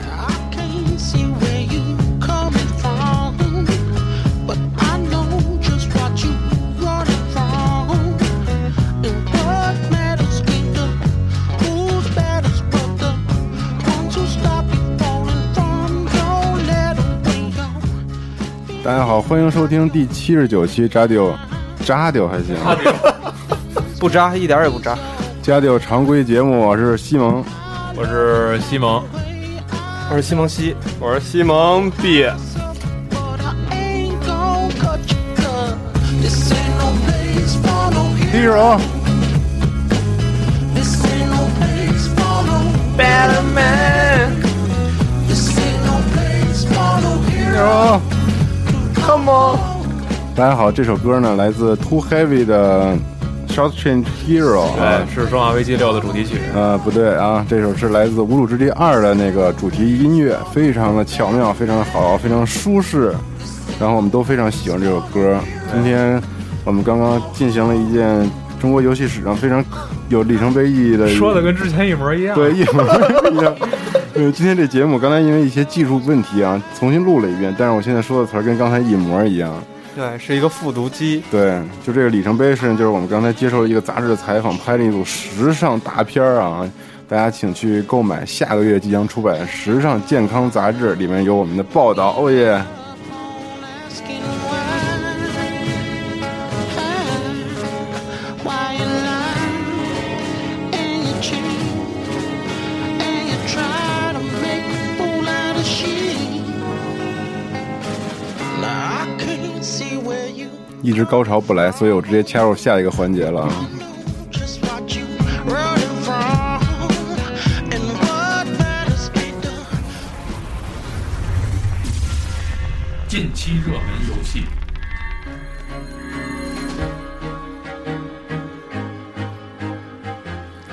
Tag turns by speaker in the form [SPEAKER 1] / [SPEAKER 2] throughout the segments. [SPEAKER 1] I can't see where you coming from, but I know just what you running from. And what matters ain't the who's betters, but the ones who stop you falling from your little window.
[SPEAKER 2] 大家好，欢迎收听第七十九期扎丢，扎丢还行，
[SPEAKER 3] 不渣，一点儿也不渣。
[SPEAKER 2] 扎丢常规节目，我是西蒙。
[SPEAKER 4] 我是西蒙，
[SPEAKER 3] 我是西蒙西，
[SPEAKER 4] 我是西蒙 B。
[SPEAKER 1] But I ain't gon' cut you cut. This ain't no place for no
[SPEAKER 2] 第
[SPEAKER 1] hero.
[SPEAKER 2] 一首
[SPEAKER 1] This ain't no place for no better man. This ain't no place for no hero.
[SPEAKER 2] 大家好，这首歌呢来自 Too Heavy 的《Short Change Hero》
[SPEAKER 4] 哎
[SPEAKER 2] 啊，，
[SPEAKER 4] 是《生化危机六》的主题曲。
[SPEAKER 2] 呃，不对啊，这首是来自《无主之地二》的那个主题音乐，非常的巧妙，非常好，非常舒适，然后我们都非常喜欢这首歌。今天我们刚刚进行了一件中国游戏史上非常有里程碑意义的一
[SPEAKER 4] 说的跟之前一模 一样。
[SPEAKER 2] 对，一模儿一样。呃，今天这节目刚才因为一些技术问题啊，重新录了一遍，但是我现在说的词儿跟刚才一模儿一样。
[SPEAKER 3] 对，是一个复读机。
[SPEAKER 2] 对，就这个里程碑事情，就是我们刚才接受了一个杂志的采访，拍了一组时尚大片儿啊，大家请去购买下个月即将出版的《时尚健康杂志》，里面有我们的报道。哦耶！
[SPEAKER 1] Asking why, why you lie and you cheat and you try to make a fool out of she. Now I can't see where you
[SPEAKER 2] 一直高潮不来，所以我直接掐入下一个环节了。啊。
[SPEAKER 1] know just what you running from and what matters ain't the
[SPEAKER 5] 近期热门游戏。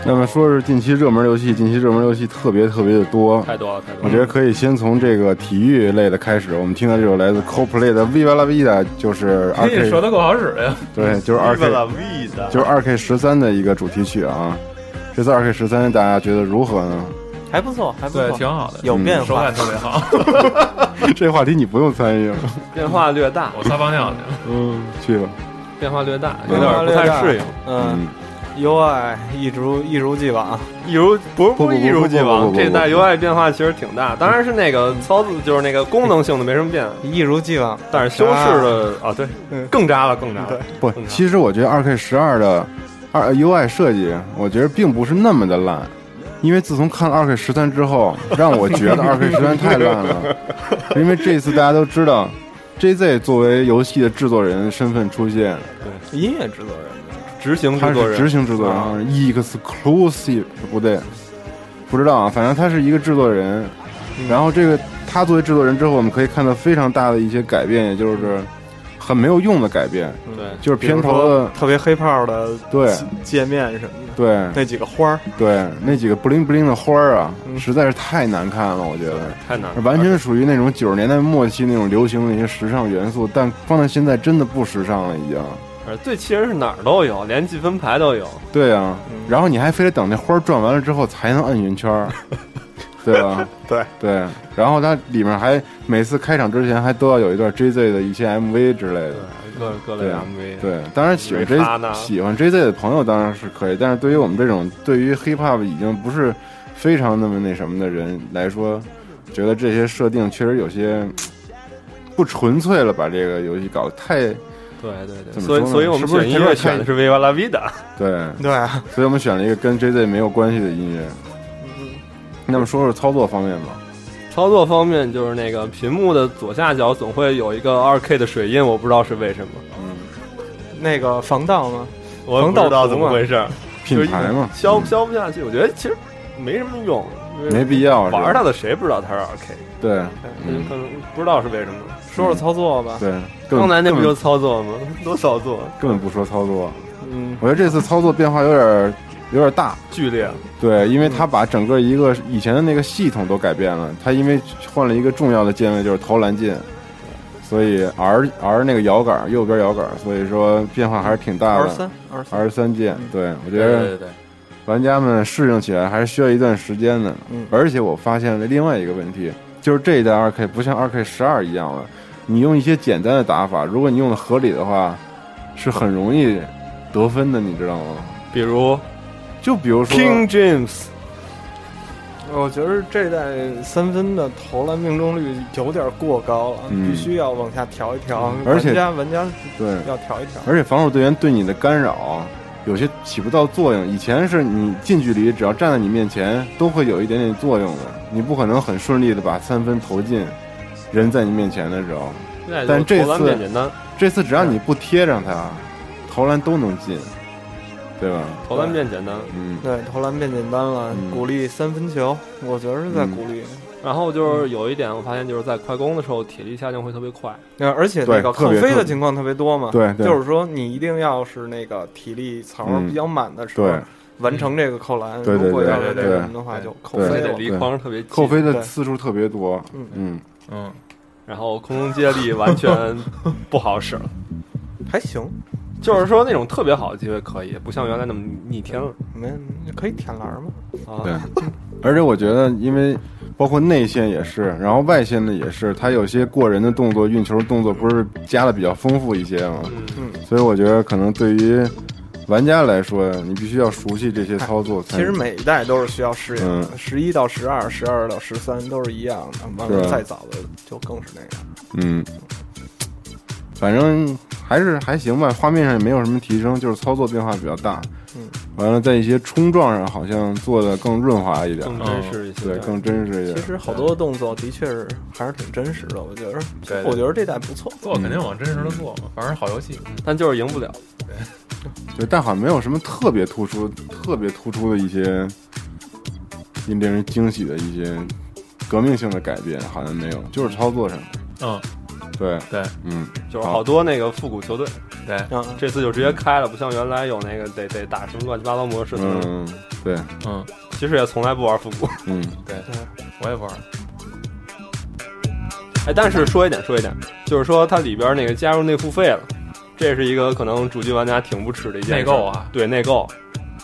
[SPEAKER 2] 那么说是近期热门游戏，近期热门游戏特别特别的多，
[SPEAKER 4] 太多了，太多
[SPEAKER 2] 我
[SPEAKER 4] 了。
[SPEAKER 2] 觉得可以先从这个体育类的开始。我们听到这首来自 CoPlay 的《Viva la Vida》，就是二
[SPEAKER 4] 哎你
[SPEAKER 2] K，
[SPEAKER 4] 说的够好使的呀！
[SPEAKER 2] 对，就是二 K，就是二 K 十三的一个主题曲啊。这次二 K 十三，大家觉得如何呢？
[SPEAKER 3] 还不错，还不错，嗯
[SPEAKER 4] 对，挺好的，
[SPEAKER 3] 有变
[SPEAKER 4] 手
[SPEAKER 3] 化
[SPEAKER 4] 感特别好。
[SPEAKER 2] 这话题你不用参与了，
[SPEAKER 6] 变化略大，
[SPEAKER 4] 我撒泡尿去，
[SPEAKER 2] 嗯，去吧。
[SPEAKER 6] 变化略大，
[SPEAKER 2] 嗯
[SPEAKER 6] 有点不太适应。
[SPEAKER 3] 嗯，UI 一如一如既往，
[SPEAKER 6] 一如不是
[SPEAKER 2] 不
[SPEAKER 6] 不是一如既
[SPEAKER 2] 不不
[SPEAKER 6] 往
[SPEAKER 2] 不，不
[SPEAKER 6] 这代
[SPEAKER 2] 不
[SPEAKER 6] UI 变化其实挺大，当然是那个操作就是那个功能性的没什么变，
[SPEAKER 3] 一如既往。
[SPEAKER 6] 但是修饰的啊对
[SPEAKER 3] 嗯，
[SPEAKER 6] 更渣了更渣了。
[SPEAKER 2] 不，其实我觉得二 K 十二的二 UI 设计，我觉得并不是那么的烂，因为自从看了二 K 十三之后，让我觉得二 K 十三太烂了。因为这次大家都知道，JZ 作为游戏的制作人身份出现，
[SPEAKER 3] 音乐制作人，
[SPEAKER 6] 执行
[SPEAKER 2] 他
[SPEAKER 6] 制作
[SPEAKER 2] 是
[SPEAKER 6] 人，
[SPEAKER 2] 执行制作人、
[SPEAKER 6] 啊
[SPEAKER 2] e x c l u s i v e 不对，不知道啊，反正他是一个制作人。
[SPEAKER 6] 嗯
[SPEAKER 2] 然后这个他作为制作人之后，我们可以看到非常大的一些改变，也就是很没有用的改变，
[SPEAKER 6] 对，
[SPEAKER 2] 就是
[SPEAKER 3] 比如
[SPEAKER 2] 片头
[SPEAKER 3] 说
[SPEAKER 2] 的
[SPEAKER 3] 特别黑炮的
[SPEAKER 2] 对
[SPEAKER 3] 界面什么的，
[SPEAKER 2] 对
[SPEAKER 3] 那几个花儿，
[SPEAKER 2] 对那几个布灵布灵的花儿啊，实在是太难看了，我觉得
[SPEAKER 6] 太难了。
[SPEAKER 2] 完全属于那种九十年代末期那种流行的一些时尚元素，但放到现在真的不时尚了，已经。
[SPEAKER 6] 而最气人是哪儿都有，连积分牌都有。
[SPEAKER 2] 对啊，然后你还非得等那花儿转完了之后才能摁圆圈儿，对吧？
[SPEAKER 3] 对
[SPEAKER 2] 对，然后它里面还每次开场之前还都要有一段 JZ 的一些 MV 之类的。
[SPEAKER 6] 各各类
[SPEAKER 2] 对啊
[SPEAKER 6] MV，，
[SPEAKER 2] 对，当然喜欢
[SPEAKER 6] 以为他呢
[SPEAKER 2] J 喜欢 JZ 的朋友当然是可以，但是对于我们这种对于 hiphop 已经不是非常那么那什么的人来说，觉得这些设定确实有些不纯粹了，把这个游戏搞得太
[SPEAKER 6] 对对对，
[SPEAKER 2] 怎么
[SPEAKER 6] 所以
[SPEAKER 2] 说呢
[SPEAKER 6] 所以我们
[SPEAKER 2] 是不是
[SPEAKER 6] 选音乐
[SPEAKER 2] 太
[SPEAKER 6] 选的是 Viva La Vida，
[SPEAKER 2] 对。
[SPEAKER 3] 对啊，
[SPEAKER 2] 所以我们选了一个跟 JZ 没有关系的音乐。
[SPEAKER 6] 嗯
[SPEAKER 2] 那么说说操作方面吧，
[SPEAKER 6] 操作方面就是那个屏幕的左下角总会有一个2 K 的水印，我不知道是为什么，
[SPEAKER 2] 嗯
[SPEAKER 3] 那个防盗吗？
[SPEAKER 6] 啊我也不知道怎么回事儿。
[SPEAKER 2] 品牌嘛，
[SPEAKER 6] 消消不下去，我觉得其实没什么用，
[SPEAKER 2] 嗯没必要哦是吧
[SPEAKER 6] 玩它的谁不知道它是 R K？
[SPEAKER 2] 对
[SPEAKER 6] 嗯，可能不知道是为什么。
[SPEAKER 3] 说
[SPEAKER 2] 嗯
[SPEAKER 3] 说操作吧。
[SPEAKER 2] 对，根本
[SPEAKER 6] 刚才那不
[SPEAKER 2] 根
[SPEAKER 6] 就
[SPEAKER 2] 本
[SPEAKER 6] 操作吗？ 多操作，
[SPEAKER 2] 根本不说操作，
[SPEAKER 6] 嗯，
[SPEAKER 2] 我觉得这次操作变化有点有点大。
[SPEAKER 6] 剧烈。
[SPEAKER 2] 对，因为他把整个一个以前的那个系统都改变了，他因为换了一个重要的键位，就是投篮键，所以 R R 那个摇杆右边摇杆，所以说变化还是挺大
[SPEAKER 3] 二
[SPEAKER 2] 的。
[SPEAKER 3] 十三，二十三，
[SPEAKER 2] R 三键，对我觉
[SPEAKER 4] 对
[SPEAKER 2] 得
[SPEAKER 4] 对对，
[SPEAKER 2] 玩家们适应起来还是需要一段时间的。
[SPEAKER 3] 嗯
[SPEAKER 2] 而且我发现了另外一个问题，就是这一代二 K 不像二 K 十二一样了，你用一些简单的打法，如果你用的合理的话，是很容易得分的，你知道吗？
[SPEAKER 6] 比如
[SPEAKER 2] 就比如说
[SPEAKER 6] King James，
[SPEAKER 3] 我觉得这代三分的投篮命中率有点过高了，
[SPEAKER 2] 嗯
[SPEAKER 3] 必须要往下调一调。
[SPEAKER 2] 而且嗯
[SPEAKER 3] 玩家玩家
[SPEAKER 2] 对，
[SPEAKER 3] 要调一调。
[SPEAKER 2] 而且防守队员对你的干扰有些起不到作用。以前是你近距离只要站在你面前都会有一点点作用的，你不可能很顺利的把三分投进，人在你面前的时候。但这次
[SPEAKER 6] 投篮变简单，
[SPEAKER 2] 这次只要你不贴上他，投篮都能进，对吧？
[SPEAKER 6] 投篮变简单。
[SPEAKER 2] 嗯，
[SPEAKER 3] 对，投篮变简单了，
[SPEAKER 2] 嗯
[SPEAKER 3] 鼓励三分球，我觉得是在鼓励。
[SPEAKER 6] 然后就是有一点，我发现就是在快攻的时候，体力下降会特别快。
[SPEAKER 3] 那而且
[SPEAKER 2] 对
[SPEAKER 3] 那个
[SPEAKER 2] 特
[SPEAKER 3] 抗
[SPEAKER 2] 别
[SPEAKER 3] 飞
[SPEAKER 2] 特别
[SPEAKER 3] 的情况特别多嘛，
[SPEAKER 2] 对对
[SPEAKER 3] 就是说你一定要是那个体力槽
[SPEAKER 2] 嗯
[SPEAKER 3] 比较满的时候
[SPEAKER 2] 对，
[SPEAKER 3] 完成这个扣篮，
[SPEAKER 2] 对对
[SPEAKER 3] 如果要
[SPEAKER 4] 对
[SPEAKER 3] 是
[SPEAKER 4] 对
[SPEAKER 3] 那个
[SPEAKER 4] 对
[SPEAKER 3] 什么的话
[SPEAKER 4] 对
[SPEAKER 3] 就扣
[SPEAKER 2] 对
[SPEAKER 6] 非
[SPEAKER 3] 飞
[SPEAKER 6] 得
[SPEAKER 3] 了。
[SPEAKER 6] 离
[SPEAKER 2] 对
[SPEAKER 6] 框特别近，
[SPEAKER 2] 扣飞的
[SPEAKER 3] 对
[SPEAKER 2] 次数特别多。
[SPEAKER 3] 嗯
[SPEAKER 2] 嗯，
[SPEAKER 4] 嗯，
[SPEAKER 6] 然后空中接力完全不好使了。
[SPEAKER 3] 还行，
[SPEAKER 6] 就是说那种特别好的机会可以，不像原来那么逆天了
[SPEAKER 3] 没可以舔篮嘛。
[SPEAKER 6] 啊。
[SPEAKER 2] 对而且我觉得，因为包括内线也是，然后外线的也是，他有些过人的动作、运球动作不是加的比较丰富一些吗？
[SPEAKER 6] 嗯，
[SPEAKER 2] 所以我觉得可能对于玩家来说，你必须要熟悉这些操作
[SPEAKER 6] 嗯
[SPEAKER 2] 才。
[SPEAKER 3] 其实每一代都是需要适应
[SPEAKER 2] 哎
[SPEAKER 3] 的，
[SPEAKER 2] 嗯
[SPEAKER 3] 十一到十二、十二到十三都是一样的，完
[SPEAKER 2] 是啊
[SPEAKER 3] 了再早的就更是那样。
[SPEAKER 2] 嗯，反正还是还行吧，画面上也没有什么提升，就是操作变化比较大。
[SPEAKER 3] 嗯，
[SPEAKER 2] 完了在一些冲撞上好像做的更润滑一点，
[SPEAKER 6] 更真实一些。
[SPEAKER 2] 对，更真实一
[SPEAKER 3] 其
[SPEAKER 2] 点。
[SPEAKER 3] 实好多动作的确是还是挺真实的，我觉得，
[SPEAKER 4] 对对
[SPEAKER 3] 我觉得这代不错。
[SPEAKER 4] 做肯定往真实的做嘛，反正好游戏。
[SPEAKER 6] 但就是赢不了。
[SPEAKER 2] 对，但好像没有什么特别突出、特别突出的一些令人惊喜的一些革命性的改变，好像没有，就是操作上。
[SPEAKER 4] 嗯，
[SPEAKER 2] 对，
[SPEAKER 4] 对
[SPEAKER 2] 嗯，
[SPEAKER 6] 就是好多那个复古球队，
[SPEAKER 4] 对，
[SPEAKER 3] 啊，
[SPEAKER 6] 这次就直接开了，不像原来有那个得得打什么乱七八糟模式。
[SPEAKER 2] 嗯，对，
[SPEAKER 4] 嗯，
[SPEAKER 6] 其实也从来不玩复古。
[SPEAKER 2] 嗯，
[SPEAKER 4] 我也玩。
[SPEAKER 6] 哎，但是说一点说一点，就是说它里边那个加入内付费了，这是一个可能主机玩家挺不耻的一件事
[SPEAKER 4] 内购啊，
[SPEAKER 6] 对内购，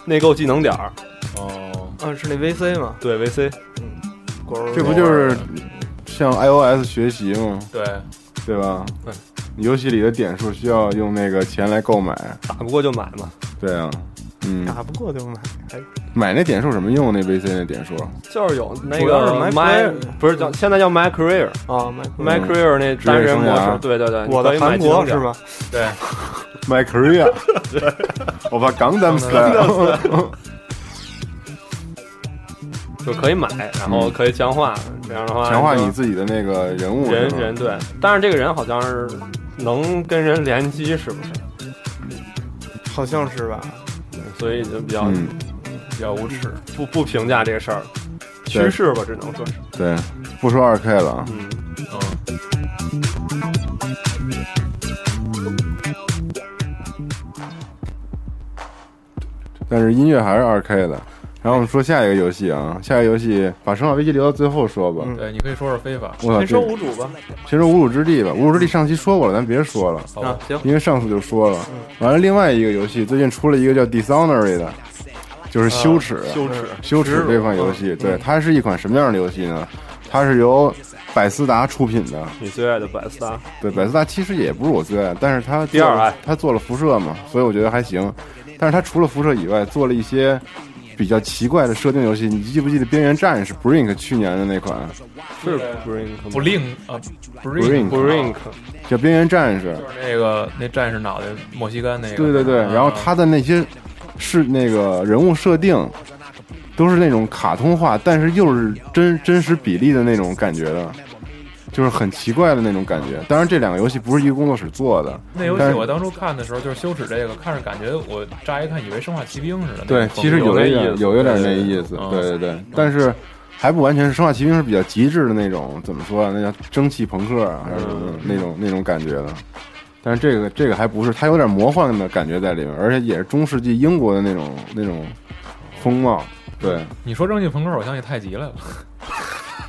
[SPEAKER 6] 内购技能点儿，
[SPEAKER 4] 哦，
[SPEAKER 3] 啊是那 VC 嘛，
[SPEAKER 6] 对 VC，
[SPEAKER 3] 果儿
[SPEAKER 2] 这不就是向 iOS 学习吗？
[SPEAKER 4] 对，
[SPEAKER 2] 对吧？
[SPEAKER 6] 对，
[SPEAKER 2] 游戏里的点数需要用那个钱来购买。
[SPEAKER 6] 打不过就买嘛，
[SPEAKER 2] 对啊，嗯，
[SPEAKER 3] 打不过就买，哎
[SPEAKER 2] 买那点数有什么用？啊那 VC 那点数，
[SPEAKER 6] 就是有那
[SPEAKER 3] 主要
[SPEAKER 6] 个
[SPEAKER 3] 是 My
[SPEAKER 6] My
[SPEAKER 3] Career
[SPEAKER 6] 不是叫现在叫 My Career。
[SPEAKER 3] 啊买
[SPEAKER 6] My
[SPEAKER 2] 嗯
[SPEAKER 6] Career 那单人模
[SPEAKER 2] 职业生
[SPEAKER 6] 式，
[SPEAKER 2] 涯
[SPEAKER 6] 对对对，
[SPEAKER 3] 我
[SPEAKER 6] 你可
[SPEAKER 3] 的
[SPEAKER 6] 以买
[SPEAKER 3] 韩
[SPEAKER 6] 技能
[SPEAKER 3] 国
[SPEAKER 6] 点
[SPEAKER 3] 是
[SPEAKER 6] 儿？
[SPEAKER 3] 吧？
[SPEAKER 4] 对，
[SPEAKER 2] 买 Korea，我把 Gangnam Style，
[SPEAKER 6] 就可以买，然后可以强化，这样的话
[SPEAKER 2] 嗯强化
[SPEAKER 6] 就
[SPEAKER 2] 你自己的那个人物
[SPEAKER 6] 人
[SPEAKER 2] 是吧
[SPEAKER 6] 人对，但是这个人好像是能跟人联机，是不是？
[SPEAKER 3] 好像是吧？
[SPEAKER 6] 所以就比较、
[SPEAKER 2] 嗯，
[SPEAKER 6] 比较无耻，不不评价这个事儿，
[SPEAKER 2] 对
[SPEAKER 6] 趋势吧，只能说是，
[SPEAKER 2] 对，不说二 K 了啊，
[SPEAKER 6] 嗯，
[SPEAKER 4] 嗯，
[SPEAKER 2] 但是音乐还是二 K 的。然后我们说下一个游戏啊，下一个游戏把《生化危机》留到最后说吧。
[SPEAKER 3] 嗯
[SPEAKER 4] 对，你可以说说非法。
[SPEAKER 2] 我操，
[SPEAKER 3] 先说
[SPEAKER 2] 这
[SPEAKER 3] 无主吧，
[SPEAKER 2] 先说《无主之地》
[SPEAKER 6] 嗯
[SPEAKER 2] 吧，《无主之地》上期说过了，咱别说了。
[SPEAKER 4] 好
[SPEAKER 3] 啊
[SPEAKER 4] 吧，
[SPEAKER 3] 行，
[SPEAKER 2] 因为上次就说了，
[SPEAKER 6] 嗯
[SPEAKER 2] 完了另外一个游戏最近出了一个叫 Dishonored 的，就是羞耻、
[SPEAKER 6] 啊
[SPEAKER 3] 嗯
[SPEAKER 6] 羞耻，嗯
[SPEAKER 2] 羞耻这款游戏，对，它是一款什么样的游戏呢？它是由百思达出品的，
[SPEAKER 6] 你最爱的百思达，
[SPEAKER 2] 对，百思达其实也不是我最爱，但是它
[SPEAKER 6] 第
[SPEAKER 4] 啊
[SPEAKER 6] 二爱
[SPEAKER 2] 它做了辐射嘛，所以我觉得还行。但是它除了辐射以外，做了一些比较奇怪的设定游戏。你记不记得《边缘战士》Brink 去年的那款
[SPEAKER 6] 是 Brink
[SPEAKER 4] 不
[SPEAKER 6] 吗
[SPEAKER 4] link 啊不
[SPEAKER 2] Brink
[SPEAKER 6] Brink，
[SPEAKER 3] 啊
[SPEAKER 2] 叫《边缘战士》？
[SPEAKER 4] 就是那个那战士脑袋莫西干那个。
[SPEAKER 2] 对对对，
[SPEAKER 4] 嗯
[SPEAKER 2] 然后他的那些是那个人物设定，都是那种卡通化，但是又是真真实比例的那种感觉的，就是很奇怪的那种感觉。当然，这两个游戏不是一个工作室做的，
[SPEAKER 4] 那游
[SPEAKER 2] 但
[SPEAKER 4] 戏
[SPEAKER 2] 是
[SPEAKER 4] 我当初看的时候，就是羞耻这个，看着感觉我乍一看以为生化奇兵似的。那
[SPEAKER 2] 对，
[SPEAKER 4] 个风格
[SPEAKER 2] 其实有
[SPEAKER 6] 有那
[SPEAKER 2] 一点
[SPEAKER 6] 意思
[SPEAKER 2] 有一点
[SPEAKER 4] 对
[SPEAKER 2] 那
[SPEAKER 4] 对
[SPEAKER 2] 意
[SPEAKER 4] 对
[SPEAKER 2] 思，
[SPEAKER 4] 嗯
[SPEAKER 2] 对对对。但是还不完全是《生化奇兵》是比较极致的那种，怎么说啊？那叫蒸汽朋克啊，还是什么
[SPEAKER 4] 嗯
[SPEAKER 2] 的那种那种感觉的。但是这个这个还不是，它有点魔幻的感觉在里面，而且也是中世纪英国的那种那种风貌。对，
[SPEAKER 4] 你说蒸汽朋克，我想起太极来了。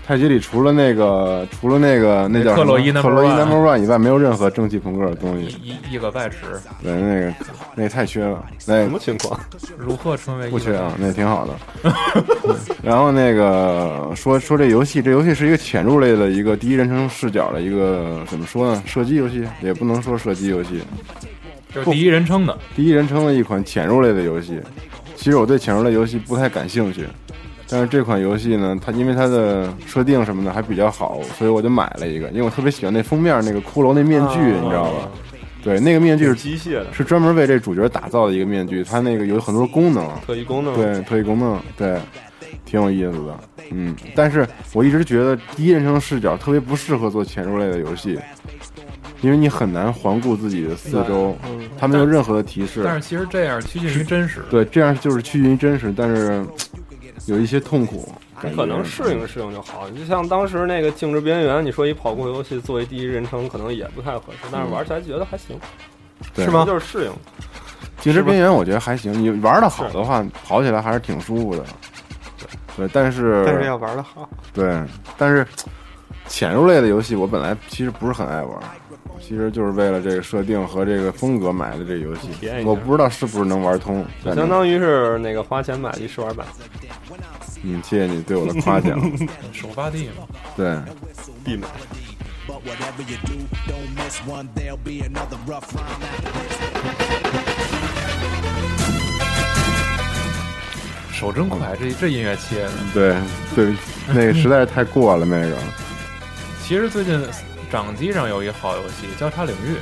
[SPEAKER 2] 太极里除了那个除了那个那叫什么
[SPEAKER 4] 克洛伊 number
[SPEAKER 2] 克洛伊
[SPEAKER 4] one
[SPEAKER 2] number one 以外，没有任何蒸汽朋克的东西。
[SPEAKER 4] 一一一个外池，
[SPEAKER 2] 对，那个那个太缺了，那
[SPEAKER 6] 什么情况？
[SPEAKER 4] 如何成为一
[SPEAKER 2] 不
[SPEAKER 4] 个
[SPEAKER 2] 缺啊，那挺好的。 嗯然后那个说说这游戏，这游戏是一个潜入类的一个第一人称视角的一个怎么说呢？射击游戏也不能说射击游戏，
[SPEAKER 4] 就是第一人称的，
[SPEAKER 2] 第一人称的一款潜入类的游戏。其实我对潜入类游戏不太感兴趣，但是这款游戏呢，它因为它的设定什么的还比较好，所以我就买了一个，因为我特别喜欢那封面那个骷髅那面具，你知道吧？对，那个面具
[SPEAKER 6] 就是
[SPEAKER 2] 是
[SPEAKER 6] 机械的，
[SPEAKER 2] 是专门为这主角打造的一个面具，它那个有很多功能，
[SPEAKER 6] 特异功能。
[SPEAKER 2] 对，特异功能，对，挺有意思的，嗯。但是我一直觉得第一人称视角特别不适合做潜入类的游戏，因为你很难环顾自己的四周，嗯它没有任何的提示。
[SPEAKER 4] 但是其实这样趋近于真实。
[SPEAKER 2] 对，这样就是趋近于真实，但是有一些痛苦。感觉嗯
[SPEAKER 6] 可能适应适应就好，你就像当时那个《静止边缘》，你说一跑酷游戏作为第一人称，可能也不太合适，但是玩起来觉得还行，
[SPEAKER 2] 对
[SPEAKER 3] 是吗
[SPEAKER 6] 就是适应。
[SPEAKER 2] 竞争边缘我觉得还行，你玩的好的话，跑起来还是挺舒服的。对，但是
[SPEAKER 3] 但是要玩的好，
[SPEAKER 2] 对，但是潜入类的游戏我本来其实不是很爱玩，其实就是为了这个设定和这个风格买的这个游戏
[SPEAKER 6] 体验一，下
[SPEAKER 2] 我不知道是不是能玩通。
[SPEAKER 6] 就
[SPEAKER 2] 反
[SPEAKER 6] 相
[SPEAKER 2] 正
[SPEAKER 6] 当于是那个花钱买了一试玩版，
[SPEAKER 2] 嗯，谢谢你对我的夸奖。
[SPEAKER 4] 首发地嘛，
[SPEAKER 2] 对，
[SPEAKER 6] 必买。
[SPEAKER 7] But whatever you do, don't miss one, there'll be another rough rhyme after this.
[SPEAKER 4] 手真快，
[SPEAKER 6] 嗯
[SPEAKER 4] 这这音乐切的。
[SPEAKER 2] 对对，那个实在是太过了，那个
[SPEAKER 4] 其实最近掌机上有一好游戏《交叉领域》，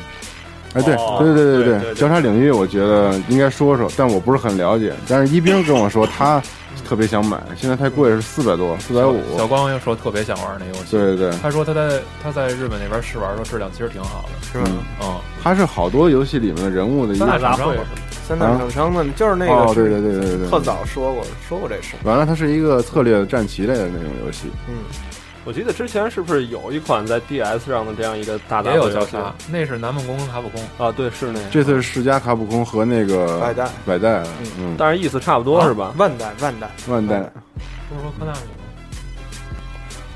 [SPEAKER 2] 哎，对
[SPEAKER 6] 哦
[SPEAKER 2] 对对
[SPEAKER 6] 对
[SPEAKER 2] 对
[SPEAKER 6] 对对
[SPEAKER 2] 交叉领域我觉得应该说说，但我不是很了解。但是一冰跟我说他特别想买，现在太贵了，是四百多，四百五。
[SPEAKER 6] 哦
[SPEAKER 4] 小光又说特别想玩那游戏。
[SPEAKER 2] 对对对，
[SPEAKER 4] 他说他在他在日本那边试玩，说质量其实挺好的。
[SPEAKER 3] 是吧？
[SPEAKER 2] 嗯
[SPEAKER 4] 嗯，
[SPEAKER 2] 他是好多游戏里面的人物的一
[SPEAKER 4] 三大
[SPEAKER 2] 个。
[SPEAKER 4] 厂商
[SPEAKER 6] 会
[SPEAKER 4] 也是
[SPEAKER 3] 三大厂商们就是那
[SPEAKER 2] 啊哦
[SPEAKER 3] 个，
[SPEAKER 2] 对对对对对对，
[SPEAKER 3] 特早说过说过这事儿，
[SPEAKER 2] 完了，它是一个策略战棋类的那种游戏，
[SPEAKER 3] 嗯，
[SPEAKER 6] 我记得之前是不是有一款在 DS 上的这样一个大大
[SPEAKER 4] 也
[SPEAKER 6] 的
[SPEAKER 4] 有
[SPEAKER 6] 游
[SPEAKER 4] 交
[SPEAKER 6] 戏
[SPEAKER 4] 叉，那是南梦宫跟卡普空。
[SPEAKER 6] 啊？对，是那个，
[SPEAKER 2] 这次是世嘉、卡普空和那个
[SPEAKER 3] 百代
[SPEAKER 2] 百代，嗯，
[SPEAKER 6] 但是意思差不多是
[SPEAKER 4] 啊
[SPEAKER 6] 吧？
[SPEAKER 3] 万代万代，嗯
[SPEAKER 2] 万代
[SPEAKER 4] 不是说科纳米吗？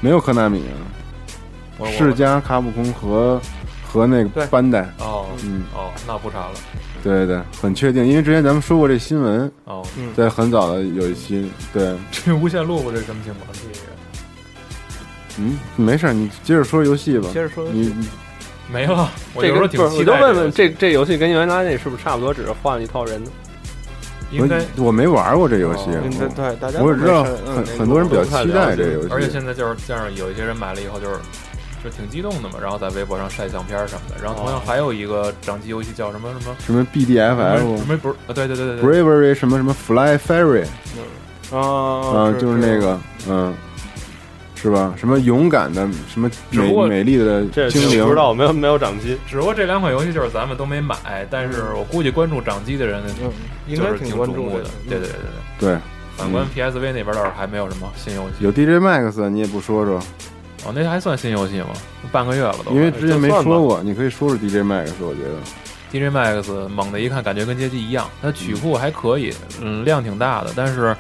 [SPEAKER 2] 没有科纳米啊，
[SPEAKER 6] 嗯
[SPEAKER 4] 我我
[SPEAKER 2] 世嘉、卡普空和和那
[SPEAKER 3] 对
[SPEAKER 2] 个班代，
[SPEAKER 4] 哦
[SPEAKER 2] 嗯，
[SPEAKER 4] 哦，那不查了。
[SPEAKER 2] 对对对，很确定，因为之前咱们说过这新闻，
[SPEAKER 4] 哦，
[SPEAKER 3] 嗯，
[SPEAKER 2] 在很早的有一期，对，
[SPEAKER 4] 这无线路这什么情况？这个
[SPEAKER 2] 嗯，没事儿，你接着说游戏吧，
[SPEAKER 3] 接着说
[SPEAKER 2] 你
[SPEAKER 4] 没了。我
[SPEAKER 6] 这
[SPEAKER 4] 有时
[SPEAKER 6] 个不
[SPEAKER 4] 候
[SPEAKER 6] 是，
[SPEAKER 4] 挺期
[SPEAKER 6] 我就
[SPEAKER 4] 待
[SPEAKER 6] 问
[SPEAKER 4] 这
[SPEAKER 6] 问这
[SPEAKER 4] 个游戏，
[SPEAKER 6] 这游戏跟原来那是不是差不多，只是换了一套人呢？
[SPEAKER 4] 应该
[SPEAKER 2] 我我没玩过这游戏，啊
[SPEAKER 3] 嗯对对，大家
[SPEAKER 2] 我
[SPEAKER 3] 都
[SPEAKER 2] 只知道
[SPEAKER 3] 没事
[SPEAKER 2] 很
[SPEAKER 3] 嗯
[SPEAKER 2] 很多人比较期待这个游
[SPEAKER 4] 而且
[SPEAKER 2] 戏，
[SPEAKER 4] 现在就是这样，有一些人买了以后就是就挺激动的嘛，然后在微博上晒相片什么的。然后同样还有一个掌机游戏叫什么什么
[SPEAKER 2] 什么
[SPEAKER 4] 什么
[SPEAKER 2] BDFF
[SPEAKER 4] 什。么不是啊？对对对对对，
[SPEAKER 2] Bravery 什么什么 Fly Ferry，
[SPEAKER 3] 啊
[SPEAKER 4] 哦
[SPEAKER 2] 嗯，，就是那个，嗯，是吧？什么勇敢的，什么
[SPEAKER 4] 只不过
[SPEAKER 2] 美美丽的
[SPEAKER 6] 这
[SPEAKER 2] 精
[SPEAKER 6] 这
[SPEAKER 2] 灵，
[SPEAKER 6] 不知道，没有没有掌机。
[SPEAKER 4] 只不过这两款游戏就是咱们都没买，但是我估计关注掌机的人
[SPEAKER 3] 嗯，应
[SPEAKER 4] 就
[SPEAKER 3] 该
[SPEAKER 4] 是挺
[SPEAKER 3] 关
[SPEAKER 4] 瞩
[SPEAKER 3] 注
[SPEAKER 4] 目
[SPEAKER 3] 这个。
[SPEAKER 4] 的对对对对对，
[SPEAKER 2] 对，
[SPEAKER 4] 反观 PSV 那边倒是还没有什么新游戏。
[SPEAKER 2] 嗯有 DJ Max，你也啊不说说，
[SPEAKER 4] 哦，那还算新游戏吗？半个月了都。
[SPEAKER 2] 因为之前没
[SPEAKER 6] 就算吧
[SPEAKER 2] 说过，你可以说说 DJ Max，我觉得
[SPEAKER 4] DJ Max 猛的一看，感觉跟街机一样，它曲库还可以，嗯，量挺大的，但是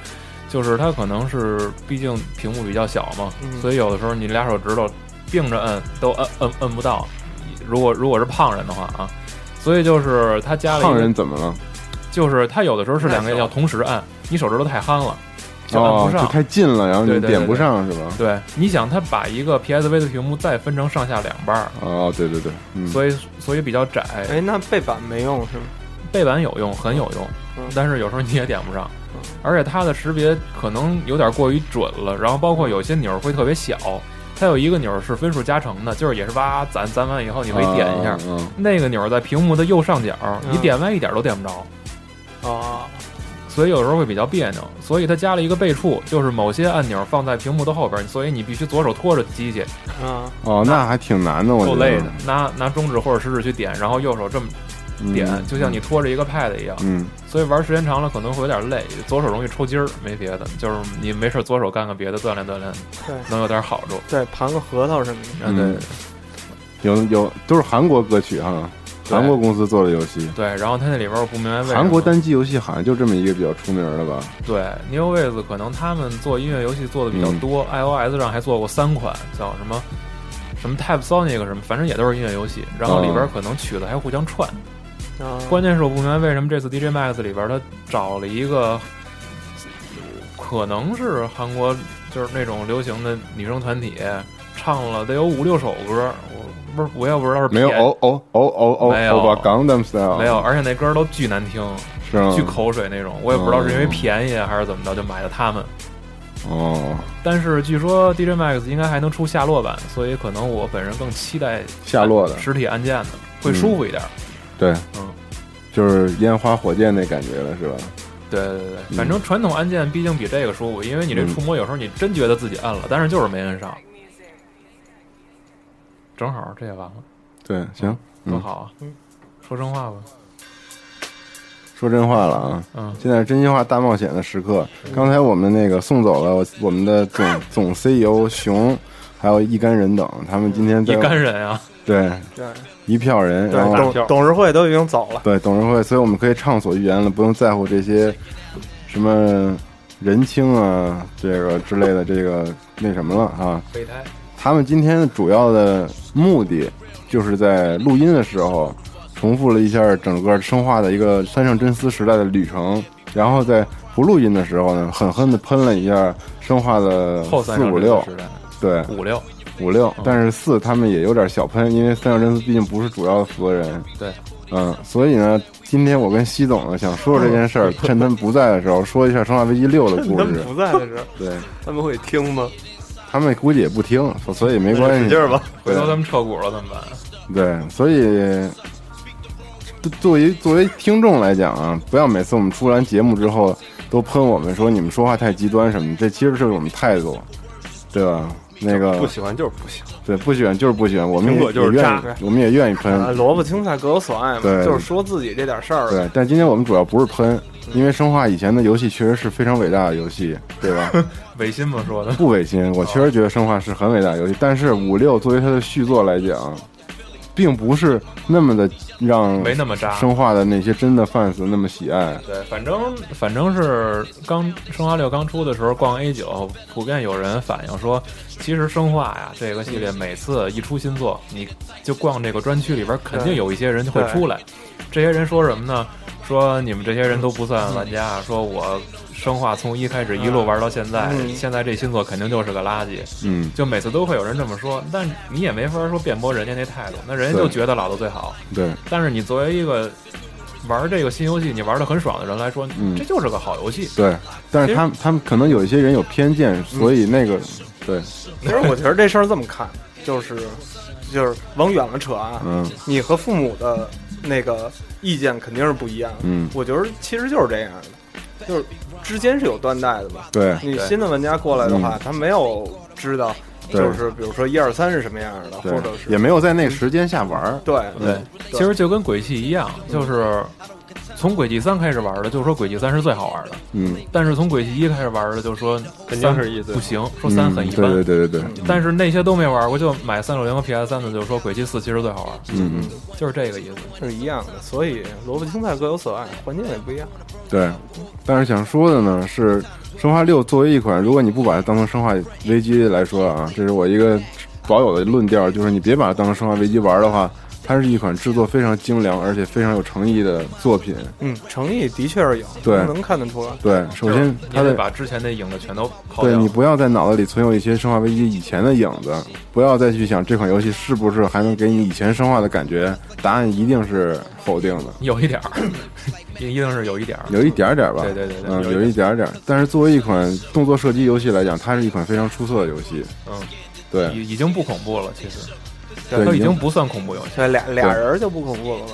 [SPEAKER 4] 就是它可能是毕竟屏幕比较小嘛，
[SPEAKER 3] 嗯
[SPEAKER 4] 所以有的时候你俩手指头并着摁都摁摁摁不到。如果如果是胖人的话啊，所以就是它加了一
[SPEAKER 2] 胖
[SPEAKER 4] 个
[SPEAKER 2] 人怎么了？
[SPEAKER 4] 就是它有的时候是两
[SPEAKER 3] 太
[SPEAKER 4] 个
[SPEAKER 3] 小
[SPEAKER 4] 要同时按，你手指头太憨了，就
[SPEAKER 2] 哦
[SPEAKER 4] 按不，
[SPEAKER 2] 就
[SPEAKER 4] 上。
[SPEAKER 2] 太近了，然后
[SPEAKER 4] 对
[SPEAKER 2] 你
[SPEAKER 4] 对
[SPEAKER 2] 点不上是吧？
[SPEAKER 4] 对，你想它把一个 PSV 的屏幕再分成上下两半儿，
[SPEAKER 2] 哦，对对对，嗯，
[SPEAKER 4] 所以所以比较窄。
[SPEAKER 3] 哎，那背板没用是吗？
[SPEAKER 4] 背板有用，很有用
[SPEAKER 3] 嗯，
[SPEAKER 4] 但是有时候你也点不上，而且它的识别可能有点过于准了，然后包括有些钮儿会特别小，它有一个钮儿是分数加成的，就是也是哇攒攒完以后你
[SPEAKER 2] 你
[SPEAKER 4] 可以点一下，
[SPEAKER 2] 嗯，
[SPEAKER 4] 那个钮儿在屏幕的右上角，
[SPEAKER 3] 嗯
[SPEAKER 4] 你点歪一点都点不着，
[SPEAKER 3] 啊，
[SPEAKER 4] 所以有时候会比较别扭，所以它加了一个备注，就是某些按钮放在屏幕的后边，所以你必须左手托着机器，
[SPEAKER 3] 啊，
[SPEAKER 2] 哦，那还挺难的，我觉
[SPEAKER 6] 够累
[SPEAKER 2] 得
[SPEAKER 6] 的。
[SPEAKER 4] 拿拿中指或者食指去点，然后右手这么点，
[SPEAKER 2] 嗯
[SPEAKER 4] 就像你拖着一个 pad 一样。
[SPEAKER 2] 嗯，
[SPEAKER 4] 所以玩时间长了可能会有点累，左手容易抽筋儿，没别的，就是你没事左手干个别的锻炼锻炼，
[SPEAKER 3] 对
[SPEAKER 4] 能有点好处。
[SPEAKER 3] 对，盘个核桃什么的。
[SPEAKER 4] 啊，对
[SPEAKER 2] 嗯有有都是韩国歌曲哈，
[SPEAKER 4] 对
[SPEAKER 2] 韩国公司做的游戏，
[SPEAKER 4] 对，然后它那里边我不明白为什么
[SPEAKER 2] 韩国单机游戏好像就这么一个比较出名的吧？
[SPEAKER 4] 对 New Waves 可能他们做音乐游戏做的比较多、i
[SPEAKER 2] 嗯
[SPEAKER 4] o s 上还做过三款，叫什么什么 Type Sonic 什么，反正也都是音乐游戏，然
[SPEAKER 2] 哦
[SPEAKER 4] 后里边可能曲子还互相串。
[SPEAKER 3] 啊，
[SPEAKER 4] 关键是我不明白为什么这次 DJ Max 里边他找了一个，可能是韩国就是那种流行的女生团体，唱了得有五六首歌，我不是我也不知道是
[SPEAKER 2] 没有
[SPEAKER 4] 偏
[SPEAKER 2] 哦哦哦哦哦，
[SPEAKER 4] 没有
[SPEAKER 2] 欧巴 Gangnam Style
[SPEAKER 4] 没有，而且那歌都巨难听，
[SPEAKER 2] 是吗？
[SPEAKER 4] 巨口水那种，我也不知道是因
[SPEAKER 2] 嗯
[SPEAKER 4] 为便宜啊还是怎么着就买的他们。
[SPEAKER 2] 哦，
[SPEAKER 4] 但是据说 DJ Max 应该还能出下落版，所以可能我本人更期待
[SPEAKER 2] 下落的嗯
[SPEAKER 4] 实体按键的，会舒服一点。
[SPEAKER 2] 对，
[SPEAKER 4] 嗯，
[SPEAKER 2] 就是烟花火箭那感觉了是吧？
[SPEAKER 4] 对对对
[SPEAKER 2] 嗯
[SPEAKER 4] 对，反正传统按键毕竟比这个舒服，因为你这触摸有时候你真觉得自己啊按了，但是就是没摁上。正好这也完了，
[SPEAKER 2] 对，行，
[SPEAKER 4] 多
[SPEAKER 2] 嗯，
[SPEAKER 4] 好啊！说真话吧，
[SPEAKER 2] 说真话了啊。
[SPEAKER 4] 嗯，
[SPEAKER 2] 现在是真心话大冒险的时刻。刚才我们那个送走了我我们的总 总 CEO 熊，还有一干人等，他们今天
[SPEAKER 4] 一
[SPEAKER 2] 在
[SPEAKER 4] 干人啊，
[SPEAKER 2] 对
[SPEAKER 3] 对
[SPEAKER 2] 一票人，然
[SPEAKER 3] 对，
[SPEAKER 2] 后
[SPEAKER 3] 董董事会都已经走了。
[SPEAKER 2] 对董事会，所以我们可以畅所欲言了，不用在乎这些什么人清啊，这个之类的这个那什么了啊。
[SPEAKER 4] 备胎，
[SPEAKER 2] 他们今天的主要的目的就是在录音的时候重复了一下整个生化的一个三上真司时代的旅程，然后在不录音的时候呢，狠狠的喷了一下生化的
[SPEAKER 4] 后三
[SPEAKER 2] 嗯四
[SPEAKER 4] 上
[SPEAKER 2] 五
[SPEAKER 4] 真
[SPEAKER 2] 六
[SPEAKER 4] 司，时代，
[SPEAKER 2] 对
[SPEAKER 4] 五六，
[SPEAKER 2] 五六，
[SPEAKER 6] 嗯
[SPEAKER 2] 但是四他们也有点小喷，因为三上真司毕竟不是主要的负责人，
[SPEAKER 4] 对，
[SPEAKER 2] 嗯，所以呢，今天我跟西总呢想说说这件事
[SPEAKER 6] 嗯
[SPEAKER 2] 儿，趁他们不在的时候说一下《生化危机六》的故
[SPEAKER 3] 他们
[SPEAKER 2] 事，
[SPEAKER 3] 不在的时候，
[SPEAKER 2] 对
[SPEAKER 6] 他们会听吗？
[SPEAKER 2] 他们估计也不听，所所以没关系，
[SPEAKER 6] 使劲儿吧。
[SPEAKER 4] 回头他们撤股了怎么办？
[SPEAKER 2] 对，所以作作为作为听众来讲啊，不要每次我们出完节目之后都喷我们说你们说话太极端什么的，这其实是我们态度，对吧？那个
[SPEAKER 6] 不喜欢就是不喜欢，
[SPEAKER 2] 对不喜欢就是不喜欢，我们
[SPEAKER 6] 苹
[SPEAKER 2] 也
[SPEAKER 6] 果就是
[SPEAKER 2] 也愿
[SPEAKER 6] 渣
[SPEAKER 2] 意，我们也愿意喷
[SPEAKER 3] 啊，，萝卜青菜各有所爱嘛，
[SPEAKER 2] 对
[SPEAKER 3] 就是说自己这点事儿。
[SPEAKER 2] 对，但今天我们主要不是喷，因为生化以前的游戏确实是非常伟大的游戏，对吧？
[SPEAKER 4] 违心吗说的？
[SPEAKER 2] 不违心，我确实觉得生化是很伟大的游戏，但是五六作为它的续作来讲，并不是那么的让
[SPEAKER 4] 没那么渣，
[SPEAKER 2] 生化的那些真的 fans 那么喜爱，
[SPEAKER 4] 对，反正反正是刚《生化六》刚出的时候，逛 A 九，普遍有人反映说，其实《生化》呀这个系列每次一出新作，你就逛这个专区里边，肯定有一些人就会出来。这些人说什么呢？说你们这些人都不算玩家，啊说我生化从一开始一路玩到现在，现在这新作肯定就是个垃圾。
[SPEAKER 2] 嗯，
[SPEAKER 4] 就每次都会有人这么说，但你也没法说辩驳人家那态度，那人家就
[SPEAKER 2] 对
[SPEAKER 4] 觉得老的最好。
[SPEAKER 2] 对，
[SPEAKER 4] 但是你作为一个玩这个新游戏，你玩的很爽的人来说，
[SPEAKER 2] 嗯
[SPEAKER 4] 这就是个好游戏。
[SPEAKER 2] 对，但是他们他们可能有一些人有偏见，所以那个，对，
[SPEAKER 3] 其实我觉得这事儿这么看，就是就是往远了扯啊，
[SPEAKER 2] 嗯
[SPEAKER 3] 你和父母的那个意见肯定是不一样的。
[SPEAKER 2] 嗯，
[SPEAKER 3] 我觉得其实就是这样的，就是之间是有断代的嘛。
[SPEAKER 4] 哎
[SPEAKER 2] 对，
[SPEAKER 3] 你新的玩家过来的话，他没有知道，
[SPEAKER 2] 嗯对
[SPEAKER 3] 就是比如说一二三是什么样的，
[SPEAKER 2] 对
[SPEAKER 3] 或者，是
[SPEAKER 2] 也没有在那个时间下玩儿，
[SPEAKER 3] 对嗯
[SPEAKER 4] 对，其实就跟轨迹一样，就是从轨迹三开始玩的，就说轨迹三是最好玩的；
[SPEAKER 2] 嗯，
[SPEAKER 4] 但是从轨迹一开始玩的，就说
[SPEAKER 6] 肯定
[SPEAKER 4] 三
[SPEAKER 6] 是一最好
[SPEAKER 4] 不行，说三
[SPEAKER 2] 嗯
[SPEAKER 4] 很一般。
[SPEAKER 2] 对对对对对，
[SPEAKER 4] 但是那些都没玩过，就买三六零和 PS 三的，就说轨迹四其实最好玩，
[SPEAKER 2] 嗯嗯，
[SPEAKER 4] 就是这个意思。
[SPEAKER 3] 是一样的。所以萝卜青菜各有所爱，环境也不一样。
[SPEAKER 2] 对，但是想说的呢是，《生化六》作为一款，如果你不把它当成《生化危机》来说啊，这是我一个保有的论调，就是你别把它当成《生化危机》玩的话，它是一款制作非常精良而且非常有诚意的作品。
[SPEAKER 3] 嗯，诚意的确是有，
[SPEAKER 2] 对
[SPEAKER 3] 能看得出来。
[SPEAKER 2] 对，首先
[SPEAKER 4] 你
[SPEAKER 2] 它
[SPEAKER 4] 得
[SPEAKER 2] 的
[SPEAKER 4] 把之前那影子全都抛
[SPEAKER 2] 对
[SPEAKER 4] 掉
[SPEAKER 2] 你。不要在脑子里存有一些《生化危机》以前的影子，不要再去想这款游戏是不是还能给你以前生化的感觉，答案一定是否定的。
[SPEAKER 4] 有一点儿， 一定是有一点儿。
[SPEAKER 2] 有一点儿点儿吧，
[SPEAKER 4] 对对对对
[SPEAKER 2] 嗯，
[SPEAKER 4] 有
[SPEAKER 2] 有一点儿点儿。但是作为一款动作射击游戏来讲，它是一款非常出色的游戏，
[SPEAKER 4] 嗯，
[SPEAKER 2] 对
[SPEAKER 4] 已已经不恐怖了，其实，
[SPEAKER 2] 对
[SPEAKER 4] 它已
[SPEAKER 2] 已
[SPEAKER 4] 经
[SPEAKER 2] 经
[SPEAKER 4] 不算恐怖游戏。
[SPEAKER 3] 对，俩俩人就不恐怖了吧？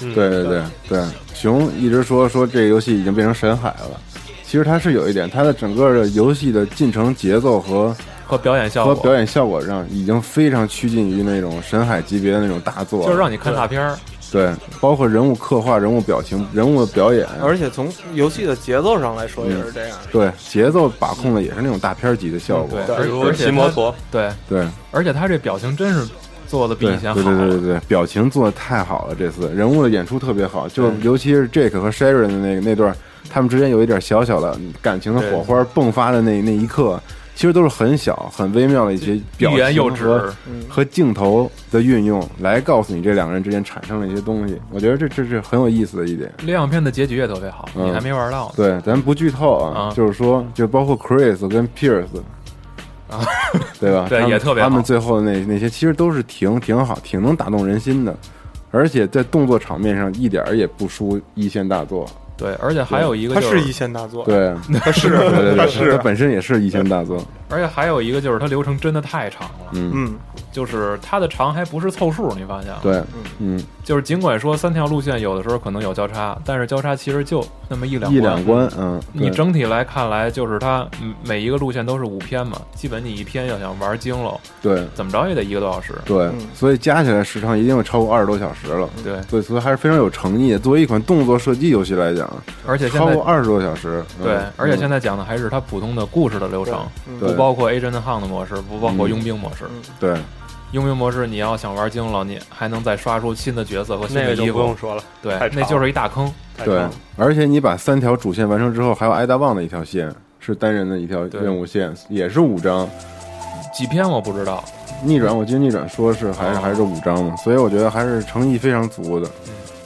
[SPEAKER 4] 嗯
[SPEAKER 2] 对对对对。熊一直说说这个游戏已经变成神海了，其实它是有一点，它的整个的游戏的进程节奏和
[SPEAKER 4] 和表演效
[SPEAKER 2] 和
[SPEAKER 4] 果，
[SPEAKER 2] 表演效果上已经非常趋近于那种神海级别的那种大作了，
[SPEAKER 4] 就是让你看大片儿，
[SPEAKER 2] 对，包括人物刻画、人物表情、人物的表演，
[SPEAKER 3] 而且从游戏的节奏上来说也
[SPEAKER 2] 嗯
[SPEAKER 3] 是这样。
[SPEAKER 2] 对节奏把控的也是那种大片儿级的效果
[SPEAKER 4] 对，，而
[SPEAKER 6] 如
[SPEAKER 4] 而且
[SPEAKER 6] 骑摩
[SPEAKER 4] 他
[SPEAKER 6] 托，
[SPEAKER 4] 嗯对，
[SPEAKER 2] 对
[SPEAKER 4] 而且他这表情真是做的比
[SPEAKER 2] 对
[SPEAKER 4] 以前
[SPEAKER 2] 对
[SPEAKER 4] 好
[SPEAKER 2] 对
[SPEAKER 4] 了，
[SPEAKER 2] 对对对，表情做的太好了，这次人物的演出特别好，就是尤其是 Jake 和 Sharon 的那个那段儿，他们之间有一点小小的感情的火花迸发的那那一刻，其实都是很小很微妙的一些表
[SPEAKER 4] 欲言又
[SPEAKER 2] 情
[SPEAKER 4] 止
[SPEAKER 2] 和和镜头的运用来告诉你这两个人之间产生了一些东西，我觉得这这是很有意思的一点。
[SPEAKER 4] 烈阳篇的结局也特别好，
[SPEAKER 2] 嗯
[SPEAKER 4] 你还没玩到呢。
[SPEAKER 2] 对，咱不剧透啊，
[SPEAKER 4] 啊
[SPEAKER 2] 就是说，就包括 Chris 跟 Pierce
[SPEAKER 4] 啊，
[SPEAKER 2] 对吧？
[SPEAKER 4] 对
[SPEAKER 2] 他们
[SPEAKER 4] 也特别好
[SPEAKER 2] 他们最后的那那些其实都是挺挺好，挺能打动人心的，而且在动作场面上一点儿也不输一线大作。
[SPEAKER 4] 对，而且还有一个
[SPEAKER 3] 它
[SPEAKER 4] 就是
[SPEAKER 3] 一线大
[SPEAKER 4] 哦
[SPEAKER 3] 作，
[SPEAKER 2] 对，
[SPEAKER 3] 它是，
[SPEAKER 2] 对对
[SPEAKER 3] 它
[SPEAKER 2] 对，
[SPEAKER 3] 是
[SPEAKER 2] 它，本身也是一线大作。
[SPEAKER 4] 而且还有一个就是它流程真的太长了，
[SPEAKER 3] 嗯，
[SPEAKER 4] 就是它的长还不是凑数，你发现了？，
[SPEAKER 2] 对，嗯，
[SPEAKER 4] 就是尽管说三条路线有的时候可能有交叉，但是交叉其实就那么一两
[SPEAKER 2] 一两。关，嗯，
[SPEAKER 4] 你
[SPEAKER 2] 对
[SPEAKER 4] 整体来看来，就是它嗯每一个路线都是五篇嘛，基本你一篇要想玩精了，
[SPEAKER 2] 对
[SPEAKER 4] 怎么着也得一个多小时。
[SPEAKER 2] 对，所以加起来时长一定会超过二十多小时了。
[SPEAKER 4] 对，
[SPEAKER 2] 对，所以还是非常有诚意的。作为一款动作射击游戏来讲，
[SPEAKER 4] 而且现
[SPEAKER 2] 超
[SPEAKER 4] 在
[SPEAKER 2] 过二十多小时，嗯
[SPEAKER 4] 对，而且现
[SPEAKER 2] 嗯
[SPEAKER 4] 在讲的还是它普通的故事的流程，
[SPEAKER 2] 对
[SPEAKER 4] 不包括 Agent Hunt 的模式，不包括
[SPEAKER 2] 嗯
[SPEAKER 4] 佣兵模式。
[SPEAKER 2] 对
[SPEAKER 4] 佣兵模式，你要想玩精了，你还能再刷出新的角色和新
[SPEAKER 6] 那
[SPEAKER 4] 的
[SPEAKER 6] 个就
[SPEAKER 4] 衣
[SPEAKER 6] 不用
[SPEAKER 4] 服。
[SPEAKER 6] 说了，
[SPEAKER 4] 对
[SPEAKER 6] 太，长
[SPEAKER 4] 那就是一大坑。
[SPEAKER 6] 太长
[SPEAKER 2] 对
[SPEAKER 6] 了，
[SPEAKER 2] 而且你把三条主线完成之后，还有挨大旺的一条线是单人的一条
[SPEAKER 4] 对
[SPEAKER 2] 任务线，也是五张。
[SPEAKER 4] 几篇我不知道，
[SPEAKER 2] 逆转，我记得逆转说是还是
[SPEAKER 4] 哦
[SPEAKER 2] 还是五张嘛，所以我觉得还是诚意非常足的。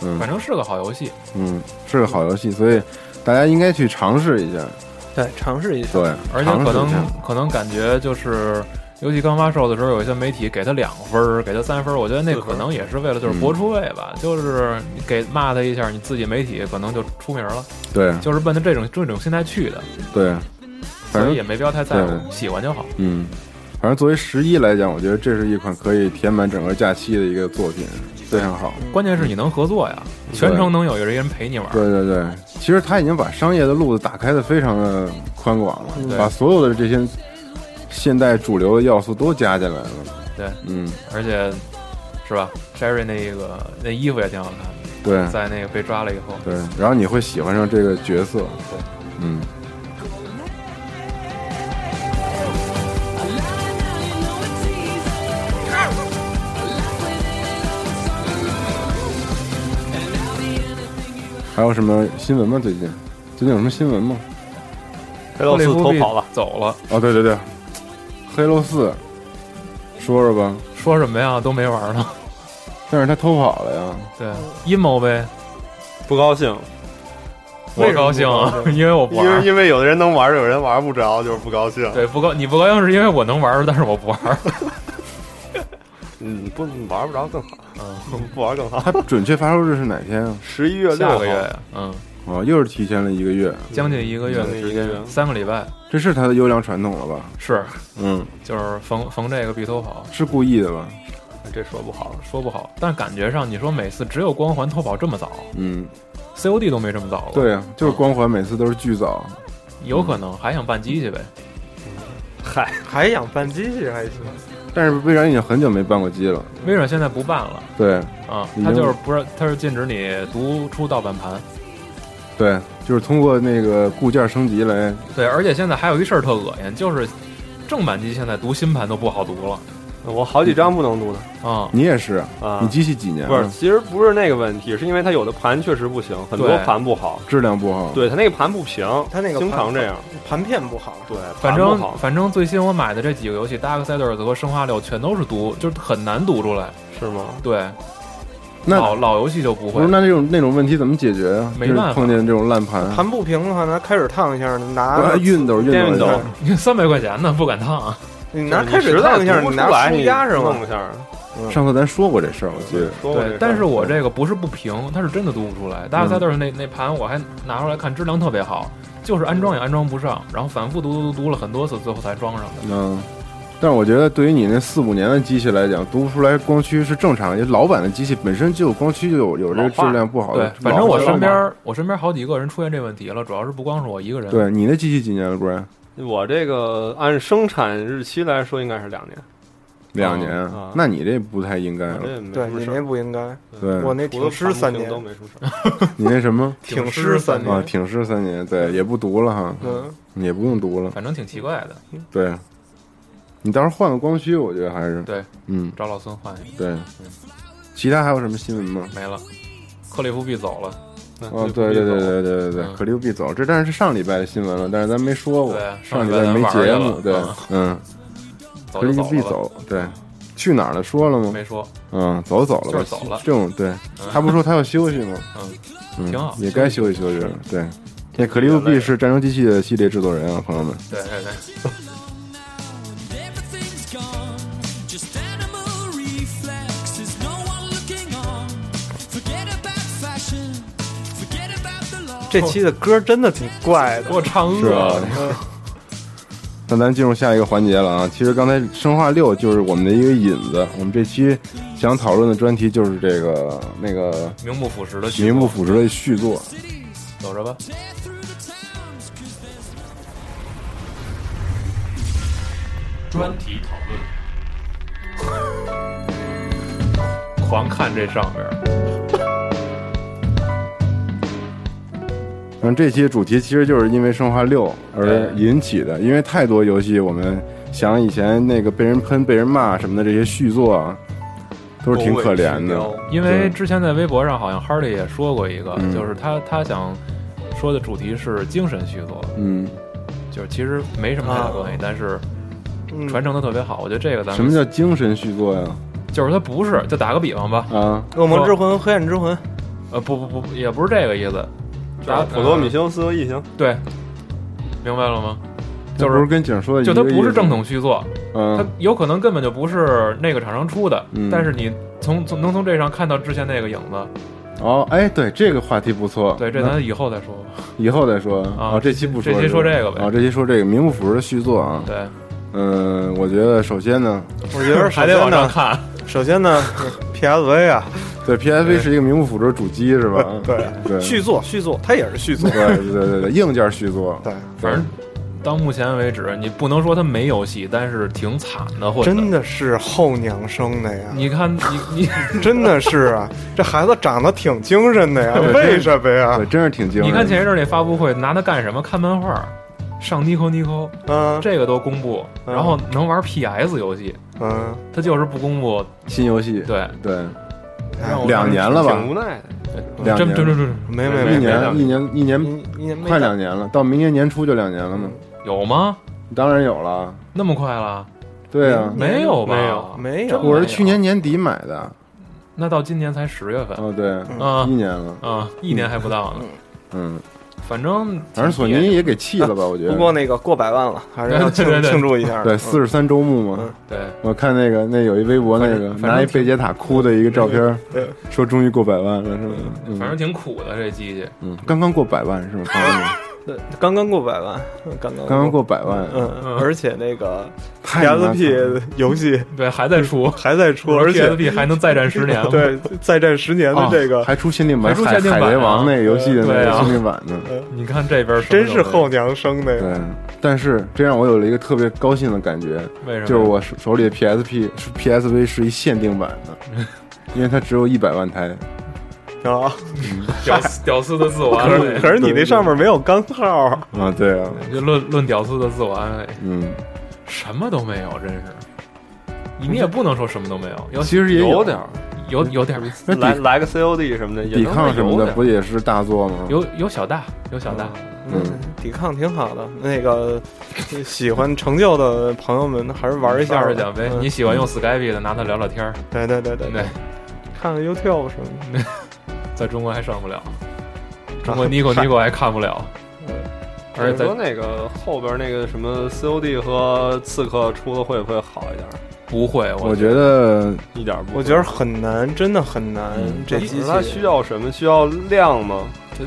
[SPEAKER 2] 嗯
[SPEAKER 4] 反正是个好游戏。
[SPEAKER 2] 嗯，是个好游戏，所以大家应该去尝试一下。
[SPEAKER 3] 对，尝试一下。
[SPEAKER 2] 对，
[SPEAKER 4] 而且可
[SPEAKER 2] 尝试一下
[SPEAKER 4] 能可能感觉就是，尤其刚发售的时候，有一些媒体给他两分儿，给他三分儿，我觉得那可能也是为
[SPEAKER 2] 嗯
[SPEAKER 4] 了就是博出位吧，就是你给骂他一下，你自己媒体可能就出名了，
[SPEAKER 2] 对
[SPEAKER 4] 就是奔着这种这种心态去的，
[SPEAKER 2] 对，反
[SPEAKER 4] 所以
[SPEAKER 2] 正
[SPEAKER 4] 也没必要太在乎，
[SPEAKER 2] 对
[SPEAKER 4] 喜欢就好。
[SPEAKER 2] 嗯，反正作为十一来讲，我觉得这是一款可以填满整个假期的一个作品，非常好。
[SPEAKER 4] 关键是你能合作呀，全程能有一个人陪你玩儿。
[SPEAKER 2] 对对对，其实他已经把商业的路子打开的非常的宽广了，
[SPEAKER 4] 嗯对
[SPEAKER 2] 把所有的这些现代主流的要素都加进来了。
[SPEAKER 4] 对，
[SPEAKER 2] 嗯，
[SPEAKER 4] 而且是吧，Sherry 那个那衣服也挺好看的，
[SPEAKER 2] 对
[SPEAKER 6] 嗯
[SPEAKER 4] 在那个被抓了以后，
[SPEAKER 2] 对，然后你会喜欢上这个角色。嗯，还有什么新闻吗？最近最近有什么新闻吗？
[SPEAKER 6] 黑老
[SPEAKER 4] 克
[SPEAKER 6] 四
[SPEAKER 4] 里夫
[SPEAKER 6] 偷
[SPEAKER 4] 币
[SPEAKER 6] 跑了，
[SPEAKER 4] 走了，
[SPEAKER 2] 哦，对对对，黑楼四，说说吧。
[SPEAKER 4] 说什么呀都没玩 儿呢。
[SPEAKER 2] 但是他偷跑了呀。
[SPEAKER 4] 对，阴谋呗，
[SPEAKER 6] 不高兴，
[SPEAKER 4] 我高兴，啊因为我不玩
[SPEAKER 8] 因为
[SPEAKER 4] 儿。
[SPEAKER 8] 因为有的人能玩儿，有人玩不着，就是不高兴。
[SPEAKER 4] 对，不高，你不高兴是因为我能玩儿，但是我不玩儿。
[SPEAKER 6] 嗯，不玩不着更好，
[SPEAKER 8] 不玩更好。
[SPEAKER 2] 他准确发售日是哪天啊？
[SPEAKER 6] 十一月六
[SPEAKER 4] 下
[SPEAKER 6] 号
[SPEAKER 4] 个月，嗯，
[SPEAKER 2] 哦，又是提前了一个月，
[SPEAKER 4] 将近一个月的
[SPEAKER 8] 嗯
[SPEAKER 6] 将近
[SPEAKER 4] 时
[SPEAKER 6] 一个
[SPEAKER 4] 间，
[SPEAKER 6] 月
[SPEAKER 4] 三个礼拜，
[SPEAKER 2] 这是他的优良传统了吧？
[SPEAKER 4] 是，
[SPEAKER 2] 嗯，
[SPEAKER 4] 就是逢逢这个必偷跑，
[SPEAKER 2] 是故意的吧？
[SPEAKER 6] 这说不好，
[SPEAKER 4] 说不好，但感觉上你说每次只有光环偷跑这么早
[SPEAKER 2] 嗯，
[SPEAKER 4] ，COD 都没这么早过，
[SPEAKER 2] 对呀、就是光环每次都是巨早，
[SPEAKER 4] 有可能还想办机器呗。
[SPEAKER 6] 嗨，
[SPEAKER 3] 还想办机器还行，
[SPEAKER 2] 但是微软已经很久没办过机了。
[SPEAKER 8] 嗯
[SPEAKER 4] 微软现在不办了
[SPEAKER 2] 对
[SPEAKER 4] 啊
[SPEAKER 2] 已，经
[SPEAKER 4] 它就是不是，它是禁止你读出盗版盘。
[SPEAKER 2] 对，就是通过那个固件升级来，
[SPEAKER 4] 对，而且现在还有一事儿特恶心，就是正版机现在读新盘都不好读了
[SPEAKER 6] 我好几张不能读呢
[SPEAKER 4] 啊。
[SPEAKER 2] 你也是，
[SPEAKER 6] 啊
[SPEAKER 2] 你，机器几年
[SPEAKER 6] 不是，
[SPEAKER 2] 了？
[SPEAKER 6] 其实不是那个问题，是因为它有的盘确实不行，很多
[SPEAKER 4] 对
[SPEAKER 6] 盘不好，
[SPEAKER 2] 质量不好。
[SPEAKER 6] 对它那个盘不平，
[SPEAKER 3] 它那个
[SPEAKER 6] 经
[SPEAKER 3] 盘
[SPEAKER 6] 常这样，
[SPEAKER 3] 盘片不好。
[SPEAKER 6] 对，
[SPEAKER 4] 反
[SPEAKER 6] 盘不好
[SPEAKER 4] 正反正最新我买的这几个游戏，《Dark Siders》和《生化六》全都是读，就是很难读出来。
[SPEAKER 6] 是吗？
[SPEAKER 4] 对，
[SPEAKER 2] 那
[SPEAKER 4] 老老游戏就不
[SPEAKER 2] 不
[SPEAKER 4] 会
[SPEAKER 2] 是。那这种那种问题怎么解决啊？
[SPEAKER 4] 没
[SPEAKER 2] 就是
[SPEAKER 4] 办法
[SPEAKER 2] 碰见这种烂盘，
[SPEAKER 3] 盘不平的话，拿开水烫一下，你拿
[SPEAKER 2] 啊熨斗熨斗
[SPEAKER 6] 熨
[SPEAKER 2] 一
[SPEAKER 6] 斗
[SPEAKER 2] 下，
[SPEAKER 4] 三百块钱呢，不敢烫啊。
[SPEAKER 3] 你拿
[SPEAKER 6] 就是
[SPEAKER 3] 开水
[SPEAKER 6] 实在
[SPEAKER 3] 烫一下，
[SPEAKER 6] 读
[SPEAKER 3] 你
[SPEAKER 6] 不出
[SPEAKER 3] 拿
[SPEAKER 6] 来
[SPEAKER 3] 书压上
[SPEAKER 6] 弄
[SPEAKER 3] 了。
[SPEAKER 6] 一下，
[SPEAKER 2] 上次咱说过这事儿，我记得。
[SPEAKER 6] 说过这事儿，
[SPEAKER 4] 对嗯但是我这个不是不平，它是真的读不出来。《Dark Siders》那那盘我还拿出来看，质量特别好，就是安装也安装不上，然后反复读读读读了很多次，最后才装上的。
[SPEAKER 2] 嗯，但是我觉得对于你那四五年的机器来讲，读不出来光驱是正常的，因为老版的机器本身就有光驱就有有这个质量不好
[SPEAKER 4] 对
[SPEAKER 2] 的。，
[SPEAKER 4] 反正我
[SPEAKER 2] 老化
[SPEAKER 4] 身边我身边好几个人出现这问题了，主要是不光是我一个人。
[SPEAKER 2] 对你那机器几年了，不然
[SPEAKER 6] 我这个按生产日期来说应该是两年，
[SPEAKER 2] 两年
[SPEAKER 6] 啊啊，
[SPEAKER 2] 那你这不太应该
[SPEAKER 6] 我
[SPEAKER 2] 了。
[SPEAKER 6] 这没
[SPEAKER 3] 对
[SPEAKER 6] 什么
[SPEAKER 3] 你
[SPEAKER 6] 事
[SPEAKER 3] 那
[SPEAKER 6] 儿。
[SPEAKER 3] 不应该，我
[SPEAKER 2] 对，
[SPEAKER 3] 那
[SPEAKER 6] 除
[SPEAKER 3] 挺
[SPEAKER 6] 了
[SPEAKER 3] 尸三年
[SPEAKER 6] 都，没什么 事儿。
[SPEAKER 2] 你那什 么
[SPEAKER 3] 挺尸三
[SPEAKER 2] 啊，
[SPEAKER 3] 年，
[SPEAKER 2] 挺尸三年，对，也不读了哈，
[SPEAKER 3] 嗯，
[SPEAKER 2] 也不用读了。
[SPEAKER 4] 反正挺奇怪的。
[SPEAKER 2] 对，你到时候换个光驱，我觉得还是
[SPEAKER 4] 对，
[SPEAKER 2] 嗯，
[SPEAKER 4] 找老孙换一个，
[SPEAKER 2] 对。其他还有什么新闻吗？
[SPEAKER 4] 没了。克里夫必走了，
[SPEAKER 2] 哦，对对对对对对对，
[SPEAKER 4] 嗯
[SPEAKER 2] 可溜必走，这但是上礼拜的新闻了，但是咱没说过
[SPEAKER 4] 对，
[SPEAKER 2] 上礼
[SPEAKER 4] 上礼拜咱
[SPEAKER 2] 没
[SPEAKER 4] 玩儿
[SPEAKER 2] 节
[SPEAKER 4] 去
[SPEAKER 2] 目，
[SPEAKER 4] 了
[SPEAKER 2] 对
[SPEAKER 4] 嗯，
[SPEAKER 2] 嗯，
[SPEAKER 4] 走
[SPEAKER 2] 可
[SPEAKER 4] 就
[SPEAKER 2] 溜
[SPEAKER 4] 走
[SPEAKER 2] 必
[SPEAKER 4] 了吧，
[SPEAKER 2] 走，对，去哪儿了？说了吗？
[SPEAKER 4] 没说，
[SPEAKER 2] 嗯，走走了吧，
[SPEAKER 4] 就是走了
[SPEAKER 2] 这种对，他不说他要休息吗？
[SPEAKER 4] 嗯，
[SPEAKER 2] 嗯，
[SPEAKER 4] 挺好嗯
[SPEAKER 2] 也该休息休息了。对，那可利乌币是《战争机器》的系列制作人啊，朋友们。
[SPEAKER 4] 对对 对，
[SPEAKER 9] Everything's gone, just animal reflexes. No one looking on. Forget about fashion, forget about the law.
[SPEAKER 3] 嗯这期的歌真的挺怪的
[SPEAKER 4] 给，我唱
[SPEAKER 2] 是
[SPEAKER 4] 饿
[SPEAKER 2] 啊
[SPEAKER 4] 了，
[SPEAKER 2] 那咱进入下一个环节了啊！其实刚才《生化六》就是我们的一个引子，我们这期想讨论的专题就是这个那个
[SPEAKER 4] 名不副实的
[SPEAKER 2] 名不副实的续作。
[SPEAKER 4] 走着吧。专题讨论，狂看这上边儿，
[SPEAKER 2] 然后这期主题其实就是因为《生化六》而引起的，因为太多游戏我们想以前那个被人喷、被人骂什么的这些续作啊，都是挺可怜的。
[SPEAKER 4] 因为之前在微博上好像 Harley 也说过一个，
[SPEAKER 2] 嗯
[SPEAKER 4] 就是他他想说的主题是精神续作，
[SPEAKER 2] 嗯，
[SPEAKER 4] 就是其实没什么太大关系，但是
[SPEAKER 3] 嗯
[SPEAKER 4] 传承的特别好。我觉得这个咱
[SPEAKER 2] 哦什么
[SPEAKER 4] 们
[SPEAKER 2] 叫精神续作呀？
[SPEAKER 4] 就是他不是，就打个比方吧，
[SPEAKER 2] 啊，
[SPEAKER 3] 恶魔之魂、黑暗之魂，
[SPEAKER 4] 呃，不不不，也不是这个意思。呃
[SPEAKER 6] 打普罗米修斯异形，
[SPEAKER 4] 对，明白了吗？
[SPEAKER 2] 这
[SPEAKER 4] 就
[SPEAKER 2] 不是
[SPEAKER 4] 是
[SPEAKER 2] 跟景说的一
[SPEAKER 4] 就
[SPEAKER 2] 个
[SPEAKER 4] 它不是正
[SPEAKER 2] 意
[SPEAKER 4] 统续作，
[SPEAKER 2] 思，
[SPEAKER 4] 它
[SPEAKER 2] 嗯，
[SPEAKER 4] 有可能根本就不是那个厂商出的，
[SPEAKER 2] 嗯
[SPEAKER 4] 但是你从从能从这上看到之前那个影子。
[SPEAKER 2] 哦，哎，对，这个话题不错，
[SPEAKER 4] 对，这
[SPEAKER 2] 那
[SPEAKER 4] 咱以后再说吧。
[SPEAKER 2] 以后再说
[SPEAKER 4] 啊
[SPEAKER 2] 哦这期不说，
[SPEAKER 4] 这期说
[SPEAKER 2] 是吧
[SPEAKER 4] 这个呗
[SPEAKER 2] 啊，这期说这个名不符实的续作啊，
[SPEAKER 4] 对，
[SPEAKER 2] 嗯，我觉得首先呢，
[SPEAKER 3] 我觉得首
[SPEAKER 4] 还得
[SPEAKER 3] 先
[SPEAKER 4] 往上
[SPEAKER 3] 呢，
[SPEAKER 4] 看。
[SPEAKER 3] 首先 呢，PSV 啊，
[SPEAKER 2] 对 PSV 是一个名不符实的主机是吧？
[SPEAKER 3] 嗯对
[SPEAKER 2] 对，
[SPEAKER 3] 续作续作，它也是续作，
[SPEAKER 2] 对对对对对，硬件续作，
[SPEAKER 3] 对，
[SPEAKER 4] 反正
[SPEAKER 2] 嗯
[SPEAKER 4] 到目前为止，你不能说它没游戏，但是挺惨的，或者
[SPEAKER 3] 真的是后娘生的 呀，
[SPEAKER 4] 你看你 你
[SPEAKER 3] 真的是啊，这孩子长得挺精神的呀，为什么呀
[SPEAKER 2] 对，？真是挺精
[SPEAKER 4] 你
[SPEAKER 2] 神的。
[SPEAKER 4] 看前一阵儿那发布会，拿它干什么？看漫画，上 Nico Nico，
[SPEAKER 3] 嗯
[SPEAKER 4] 这个都公布，
[SPEAKER 3] 嗯
[SPEAKER 4] 然后能玩 PS 游戏，
[SPEAKER 3] 嗯，
[SPEAKER 4] 它就是不公布。
[SPEAKER 2] 新游戏，
[SPEAKER 4] 对，
[SPEAKER 2] 对，
[SPEAKER 4] 让我
[SPEAKER 2] 两年了吧
[SPEAKER 6] 挺？无奈的。
[SPEAKER 2] 两
[SPEAKER 4] 真
[SPEAKER 2] 年
[SPEAKER 4] 真真真
[SPEAKER 3] 没没
[SPEAKER 2] 一
[SPEAKER 3] 没没
[SPEAKER 2] 年一年一年
[SPEAKER 3] 一一年没
[SPEAKER 2] 快
[SPEAKER 3] 到
[SPEAKER 2] 两年了，到明年年初就两年了嘛，
[SPEAKER 4] 有吗？
[SPEAKER 2] 当然有了，
[SPEAKER 4] 那么快了？
[SPEAKER 2] 对啊，
[SPEAKER 3] 嗯
[SPEAKER 4] 没有吧？
[SPEAKER 3] 没有没有
[SPEAKER 4] 真
[SPEAKER 2] 我是去年年底买的，
[SPEAKER 4] 那到今年才十月份
[SPEAKER 2] 哦对，
[SPEAKER 4] 啊
[SPEAKER 2] 一年了，
[SPEAKER 4] 啊，一年还不到呢。
[SPEAKER 2] 嗯，
[SPEAKER 4] 反正
[SPEAKER 2] 反正索尼也给气了吧，我觉
[SPEAKER 3] 不过
[SPEAKER 2] 得。
[SPEAKER 3] 那个过百万了，还是要庆
[SPEAKER 4] 对对对
[SPEAKER 3] 庆祝一下。
[SPEAKER 2] 对，四十三周目嘛
[SPEAKER 3] 嗯，
[SPEAKER 4] 对
[SPEAKER 2] 我看那个那有一微博那个
[SPEAKER 4] 反正
[SPEAKER 2] 拿一贝杰塔哭的一个照片，说终于过百万了是吗？嗯
[SPEAKER 4] 反正挺苦的这机器，
[SPEAKER 2] 嗯，刚刚过百万是吗？朋友们，
[SPEAKER 3] 对，刚刚过百万，刚刚
[SPEAKER 2] 刚刚，过百万，
[SPEAKER 3] 嗯，而且那个
[SPEAKER 2] 太他妈惨
[SPEAKER 3] PSP 游戏
[SPEAKER 4] 对，还在出，
[SPEAKER 3] 还在
[SPEAKER 2] 嗯
[SPEAKER 3] 出，而且，
[SPEAKER 4] PSP 还能再战十年
[SPEAKER 3] 对，再战十年的
[SPEAKER 2] 啊
[SPEAKER 3] 这个
[SPEAKER 2] 还出限定版，
[SPEAKER 4] 还出
[SPEAKER 2] 海
[SPEAKER 4] 限定
[SPEAKER 2] 海
[SPEAKER 4] 版
[SPEAKER 2] 贼
[SPEAKER 4] 啊
[SPEAKER 2] 王那个游戏的那
[SPEAKER 4] 对
[SPEAKER 2] 个
[SPEAKER 4] 啊
[SPEAKER 2] 限定版呢。
[SPEAKER 4] 你看这边什么
[SPEAKER 3] 真
[SPEAKER 4] 时
[SPEAKER 3] 是
[SPEAKER 4] 候
[SPEAKER 3] 后娘生的呀。
[SPEAKER 2] 对，但是这让我有了一个特别高兴的感觉，
[SPEAKER 4] 啊为什么？
[SPEAKER 2] 就是我手手里的 PSP 是 PSV 是一限定版的， 因为它只有一百万台。
[SPEAKER 3] 啊！
[SPEAKER 4] 屌丝屌丝的自我安
[SPEAKER 3] 可是
[SPEAKER 4] 慰，
[SPEAKER 3] 可是你那上面没有钢号，
[SPEAKER 4] 嗯
[SPEAKER 2] 啊，对啊，
[SPEAKER 4] 就论论屌丝的自我安慰，
[SPEAKER 2] 嗯，
[SPEAKER 4] 什么都没有，真是。你也不能说什么都没有，有
[SPEAKER 2] 其实也
[SPEAKER 6] 有点
[SPEAKER 2] 点
[SPEAKER 6] 儿
[SPEAKER 4] 有有点儿
[SPEAKER 2] 那
[SPEAKER 6] 来
[SPEAKER 2] 抵
[SPEAKER 6] 来个 COD 什么的，也
[SPEAKER 2] 抵
[SPEAKER 6] 能
[SPEAKER 2] 抗什么
[SPEAKER 6] 有
[SPEAKER 2] 的
[SPEAKER 6] 点
[SPEAKER 2] 不也是大作吗？
[SPEAKER 4] 有有小大有小大，
[SPEAKER 2] 嗯，
[SPEAKER 3] 抵抗挺好的。那个喜欢成就的朋友们，还是玩一下
[SPEAKER 4] 刷
[SPEAKER 3] 吧
[SPEAKER 4] 刷奖杯。
[SPEAKER 3] 嗯
[SPEAKER 4] 你喜欢用 Skype 的，拿它聊聊天儿。
[SPEAKER 3] 对对对对
[SPEAKER 4] 对，，
[SPEAKER 3] 看看 YouTube 什么的。
[SPEAKER 4] 在中国还上不了，
[SPEAKER 2] 啊
[SPEAKER 4] 中国 Nico Nico 还看不了，
[SPEAKER 2] 嗯
[SPEAKER 4] 而且
[SPEAKER 6] 而且
[SPEAKER 4] 在
[SPEAKER 6] 说那个后边那个什么 COD 和刺客出的会不会好一点？
[SPEAKER 4] 不会，
[SPEAKER 2] 我
[SPEAKER 4] 我
[SPEAKER 2] 觉得
[SPEAKER 6] 一点不会。
[SPEAKER 3] 我觉得很难，真的很难。这
[SPEAKER 6] 你
[SPEAKER 3] 机
[SPEAKER 6] 说
[SPEAKER 3] 器
[SPEAKER 6] 它嗯需要什么？需要量吗？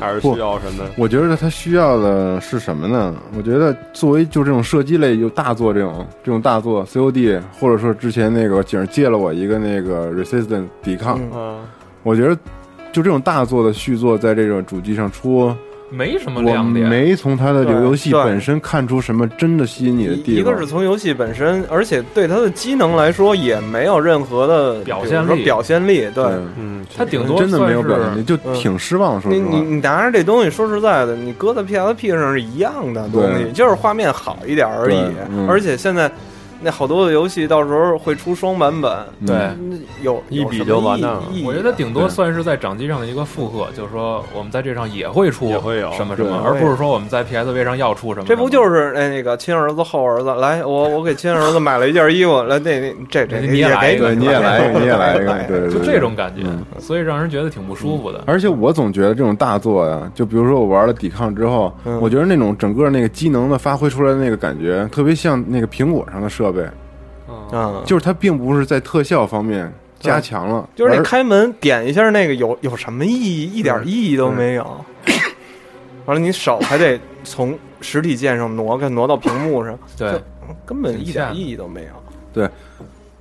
[SPEAKER 6] 还是需要什么？
[SPEAKER 2] 我觉得它需要的是什么呢？我觉得作为就这种射击类有大作这种这种大作 COD，或者说之前那个景儿借了我一个那个 Resistance 抵抗，
[SPEAKER 3] 嗯
[SPEAKER 6] 嗯，
[SPEAKER 2] 我觉得就这种大作的续作在这种主机上出，
[SPEAKER 4] 没什么
[SPEAKER 2] 我
[SPEAKER 4] 亮点。
[SPEAKER 2] 没从它的
[SPEAKER 3] 对
[SPEAKER 2] 游戏
[SPEAKER 3] 对
[SPEAKER 2] 本身看出什么真的吸引你的
[SPEAKER 3] 一
[SPEAKER 2] 嗯地
[SPEAKER 3] 一
[SPEAKER 2] 方
[SPEAKER 3] 个。是从游戏本身，而且对它的机能来说也没有任何的
[SPEAKER 4] 表
[SPEAKER 3] 比如
[SPEAKER 4] 现
[SPEAKER 3] 说
[SPEAKER 4] 力
[SPEAKER 3] 表现力。对，
[SPEAKER 2] 嗯
[SPEAKER 6] 嗯，
[SPEAKER 4] 它顶多
[SPEAKER 2] 真的没有表
[SPEAKER 4] 算
[SPEAKER 2] 现
[SPEAKER 4] 是
[SPEAKER 2] 力，就挺失望。说
[SPEAKER 3] 你
[SPEAKER 2] 实
[SPEAKER 3] 你
[SPEAKER 2] 话，
[SPEAKER 3] 你拿着这东西，说实在的，你搁在 PSP 上是一样的东西，
[SPEAKER 2] 对
[SPEAKER 3] 就是画面好一点而已
[SPEAKER 2] 对。嗯
[SPEAKER 3] 而且现在那好多的游戏到时候会出双版本，
[SPEAKER 4] 对
[SPEAKER 2] 嗯，
[SPEAKER 3] 有
[SPEAKER 6] 一笔
[SPEAKER 3] 有什么
[SPEAKER 6] 就完蛋了
[SPEAKER 3] 意义啊
[SPEAKER 4] 我觉得顶多
[SPEAKER 2] 对
[SPEAKER 4] 算是在掌机上的一个负荷，就是说我们在这上也会出
[SPEAKER 6] 也会有
[SPEAKER 4] 什么什
[SPEAKER 2] 对
[SPEAKER 4] 么，而不是说我们在 PSV 上要出什么什么。
[SPEAKER 3] 这不就是那那个亲儿子后儿子？来，我我给亲儿子买了一件衣服，来，那那这这
[SPEAKER 4] 你也来一个
[SPEAKER 3] 给
[SPEAKER 2] 对，你也来一个，你也来一个，对，对
[SPEAKER 4] 就
[SPEAKER 2] 对
[SPEAKER 4] 这种感觉
[SPEAKER 2] 嗯，
[SPEAKER 4] 所以让人觉得挺不舒服的。
[SPEAKER 2] 而且我总觉得这种大作呀，就比如说我玩了抵抗之后，
[SPEAKER 3] 嗯
[SPEAKER 2] 我觉得那种整个那个机能的发挥出来的那个感觉，特别像那个苹果上的设备，
[SPEAKER 3] 嗯，
[SPEAKER 2] 就是它并不是在特效方面加强了，
[SPEAKER 3] 就是那
[SPEAKER 2] 而
[SPEAKER 3] 开门点一下那个有有什么意义？一点意义都没有。完了，你手还得从实体键上挪开，挪到屏幕上，
[SPEAKER 4] 对，
[SPEAKER 3] 根本一点意义都没有。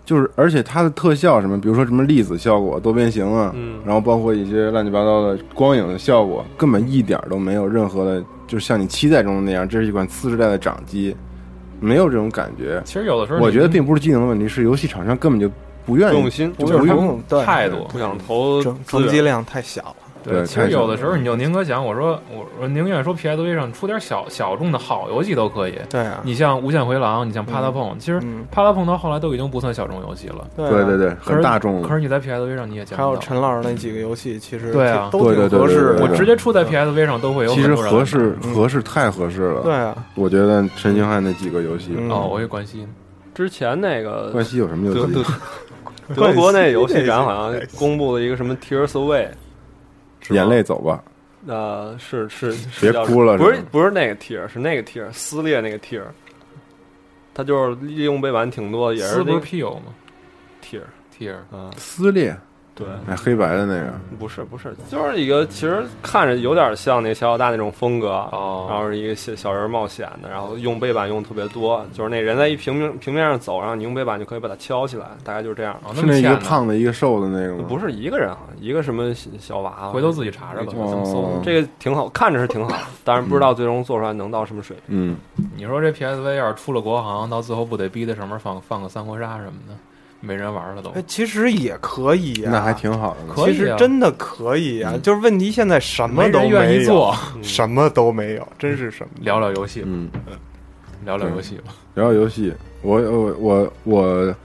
[SPEAKER 2] 就是而且它的特效什么，比如说什么粒子效果、多边形啊，
[SPEAKER 6] 嗯
[SPEAKER 2] 然后包括一些乱七八糟的光影的效果，根本一点儿都没有任何的，就是像你期待中的那样，这是一款次世代的掌机，没有这种感觉。
[SPEAKER 4] 其实有的时候
[SPEAKER 2] 我觉得
[SPEAKER 4] 你
[SPEAKER 2] 并不是技能的问题，是游戏厂商根本就不愿意
[SPEAKER 6] 用心
[SPEAKER 2] 就
[SPEAKER 3] 就是
[SPEAKER 2] 不
[SPEAKER 3] 他
[SPEAKER 2] 用
[SPEAKER 3] 们对
[SPEAKER 4] 态度
[SPEAKER 6] 不想投
[SPEAKER 3] 正
[SPEAKER 6] 资
[SPEAKER 3] 正
[SPEAKER 6] 源
[SPEAKER 3] 击量太小了。
[SPEAKER 2] 对
[SPEAKER 4] 其实
[SPEAKER 2] 太
[SPEAKER 4] 有
[SPEAKER 2] 小
[SPEAKER 4] 的时候你就宁可想，我说我我宁愿说 PSV 上出点小小众的好游戏都可以。
[SPEAKER 3] 对啊，
[SPEAKER 4] 你像《无限回廊》，你像《啪嗒碰》，其实《
[SPEAKER 3] 嗯
[SPEAKER 4] 啪嗒碰》到后来都已经不算小众游戏了，
[SPEAKER 3] 对
[SPEAKER 2] 对对
[SPEAKER 3] 对。
[SPEAKER 2] 对，
[SPEAKER 4] 可是
[SPEAKER 2] 很大众
[SPEAKER 4] 可。是你在 PSV 上你也见
[SPEAKER 3] 还
[SPEAKER 4] 不
[SPEAKER 3] 有
[SPEAKER 4] 到。
[SPEAKER 3] 陈老师那几个游戏，其实
[SPEAKER 4] 对啊
[SPEAKER 3] 都挺
[SPEAKER 2] 对对对
[SPEAKER 3] 合适
[SPEAKER 2] 对
[SPEAKER 3] 的。
[SPEAKER 2] 对
[SPEAKER 4] 我
[SPEAKER 2] 对
[SPEAKER 4] 直接出在 PSV 上都会有
[SPEAKER 2] 其
[SPEAKER 4] 很
[SPEAKER 2] 实
[SPEAKER 4] 多人
[SPEAKER 2] 合适
[SPEAKER 3] 嗯
[SPEAKER 2] 合适太合适了，
[SPEAKER 3] 对啊，
[SPEAKER 2] 我觉得陈星汉那几个游戏，
[SPEAKER 3] 嗯
[SPEAKER 4] 哦，我也关心。
[SPEAKER 6] 之前那个
[SPEAKER 2] 关西有什么
[SPEAKER 6] 德
[SPEAKER 2] 游
[SPEAKER 6] 德
[SPEAKER 2] 戏？
[SPEAKER 6] 德国那游戏展好像公布了一个什么 Tears Away，是吧
[SPEAKER 2] 眼泪走吧，
[SPEAKER 6] 呃是是是
[SPEAKER 2] 别
[SPEAKER 6] 叫
[SPEAKER 2] 哭了
[SPEAKER 6] 不是
[SPEAKER 2] 是吧
[SPEAKER 6] 不是那个 Tear，是那个 Tear 撕裂那个 Tear，它就是利用背板挺多，也是
[SPEAKER 4] 撕不
[SPEAKER 6] 那个
[SPEAKER 4] 是 P 有吗
[SPEAKER 6] Tear
[SPEAKER 4] ？Tier
[SPEAKER 6] 啊，
[SPEAKER 2] 撕裂，
[SPEAKER 6] 对，
[SPEAKER 2] 哎，黑白的那个，
[SPEAKER 6] 不是不是，就是一个其实看着有点像那个小老大那种风格，
[SPEAKER 4] 哦
[SPEAKER 6] 然后是一个小小人冒险的，然后用背板用特别多，就是那人在一平面平面上走，然后你用背板就可以把它敲起来，大概就是这样。
[SPEAKER 4] 哦，
[SPEAKER 2] 是
[SPEAKER 4] 么
[SPEAKER 2] 那一
[SPEAKER 4] 欠
[SPEAKER 2] 个
[SPEAKER 4] 呢，
[SPEAKER 2] 胖的，一个瘦的那个吗？
[SPEAKER 6] 不是一个人好像，一个什么小小娃娃，啊
[SPEAKER 4] 回头自己查查吧。
[SPEAKER 2] 哦
[SPEAKER 4] 怎么搜？
[SPEAKER 6] 这个挺好，看着是挺好，但是不知道最终做出来能到什么水平。
[SPEAKER 2] 嗯，
[SPEAKER 4] 你说这 PSV 要是出了国行，到最后不得逼在上面放放个三国杀什么的，没人玩了都。
[SPEAKER 3] 哎，其实也可以呀，
[SPEAKER 2] 那还挺好的呢。
[SPEAKER 4] 可
[SPEAKER 3] 其
[SPEAKER 4] 以
[SPEAKER 3] 实
[SPEAKER 4] 啊
[SPEAKER 3] 真的可以呀。就是问题现在什么
[SPEAKER 4] 没
[SPEAKER 3] 都
[SPEAKER 4] 人
[SPEAKER 3] 没
[SPEAKER 4] 愿
[SPEAKER 3] 有
[SPEAKER 4] 意做，
[SPEAKER 3] 嗯什么都没有，真是什么
[SPEAKER 4] 聊聊游戏吧，
[SPEAKER 2] 嗯，
[SPEAKER 4] 聊聊游戏吧。
[SPEAKER 2] 聊聊游戏，我我我我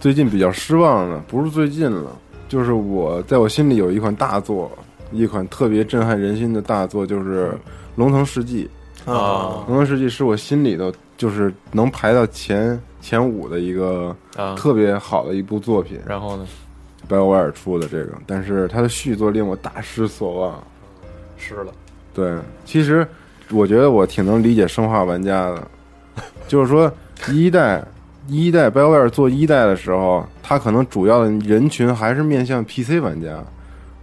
[SPEAKER 2] 最近比较失望的，不是最近了，就是我在我心里有一款大作，一款特别震撼人心的大作，就是《龙腾世纪》。
[SPEAKER 4] 嗯啊
[SPEAKER 2] 《龙腾世纪》是我心里的，就是能排到前前五的一个
[SPEAKER 4] 啊，
[SPEAKER 2] 特别好的一部作品，
[SPEAKER 4] 然后呢？
[SPEAKER 2] 白欧威尔出的这个，但是它的续作令我大失所望。
[SPEAKER 4] 湿了。
[SPEAKER 2] 对，其实我觉得我挺能理解生化玩家的，就是说一代一代 BioWare 做一代的时候，它可能主要的人群还是面向 PC 玩家，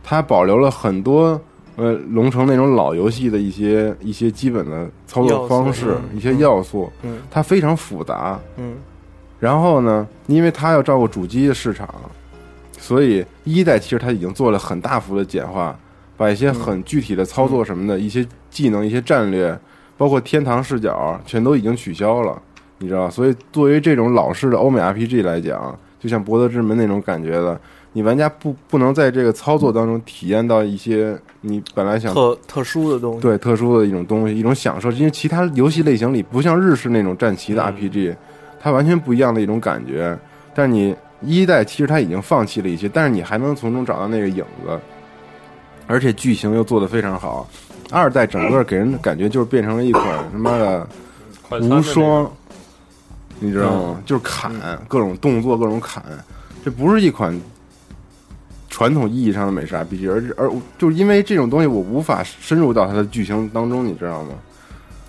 [SPEAKER 2] 它保留了很多呃龙城那种老游戏的一些一些基本的操作方式
[SPEAKER 3] 要素，嗯
[SPEAKER 2] 一些要素，
[SPEAKER 3] 嗯
[SPEAKER 2] 它非常复杂。
[SPEAKER 3] 嗯，
[SPEAKER 2] 然后呢，因为它要照顾主机的市场，所以一代其实它已经做了很大幅的简化，把一些很具体的操作什么的、一些技能、一些战略，包括天堂视角，全都已经取消了，你知道？所以作为这种老式的欧美 RPG 来讲，就像《博德之门》那种感觉的，你玩家不不能在这个操作当中体验到一些你本来想
[SPEAKER 3] 特特殊的东西。
[SPEAKER 2] 对特殊的一种东西，一种享受。因为其他游戏类型里，不像日式那种战棋
[SPEAKER 3] 嗯
[SPEAKER 2] 的 RPG，、它完全不一样的一种感觉。但你一代其实它已经放弃了一些，但是你还能从中找到那个影子，而且剧情又做得非常好。二代整个给人的感觉就是变成了一款他妈的
[SPEAKER 6] 快餐的
[SPEAKER 2] 无
[SPEAKER 6] 那个嗯
[SPEAKER 2] 双，你知道吗？就是砍各种动作，各种砍，这不是一款传统意义上的美式 RPG，而而就是因为这种东西，我无法深入到它的剧情当中，你知道吗？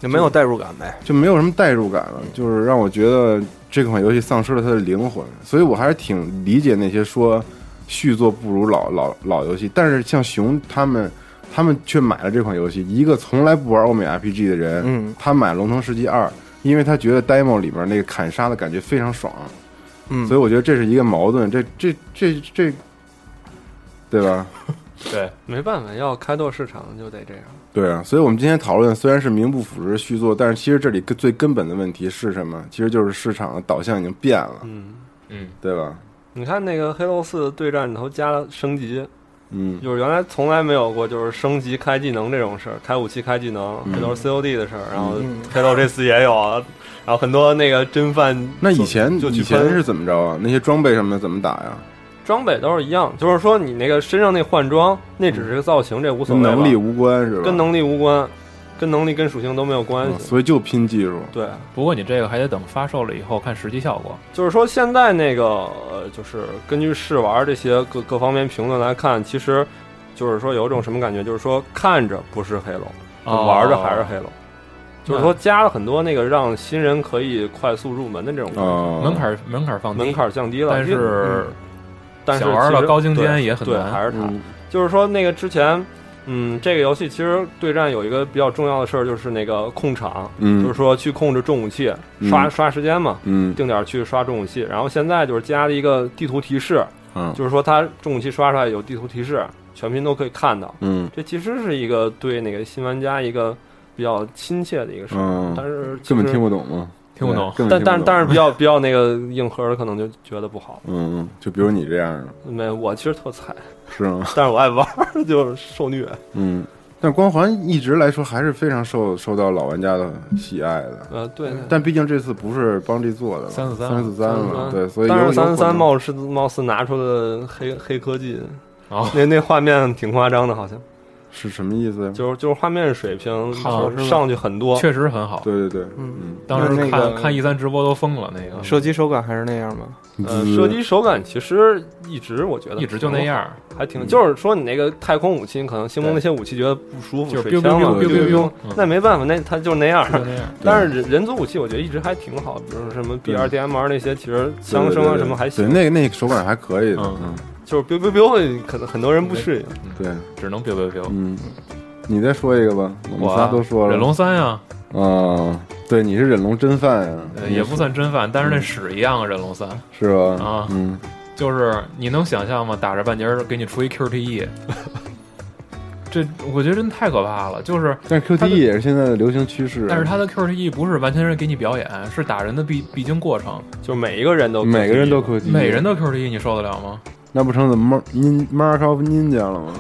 [SPEAKER 3] 也没有代入感呗。
[SPEAKER 2] 就没有什么代入感
[SPEAKER 3] 嗯
[SPEAKER 2] 了，就是让我觉得这款游戏丧失了它的灵魂，所以我还是挺理解那些说续作不如老老老游戏，但是像熊他们，他们却买了这款游戏，一个从来不玩欧美 RPG 的人，
[SPEAKER 3] 嗯
[SPEAKER 2] 他买《龙腾世纪二》，因为他觉得 demo 里面那个砍杀的感觉非常爽，
[SPEAKER 3] 嗯
[SPEAKER 2] 所以我觉得这是一个矛盾，这这这这，对吧？
[SPEAKER 4] 对，
[SPEAKER 6] 没办法，要开拓市场就得这样。
[SPEAKER 2] 对啊，所以我们今天讨论虽然是名不副实续作，但是其实这里最根本的问题是什么？其实就是市场的导向已经变了，
[SPEAKER 6] 嗯，
[SPEAKER 4] 嗯，
[SPEAKER 2] 对吧？
[SPEAKER 6] 你看那个《黑楼四》对战里头加了升级，
[SPEAKER 2] 嗯，
[SPEAKER 6] 就是原来从来没有过，就是升级开技能这种事儿，开武器开技能，
[SPEAKER 2] 嗯
[SPEAKER 6] 这都是 COD 的事儿。然后
[SPEAKER 3] 嗯
[SPEAKER 6] 黑楼这次也有啊，然后很多那个真犯
[SPEAKER 2] 那以前
[SPEAKER 6] 就就
[SPEAKER 2] 以
[SPEAKER 6] 去喷
[SPEAKER 2] 前是怎么着啊？那些装备什么的怎么打呀？
[SPEAKER 6] 装备都是一样，就是说你那个身上那换装，那只是个造型，这无所
[SPEAKER 2] 跟
[SPEAKER 6] 谓吧，
[SPEAKER 2] 嗯能力无关是吧？
[SPEAKER 6] 跟能力无关，跟能力跟属性都没有关
[SPEAKER 2] 嗯
[SPEAKER 6] 系。
[SPEAKER 2] 所以就拼技术。
[SPEAKER 6] 对，
[SPEAKER 4] 不过你这个还得等发售了以后看实际效果。
[SPEAKER 6] 就是说现在那个呃，就是根据试玩这些各各方面评论来看，其实就是说有一种什么感觉，就是说看着不是黑龙，
[SPEAKER 4] 哦
[SPEAKER 6] 玩着还是黑龙。就是说加了很多那个让新人可以快速入门的这种功能
[SPEAKER 2] 哦，
[SPEAKER 4] 门槛门槛放低，
[SPEAKER 6] 门槛降低了，因
[SPEAKER 4] 但
[SPEAKER 6] 为
[SPEAKER 4] 是
[SPEAKER 6] 嗯但是
[SPEAKER 4] 想玩到
[SPEAKER 6] 其实
[SPEAKER 4] 高精尖
[SPEAKER 6] 对
[SPEAKER 4] 也很
[SPEAKER 6] 对
[SPEAKER 4] 难
[SPEAKER 6] 还是它。
[SPEAKER 2] 嗯，
[SPEAKER 6] 就是说那个之前，嗯，这个游戏其实对战有一个比较重要的事儿，就是那个控场，
[SPEAKER 2] 嗯
[SPEAKER 6] 就是说去控制重武器，
[SPEAKER 2] 嗯
[SPEAKER 6] 刷刷时间嘛，
[SPEAKER 2] 嗯
[SPEAKER 6] 定点儿去刷重武器。然后现在就是加了一个地图提示，
[SPEAKER 2] 嗯
[SPEAKER 6] 就是说它重武器刷出来有地图提示，全屏都可以看到。
[SPEAKER 2] 嗯
[SPEAKER 6] 这其实是一个对那个新玩家一个比较亲切的一个事儿，
[SPEAKER 2] 嗯，
[SPEAKER 6] 但是其
[SPEAKER 2] 根本
[SPEAKER 6] 实
[SPEAKER 2] 听不懂吗？
[SPEAKER 4] 听不懂
[SPEAKER 2] 对，根本
[SPEAKER 6] 但
[SPEAKER 2] 听不
[SPEAKER 6] 但
[SPEAKER 2] 懂
[SPEAKER 6] 但是比较比较那个硬核的，可能就觉得不好。
[SPEAKER 2] 嗯，嗯就比如你这样的，
[SPEAKER 6] 没，我其实特菜，
[SPEAKER 2] 是吗？
[SPEAKER 6] 但是我爱玩儿， 就是受虐。
[SPEAKER 2] 嗯，但光环一直来说还是非常受受到老玩家的喜爱的。
[SPEAKER 6] 呃，对，
[SPEAKER 4] 嗯
[SPEAKER 6] 对
[SPEAKER 2] 但毕竟这次不是帮这做的了，
[SPEAKER 4] 343
[SPEAKER 2] 三四三了，对，所以有
[SPEAKER 6] 但是
[SPEAKER 2] 有可
[SPEAKER 6] 三
[SPEAKER 2] 能
[SPEAKER 6] 十三貌似貌似拿出了黑黑科技，
[SPEAKER 4] 哦
[SPEAKER 6] 那那画面挺夸张的，好像
[SPEAKER 2] 是什么意思呀？
[SPEAKER 6] 就是就是画面水平
[SPEAKER 4] 好
[SPEAKER 6] 就是上去很多，
[SPEAKER 4] 确实很好。
[SPEAKER 2] 对对对，
[SPEAKER 3] 嗯，
[SPEAKER 4] 当时
[SPEAKER 3] 那
[SPEAKER 4] 看、
[SPEAKER 3] 个
[SPEAKER 4] 看 E 三直播都疯了，那个
[SPEAKER 3] 射击手感还是那样吗？
[SPEAKER 6] 呃，
[SPEAKER 2] 嗯
[SPEAKER 6] 射击手感其实一直我觉得
[SPEAKER 4] 嗯一直就那，样，嗯
[SPEAKER 6] 还挺就是说你那个太空武器，你可能星盟那些武器觉得不舒服，
[SPEAKER 4] 就是
[SPEAKER 6] 水枪嘛，
[SPEAKER 4] biu biu biu biu
[SPEAKER 6] 对
[SPEAKER 4] biu
[SPEAKER 6] 对对
[SPEAKER 4] 嗯
[SPEAKER 6] 那没办法，那它就那样。
[SPEAKER 4] 就那样。
[SPEAKER 6] 但是人人族武器我觉得一直还挺好，比如说什么 B 二 D M R 那些，其实枪声啊什么还
[SPEAKER 2] 对，
[SPEAKER 6] 行，
[SPEAKER 2] 那个那个手感还可以的，嗯
[SPEAKER 4] 嗯，
[SPEAKER 6] 就是 biu biu biu，可能很多人不适应。
[SPEAKER 2] 对，
[SPEAKER 4] 只能 biu biu biu。
[SPEAKER 2] 嗯，你再说一个吧，我们嗯
[SPEAKER 4] 我
[SPEAKER 2] 仨都说了，
[SPEAKER 4] 忍龙三啊，
[SPEAKER 2] 啊，对，你是忍龙真犯呀
[SPEAKER 4] 呃，
[SPEAKER 2] 你
[SPEAKER 4] 也不算真犯，但是
[SPEAKER 2] 嗯
[SPEAKER 4] 那屎一样啊！忍龙三
[SPEAKER 2] 是吧？
[SPEAKER 4] 啊
[SPEAKER 2] 嗯，
[SPEAKER 4] 就是你能想象吗？打着半截儿给你出一 QTE，这我觉得真太可怕了。就是，
[SPEAKER 2] 但是
[SPEAKER 4] 它
[SPEAKER 2] QTE
[SPEAKER 4] 的
[SPEAKER 2] 也是现在的流行趋势，
[SPEAKER 4] 但是他的 QTE 不是完全是给你表演，是打人的 必必经过程。
[SPEAKER 6] 就是每一个人都
[SPEAKER 2] 每个人都 QTE，
[SPEAKER 4] 每人的 QTE 你受得了吗？
[SPEAKER 2] 那不成怎么 Nin Mark of Ninja 了吗？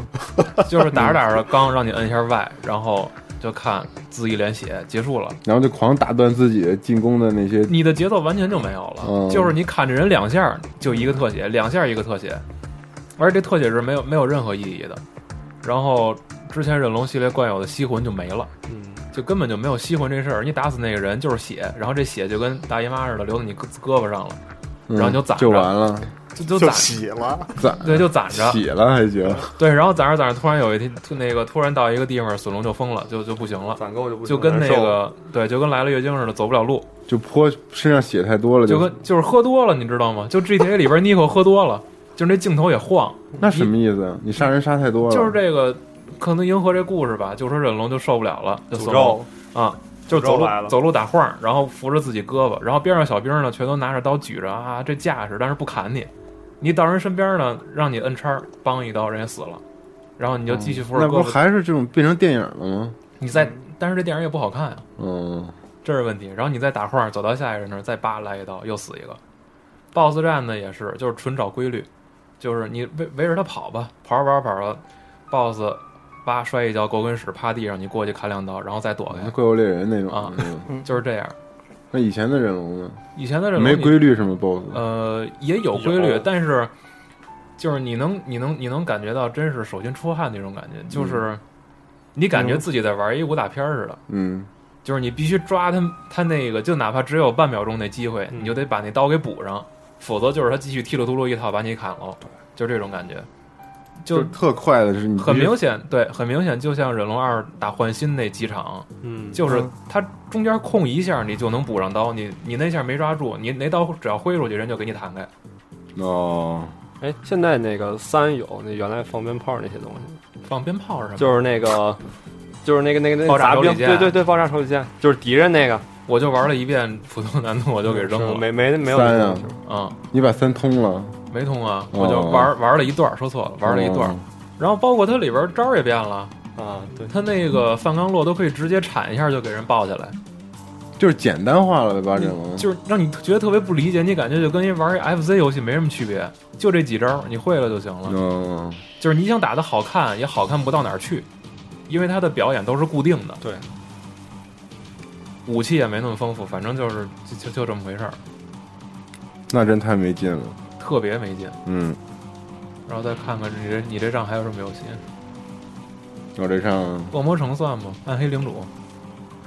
[SPEAKER 4] 就是打着打着刚让你摁一下 Y，然后就看自一脸血结束了，
[SPEAKER 2] 然后就狂打断自己进攻的那些，
[SPEAKER 4] 你的节奏完全就没有了。
[SPEAKER 2] 嗯
[SPEAKER 4] 就是你砍着人两下就一个特写，两下一个特写，而这特写是没有没有任何意义的。然后之前忍龙系列惯有的吸魂就没了，
[SPEAKER 6] 嗯，
[SPEAKER 4] 就根本就没有吸魂这事儿。你打死那个人就是血，然后这血就跟大姨妈似的流到你胳胳膊上了，
[SPEAKER 2] 嗯
[SPEAKER 4] 然后你就攒
[SPEAKER 2] 就
[SPEAKER 4] 着
[SPEAKER 2] 完了，
[SPEAKER 4] 就就
[SPEAKER 8] 就
[SPEAKER 4] 攒
[SPEAKER 8] 洗了，
[SPEAKER 2] 攒
[SPEAKER 4] 对就攒着，
[SPEAKER 2] 起了还行，
[SPEAKER 4] 对，然后攒着攒着，突然有一天突那个突然到一个地方，隼龙就疯了，就就不行了。
[SPEAKER 6] 攒够就不
[SPEAKER 4] 就
[SPEAKER 6] 行
[SPEAKER 4] 跟那
[SPEAKER 6] 难受
[SPEAKER 4] 个对，就跟来了月经似的，走不了路，
[SPEAKER 2] 就泼身上血太多了，
[SPEAKER 4] 就跟就是喝多了，你知道吗？就 GTA 里边 Nico 喝多了，就是那镜头也晃，
[SPEAKER 2] 那什么意思啊？你杀人杀太多了，
[SPEAKER 4] 就是这个可能迎合这故事吧，就说忍龙就受不了了，就
[SPEAKER 6] 诅
[SPEAKER 4] 怂
[SPEAKER 6] 咒，
[SPEAKER 4] 了啊，就是
[SPEAKER 6] 诅
[SPEAKER 4] 走
[SPEAKER 6] 咒
[SPEAKER 4] 路
[SPEAKER 6] 来了
[SPEAKER 4] 走路打晃，然后扶着自己胳膊，然后边上小兵呢全都拿着刀举着啊，这架势，但是不砍你，你到人身边呢，让你摁叉，梆一刀，人家死了，然后你就继续扶着
[SPEAKER 2] 嗯那不
[SPEAKER 4] 胳膊，
[SPEAKER 2] 还是这种变成电影了吗？
[SPEAKER 4] 你再，
[SPEAKER 6] 嗯
[SPEAKER 4] 但是这电影也不好看啊。
[SPEAKER 2] 嗯，
[SPEAKER 4] 这是问题。然后你再打晃，走到下一个人那儿，再叭来一刀，又死一个。BOSS 战呢也是，就是纯找规律，就是你围围着他跑吧，跑着跑着跑着，BOSS 叭摔一跤，狗啃屎趴地上，你过去砍两刀，然后再躲
[SPEAKER 2] 那
[SPEAKER 4] 开，
[SPEAKER 2] 怪物猎人那种
[SPEAKER 4] 哦啊
[SPEAKER 2] 嗯
[SPEAKER 4] 就是这样。
[SPEAKER 2] 那以前的忍龙 呢？
[SPEAKER 4] 以前的这种
[SPEAKER 2] 没
[SPEAKER 4] 你
[SPEAKER 2] 规律是吗？BOSS，
[SPEAKER 4] 呃，也有规律
[SPEAKER 6] 有，
[SPEAKER 4] 但是就是你能你能你能感觉到，真是手心出汗那种感觉，就是你感觉自己在玩一武打片儿似的。
[SPEAKER 2] 嗯，
[SPEAKER 4] 就是你必须抓他，他那个就哪怕只有半秒钟的机会，
[SPEAKER 6] 嗯
[SPEAKER 4] 你就得把那刀给补上，否则就是他继续踢了秃噜一套把你砍了，就这种感觉，
[SPEAKER 2] 就是
[SPEAKER 4] 就
[SPEAKER 2] 特快的是你
[SPEAKER 4] 很
[SPEAKER 2] 必须
[SPEAKER 4] 明显，对，很明显，就像忍龙二打换心那几场，
[SPEAKER 6] 嗯，
[SPEAKER 4] 就是
[SPEAKER 3] 嗯
[SPEAKER 4] 他中间空一下，你就能补上刀，你你那下没抓住，你那刀只要挥出去，人就给你弹开，
[SPEAKER 2] 哦，
[SPEAKER 6] 哎，现在那个三有那原来放鞭炮那些东西，
[SPEAKER 4] 放鞭炮是什么？
[SPEAKER 6] 就是那个，就是那个那个那
[SPEAKER 4] 爆
[SPEAKER 6] 个
[SPEAKER 4] 炸
[SPEAKER 6] 砸
[SPEAKER 4] 手里
[SPEAKER 6] 鞭，
[SPEAKER 4] 剑
[SPEAKER 6] 对对对，爆炸手里剑，就是敌人那个
[SPEAKER 4] 我就玩了一遍普通难度，我就给扔
[SPEAKER 6] 是
[SPEAKER 4] 了，
[SPEAKER 6] 没没没有
[SPEAKER 2] 三
[SPEAKER 6] 这
[SPEAKER 2] 啊
[SPEAKER 6] 个东西
[SPEAKER 4] 啊、
[SPEAKER 2] 你把三通了，
[SPEAKER 4] 没通啊，
[SPEAKER 2] 哦
[SPEAKER 4] 我就玩玩了一段儿，说错了，玩了一段儿
[SPEAKER 2] 哦，
[SPEAKER 4] 然后包括它里边招儿也变了，
[SPEAKER 6] 啊，对，
[SPEAKER 4] 它那个范刚洛都可以直接铲一下就给人抱起来，
[SPEAKER 2] 就是简单化了的吧？这种
[SPEAKER 4] 嗯就是让你觉得特别不理解，你感觉就跟一玩一 FC 游戏没什么区别，就这几招儿你会了就行了。
[SPEAKER 2] 嗯，
[SPEAKER 4] 就是你想打的好看也好看不到哪儿去，因为它的表演都是固定的，
[SPEAKER 6] 对，
[SPEAKER 4] 武器也没那么丰富，反正就是就就就这么回事儿，
[SPEAKER 2] 那真太没劲了。
[SPEAKER 4] 特别没劲。
[SPEAKER 2] 嗯，
[SPEAKER 4] 然后再看看你这你这账还有什么游戏？
[SPEAKER 2] 我这上
[SPEAKER 4] 恶魔城算吗？暗黑领主啊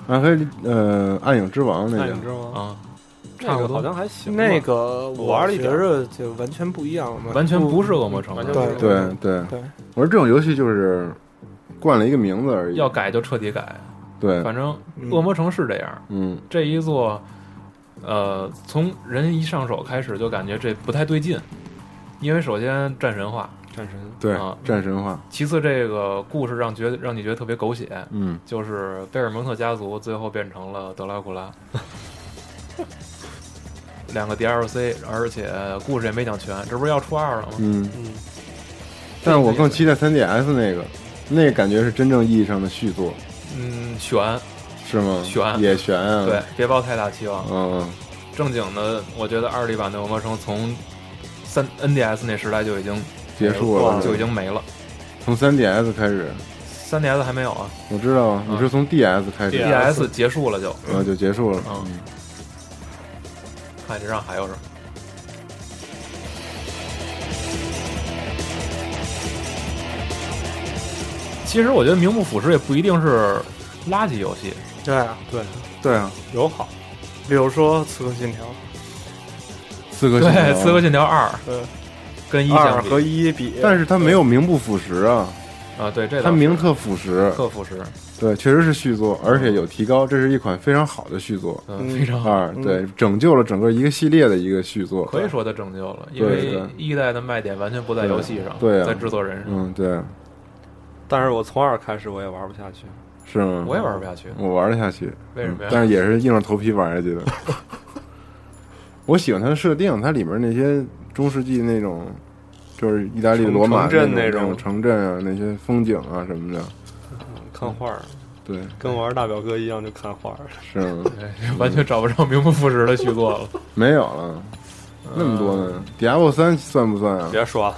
[SPEAKER 2] 暗黑呃暗影之王那
[SPEAKER 6] 那
[SPEAKER 2] 个
[SPEAKER 6] 你知道吗？
[SPEAKER 2] 嗯
[SPEAKER 4] 啊，
[SPEAKER 6] 那
[SPEAKER 4] 差
[SPEAKER 6] 个
[SPEAKER 4] 不
[SPEAKER 6] 好
[SPEAKER 4] 多，
[SPEAKER 6] 像还行吧，
[SPEAKER 3] 那个
[SPEAKER 6] 我玩了一
[SPEAKER 3] 觉
[SPEAKER 6] 点儿
[SPEAKER 3] 着就完全不一样了嘛，
[SPEAKER 4] 完全不是恶魔城，
[SPEAKER 6] 完全
[SPEAKER 3] 对
[SPEAKER 6] 不是
[SPEAKER 2] 嗯对对
[SPEAKER 3] 对
[SPEAKER 2] 我说这种游戏就是冠了一个名字而已。
[SPEAKER 4] 要改就彻底改。
[SPEAKER 2] 对，
[SPEAKER 4] 反正
[SPEAKER 3] 嗯
[SPEAKER 4] 恶魔城是这样，
[SPEAKER 2] 嗯
[SPEAKER 4] 这一座，呃，从人一上手开始就感觉这不太对劲，因为首先战神化，
[SPEAKER 6] 战神，
[SPEAKER 2] 对
[SPEAKER 4] 啊，
[SPEAKER 2] 战神话，
[SPEAKER 4] 其次这个故事让觉得让你觉得特别狗血，
[SPEAKER 2] 嗯，
[SPEAKER 4] 就是贝尔蒙特家族最后变成了德拉库拉。两个 DLC，而且故事也没讲全，这不是要出二了吗？
[SPEAKER 2] 嗯，但是我更期待 3DS 那个，那个感觉是真正意义上的续作，
[SPEAKER 4] 嗯，悬，
[SPEAKER 2] 是吗？
[SPEAKER 4] 悬
[SPEAKER 2] 也悬啊！
[SPEAKER 4] 对，，别抱太大期望。
[SPEAKER 2] 嗯，
[SPEAKER 4] 正经的，我觉得二 D 版的《恶魔城》从三 NDS 那时代就已经
[SPEAKER 2] 结束了，
[SPEAKER 4] 就已经哎没了。
[SPEAKER 2] 从 3DS 开始，
[SPEAKER 4] 三 DS 还没有啊
[SPEAKER 2] 我知道你是从 DS 开始，
[SPEAKER 4] ，DS 结束了就。
[SPEAKER 2] 啊就结束了，
[SPEAKER 4] 啊嗯，看这上还有什么？其实我觉得名目腐蚀也不一定是垃圾游戏，
[SPEAKER 3] 对啊，
[SPEAKER 2] 对啊，
[SPEAKER 6] 友好，
[SPEAKER 3] 比如说《刺客信条》
[SPEAKER 2] 刺客
[SPEAKER 4] 对
[SPEAKER 2] 信条
[SPEAKER 4] 《刺客信条二》
[SPEAKER 3] 嗯
[SPEAKER 4] 跟一
[SPEAKER 3] 二
[SPEAKER 4] 相比
[SPEAKER 3] 和一比，
[SPEAKER 2] 但是它没有名不副实啊，
[SPEAKER 4] 啊，对这倒
[SPEAKER 2] 它
[SPEAKER 4] 是
[SPEAKER 2] 名特腐蚀，
[SPEAKER 4] 特腐蚀，
[SPEAKER 2] 对，确实是续作，而且有提高，这是一款非常好的续作。
[SPEAKER 4] 嗯，
[SPEAKER 3] 嗯
[SPEAKER 4] 非常好。
[SPEAKER 2] 二对，拯救了整个一个系列的一个续作，
[SPEAKER 4] 可以说它拯救了，因
[SPEAKER 2] 对
[SPEAKER 4] 为
[SPEAKER 2] 对
[SPEAKER 4] 一代的卖点完全不在游戏上，
[SPEAKER 2] 对啊
[SPEAKER 4] 在制作人上。
[SPEAKER 2] 嗯，对，
[SPEAKER 6] 但是我从二开始我也玩不下去，
[SPEAKER 2] 是吗？
[SPEAKER 4] 我也玩不下去，
[SPEAKER 2] 我玩得下去，
[SPEAKER 4] 为什么呀
[SPEAKER 2] 嗯但是也是硬着头皮玩下去的。我喜欢它的设定，它里面那些中世纪那种，就是意大利罗马
[SPEAKER 6] 城镇
[SPEAKER 2] 那
[SPEAKER 6] 那
[SPEAKER 2] 种
[SPEAKER 6] 种
[SPEAKER 2] 城镇啊，那些风景啊什么的，
[SPEAKER 6] 看画儿，
[SPEAKER 2] 对，
[SPEAKER 6] 跟玩大表哥一样就看画儿，
[SPEAKER 2] 是吗
[SPEAKER 4] 对完全找不着名不副实的续作了。
[SPEAKER 2] 没有了，那么多呢。Diablo 三算不算啊？
[SPEAKER 6] 别说了，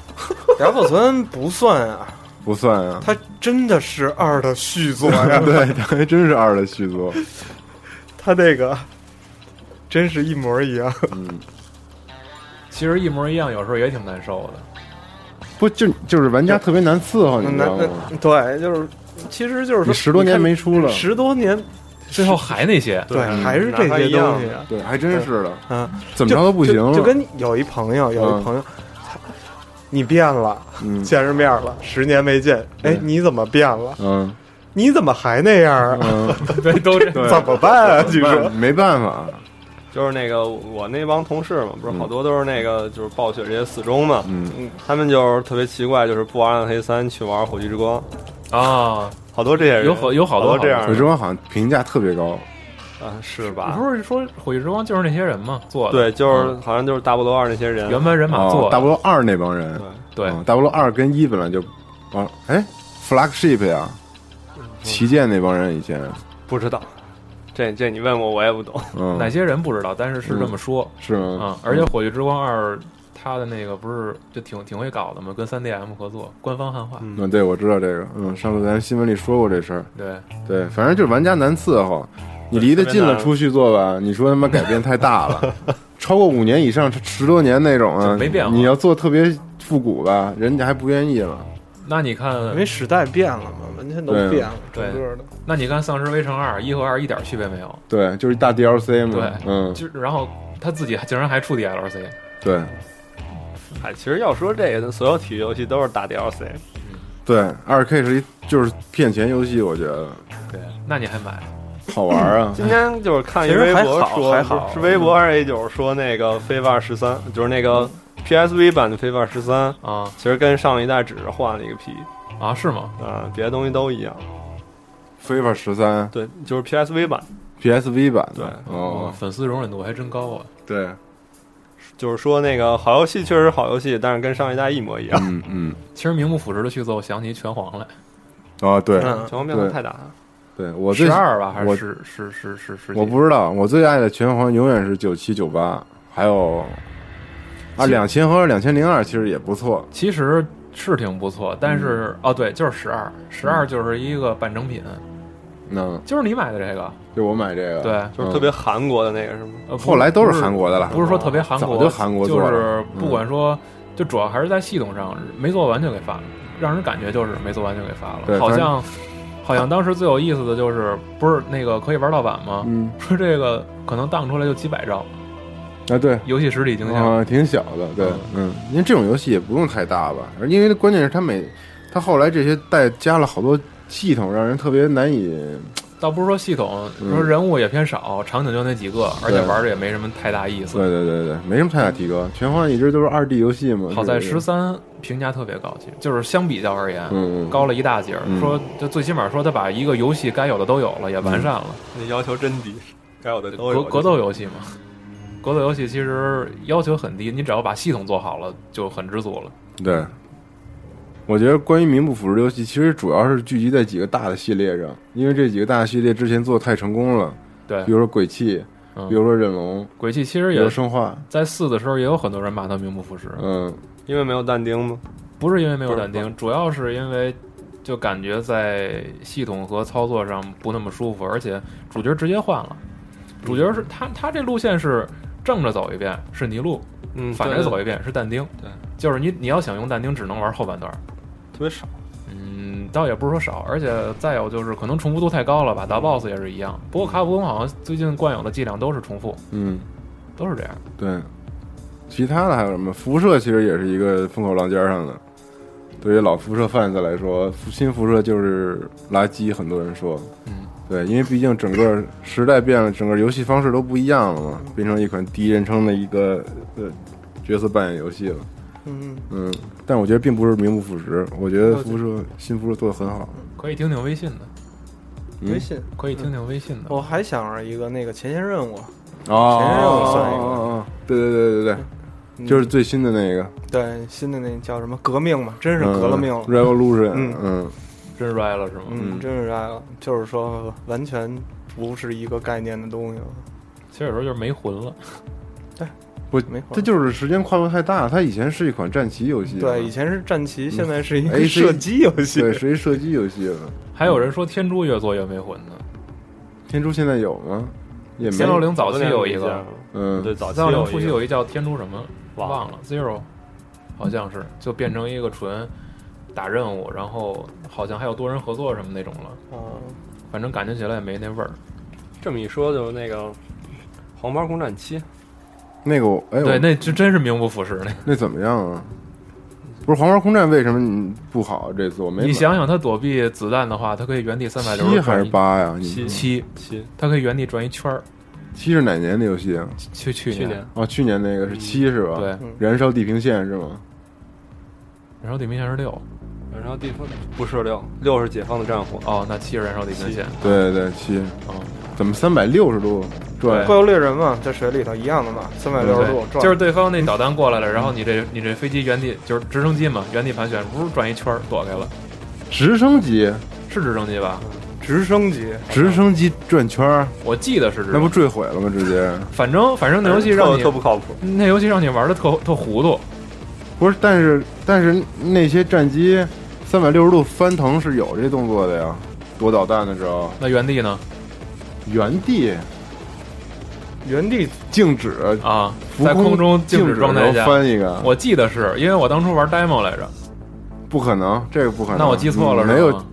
[SPEAKER 3] 雅宝森不算啊，
[SPEAKER 2] 不算啊，，
[SPEAKER 3] 它真的是二的续作呀
[SPEAKER 2] 对，它还真是二的续作。
[SPEAKER 3] 它那个 真是一模一样。
[SPEAKER 2] 嗯，
[SPEAKER 4] 其实一模一样，有时候也挺难受的。
[SPEAKER 2] 不就就是玩家特别难伺 候，你知
[SPEAKER 3] 那
[SPEAKER 2] 道吗？
[SPEAKER 3] 那对，就是其实就是
[SPEAKER 2] 你
[SPEAKER 3] 说，
[SPEAKER 2] 十多年
[SPEAKER 3] 看
[SPEAKER 2] 没出了，
[SPEAKER 3] 十多年，
[SPEAKER 4] 最后还那些，
[SPEAKER 3] 对，还是这
[SPEAKER 6] 哪怕
[SPEAKER 3] 些
[SPEAKER 6] 一样
[SPEAKER 3] 东西啊。
[SPEAKER 2] 对，还真是的，
[SPEAKER 3] 嗯，
[SPEAKER 2] 怎么
[SPEAKER 3] 就
[SPEAKER 2] 着都不行
[SPEAKER 3] 就
[SPEAKER 2] 了。
[SPEAKER 3] 就跟有一朋友，有
[SPEAKER 2] 嗯
[SPEAKER 3] 一朋友，他你变了，
[SPEAKER 2] 嗯
[SPEAKER 3] 见着面了，十年没见，哎，
[SPEAKER 2] 嗯
[SPEAKER 3] 你怎么变了？
[SPEAKER 2] 嗯
[SPEAKER 3] 你怎么还那样啊？
[SPEAKER 2] 嗯，
[SPEAKER 4] 对，都 这
[SPEAKER 2] 对
[SPEAKER 3] 怎 么办啊？据说
[SPEAKER 2] 没办法，
[SPEAKER 6] 就是那个我那帮同事嘛，不是好多都是那个就是暴雪这些死忠嘛，
[SPEAKER 2] 嗯，
[SPEAKER 6] 他们就是特别奇怪，就是不玩暗黑三去玩火炬之光，
[SPEAKER 4] 啊，
[SPEAKER 6] 好多这些人
[SPEAKER 4] 有好有好多
[SPEAKER 6] 这样
[SPEAKER 2] 水之王好像评价特别高，
[SPEAKER 6] 啊，是
[SPEAKER 4] 你
[SPEAKER 6] 吧？
[SPEAKER 4] 不是说《火炬之光》就是那些人吗？做的
[SPEAKER 6] 对，就是
[SPEAKER 2] 嗯
[SPEAKER 6] 好像就是大菠萝二那些人，
[SPEAKER 4] 原班人马啊做
[SPEAKER 2] 哦
[SPEAKER 4] 的，
[SPEAKER 2] W 二那帮人，
[SPEAKER 4] 对
[SPEAKER 2] 嗯，W 二跟一本来就，哦，哎，Flagship 呀，旗舰那帮人以前，
[SPEAKER 6] 不知道，这这你问我我也不懂，
[SPEAKER 2] 嗯，
[SPEAKER 4] 哪些人不知道，但是是这么说
[SPEAKER 2] 是吗？嗯
[SPEAKER 4] 啊。而且《火炬之光二》它的那个不是就挺挺会搞的吗？跟 3DM 合作，官方汉化，
[SPEAKER 2] 嗯，对，我知道这个，嗯，上次咱新闻里说过这事儿，
[SPEAKER 4] 对，
[SPEAKER 2] 对，反正就是玩家难伺候，你离得近了出续作吧，你说他妈改变太大 了，超过五年以上十多年那种啊，
[SPEAKER 4] 就没变化
[SPEAKER 2] 你要做特别复古吧，人家还不愿意了，
[SPEAKER 4] 那你看
[SPEAKER 3] 因，为时代变了嘛，完全都
[SPEAKER 2] 对啊
[SPEAKER 3] 变了，整
[SPEAKER 4] 对
[SPEAKER 3] 个的。
[SPEAKER 4] 那你看《丧尸围城二》一和二一点区别没有，
[SPEAKER 2] 对，就是一大 DLC 嘛
[SPEAKER 4] 对，
[SPEAKER 2] 嗯，
[SPEAKER 4] 就然后他自己还竟然还出 DLC，
[SPEAKER 2] 对
[SPEAKER 6] 哎，其实要说这个，所有体育游戏都是打 DLC，
[SPEAKER 2] 对，二 K 是一就是骗钱游戏，我觉得
[SPEAKER 4] 对，那你还买？
[SPEAKER 2] 好玩啊，
[SPEAKER 6] 今天就是看一
[SPEAKER 3] 其实
[SPEAKER 6] 微
[SPEAKER 3] 还
[SPEAKER 6] 博
[SPEAKER 3] 好
[SPEAKER 6] 说，
[SPEAKER 3] 还好
[SPEAKER 6] 是是微博二 A 九说那个 FIFA 十三，就是那个 PSV 版的 FIFA 十三，
[SPEAKER 4] 啊
[SPEAKER 6] 其实跟上一代只是换了一个皮
[SPEAKER 4] 啊，是吗？
[SPEAKER 6] 啊，别的东西都一样。
[SPEAKER 2] FIFA 十三
[SPEAKER 6] 对，就是 PSV 版，
[SPEAKER 2] PSV 版
[SPEAKER 6] 对
[SPEAKER 2] 的，
[SPEAKER 4] 哇
[SPEAKER 2] 哦，
[SPEAKER 4] 粉丝容忍度还真高啊！
[SPEAKER 2] 对，
[SPEAKER 6] 就是说那个好游戏确实是好游戏，但是跟上一代一模一样。
[SPEAKER 2] 嗯嗯，
[SPEAKER 4] 其实名不副实的去做，我想起拳皇来，
[SPEAKER 2] 哦对
[SPEAKER 3] 嗯，
[SPEAKER 6] 拳皇变化太大了，
[SPEAKER 2] 对，我最
[SPEAKER 4] 十二吧，还
[SPEAKER 2] 我
[SPEAKER 4] 是十十十十十几？
[SPEAKER 2] 我不知道，我最爱的拳皇永远是九七九八，还有啊两千和两千零二其实也不错，
[SPEAKER 4] 其实是挺不错，但是、哦对，就是十二，十二就是一个半成品，
[SPEAKER 2] 嗯，
[SPEAKER 4] 就是你买的这个，
[SPEAKER 2] 就我买这个，
[SPEAKER 4] 对
[SPEAKER 6] 就是特别韩国的那个是吗？
[SPEAKER 4] 呃不
[SPEAKER 2] 后来都是
[SPEAKER 4] 不
[SPEAKER 2] 韩国的了
[SPEAKER 4] 不是说特别韩国，
[SPEAKER 2] 早就韩国
[SPEAKER 4] 就
[SPEAKER 2] 做了
[SPEAKER 4] 是
[SPEAKER 2] 嗯
[SPEAKER 4] 不管说，就主要还是在系统上没做完就给发了，让人感觉就是没做完就给发
[SPEAKER 2] 对
[SPEAKER 4] 了，好像好像当时最有意思的就是不是那个可以玩盗版吗？
[SPEAKER 2] 嗯，
[SPEAKER 4] 说这个可能荡出来就几百兆，
[SPEAKER 2] 啊对，
[SPEAKER 4] 游戏实体镜像，
[SPEAKER 2] 啊，挺小的，对，嗯，因为这种游戏也不用太大吧，而因为关键是它每它后来这些带加了好多系统，让人特别难以，
[SPEAKER 4] 倒不是说系统，
[SPEAKER 2] 嗯
[SPEAKER 4] 说人物也偏少，场景就那几个，而且
[SPEAKER 2] 对
[SPEAKER 4] 玩着也没什么太大意
[SPEAKER 2] 对
[SPEAKER 4] 思。
[SPEAKER 2] 对对对，没什么太大提高。拳皇一直都是二 D 游戏嘛，
[SPEAKER 4] 好
[SPEAKER 2] 是
[SPEAKER 4] 在
[SPEAKER 2] 不
[SPEAKER 4] 十
[SPEAKER 2] 是，
[SPEAKER 4] 三评价特别高，其实就是相比较而言，
[SPEAKER 2] 嗯嗯，
[SPEAKER 4] 高了一大截儿。
[SPEAKER 2] 嗯
[SPEAKER 4] 说就最起码说他把一个游戏该有的都有了，也完善了。
[SPEAKER 6] 那要求真低，该有的
[SPEAKER 2] 嗯
[SPEAKER 6] 都
[SPEAKER 4] 格
[SPEAKER 6] 有。
[SPEAKER 4] 格斗游戏嘛，格斗游戏其实要求很低，你只要把系统做好了就很知足了。
[SPEAKER 2] 对。我觉得关于名不副实的游戏，其实主要是聚集在几个大的系列上，因为这几个大系列之前做的太成功了，
[SPEAKER 4] 对
[SPEAKER 2] 比，如说《鬼泣》，
[SPEAKER 4] 嗯
[SPEAKER 2] 比如说《忍龙》，
[SPEAKER 4] 鬼泣其实
[SPEAKER 2] 比如说《
[SPEAKER 4] 也
[SPEAKER 2] 生化
[SPEAKER 4] 在四的时候也有很多人骂他名不副实》，，
[SPEAKER 2] 嗯，
[SPEAKER 6] 因为没有但丁吗？
[SPEAKER 4] 不是因为没有胆丁，主要是因为就感觉在系统和操作上不那么舒服，而且主角直接换了，主角是他他这路线是正着走一遍是泥路，
[SPEAKER 6] 嗯，
[SPEAKER 4] 反着
[SPEAKER 6] 对
[SPEAKER 4] 走一遍是但丁，
[SPEAKER 6] 对，
[SPEAKER 4] 就是你你要想用但丁，只能玩后半段。
[SPEAKER 6] 特别少。
[SPEAKER 4] 嗯，倒也不是说少，而且再有就是可能重复度太高了吧，打 BOSS 也是一样。不过卡普空好像最近惯有的伎俩都是重复，
[SPEAKER 2] 嗯，
[SPEAKER 4] 都是这样。
[SPEAKER 2] 对，其他的还有什么？辐射其实也是一个风口浪尖上的。对于老辐射贩子来说，新辐射就是垃圾，很多人说。
[SPEAKER 4] 嗯，
[SPEAKER 2] 对，因为毕竟整个时代变了，整个游戏方式都不一样了嘛，变成一款第一人称的一个呃角色扮演游戏了。
[SPEAKER 3] 嗯，
[SPEAKER 2] 嗯，但我觉得并不是名不副实，我觉
[SPEAKER 3] 哦
[SPEAKER 2] 得辐射新辐射做的很好。
[SPEAKER 4] 可以听听微信的，哦
[SPEAKER 2] 嗯
[SPEAKER 3] 微信。
[SPEAKER 4] 可以听听微信的。
[SPEAKER 3] 我还想着一个那个前线任务，
[SPEAKER 2] 哦
[SPEAKER 3] 前任我算一个
[SPEAKER 2] 对对对对对，
[SPEAKER 3] 嗯
[SPEAKER 2] 就是最新的那个，
[SPEAKER 3] 对新的那叫什么革命嘛，真是革了命了
[SPEAKER 2] 嗯。，Revolution，
[SPEAKER 3] 嗯
[SPEAKER 2] 嗯
[SPEAKER 4] 真 r 了是吗？
[SPEAKER 3] 嗯，真是爱了，就是说完全不是一个概念的东西了。
[SPEAKER 4] 其实有时候就是没魂了。
[SPEAKER 2] 不，
[SPEAKER 3] 没活儿
[SPEAKER 2] 这就是时间跨度太大。它以前是一款战棋游戏，
[SPEAKER 3] 对，以前是战棋，现在是一
[SPEAKER 2] 哎
[SPEAKER 3] 个
[SPEAKER 2] 是
[SPEAKER 3] 射击游戏。
[SPEAKER 2] 对，是一射击游戏了。
[SPEAKER 4] 还有人说天珠越做越没魂呢。
[SPEAKER 2] 天珠现在有吗？也嗯没
[SPEAKER 4] 三六
[SPEAKER 2] 有。
[SPEAKER 4] 零早期有一个，
[SPEAKER 2] 嗯，
[SPEAKER 6] 对，早期
[SPEAKER 4] 三六
[SPEAKER 6] 有
[SPEAKER 4] 零初
[SPEAKER 6] 一
[SPEAKER 4] 期
[SPEAKER 6] 个
[SPEAKER 4] 有一叫天珠什么
[SPEAKER 6] 忘了
[SPEAKER 4] 忘了 Zero，好像是就变成一个纯打任务，然后好像还有多人合作什么那种了。
[SPEAKER 3] 哦，
[SPEAKER 4] 反正感觉起来也没那味儿。
[SPEAKER 6] 这么一说，就是那个黄牌空战七，
[SPEAKER 2] 那个我哎，
[SPEAKER 4] 对，
[SPEAKER 2] 我
[SPEAKER 4] 那真真是名不副实那。
[SPEAKER 2] 那怎么样啊？不是《黄花空战》为什么你不好？啊这次我没买
[SPEAKER 4] 你想想，他躲避子弹的话，他可以原地三百六
[SPEAKER 2] 七
[SPEAKER 4] 十
[SPEAKER 2] 还是？八呀？你
[SPEAKER 4] 七七，
[SPEAKER 6] 七
[SPEAKER 4] 他可以原地转一圈儿。
[SPEAKER 2] 七是哪年的游戏啊？
[SPEAKER 4] 去去
[SPEAKER 6] 去年
[SPEAKER 4] 年，
[SPEAKER 2] 哦，去年那个是七是吧？
[SPEAKER 4] 对，，
[SPEAKER 2] 燃烧地平线是吗？
[SPEAKER 4] 燃烧地平线是六
[SPEAKER 6] 然后地方不是六，六是解放的战火。
[SPEAKER 4] 哦，那七是燃烧地平线。
[SPEAKER 2] 对对，七
[SPEAKER 4] 哦，
[SPEAKER 2] 怎么三百六十度转
[SPEAKER 4] 对？
[SPEAKER 3] 怪物猎人嘛，在水里头一样的嘛，三百六十度
[SPEAKER 4] 对，
[SPEAKER 3] 转。
[SPEAKER 4] 就是对方那导弹过来了，然后你这你这飞机原地就是直升机嘛，原地盘旋，呜转一圈儿躲开了，
[SPEAKER 2] 直升机，
[SPEAKER 4] 是直升机吧？
[SPEAKER 3] 直升机，
[SPEAKER 2] 直升机转圈儿，
[SPEAKER 4] 我记得是直
[SPEAKER 2] 那
[SPEAKER 4] 升
[SPEAKER 2] 不
[SPEAKER 4] 机。
[SPEAKER 2] 坠毁了吗？直接。
[SPEAKER 4] 反正反正那游戏让
[SPEAKER 6] 特特
[SPEAKER 4] 你
[SPEAKER 6] 不靠谱，
[SPEAKER 4] 那游戏让你玩的特特糊涂，
[SPEAKER 2] 不是，但是但是那些战机三百六十度翻腾是有这动作的呀，躲导弹的时候
[SPEAKER 4] 那原地呢？
[SPEAKER 2] 原地
[SPEAKER 3] 原地
[SPEAKER 2] 静止，
[SPEAKER 4] 啊，
[SPEAKER 2] 浮
[SPEAKER 4] 在空中
[SPEAKER 2] 静
[SPEAKER 4] 静止状态
[SPEAKER 2] 然
[SPEAKER 4] 下
[SPEAKER 2] 后。翻一个，
[SPEAKER 4] 我记得是因为我当初玩 demo 来着，
[SPEAKER 2] 不可能，这个不可能。
[SPEAKER 4] 那我记错了，
[SPEAKER 2] 嗯
[SPEAKER 4] 是
[SPEAKER 2] 没
[SPEAKER 4] 吗
[SPEAKER 2] 有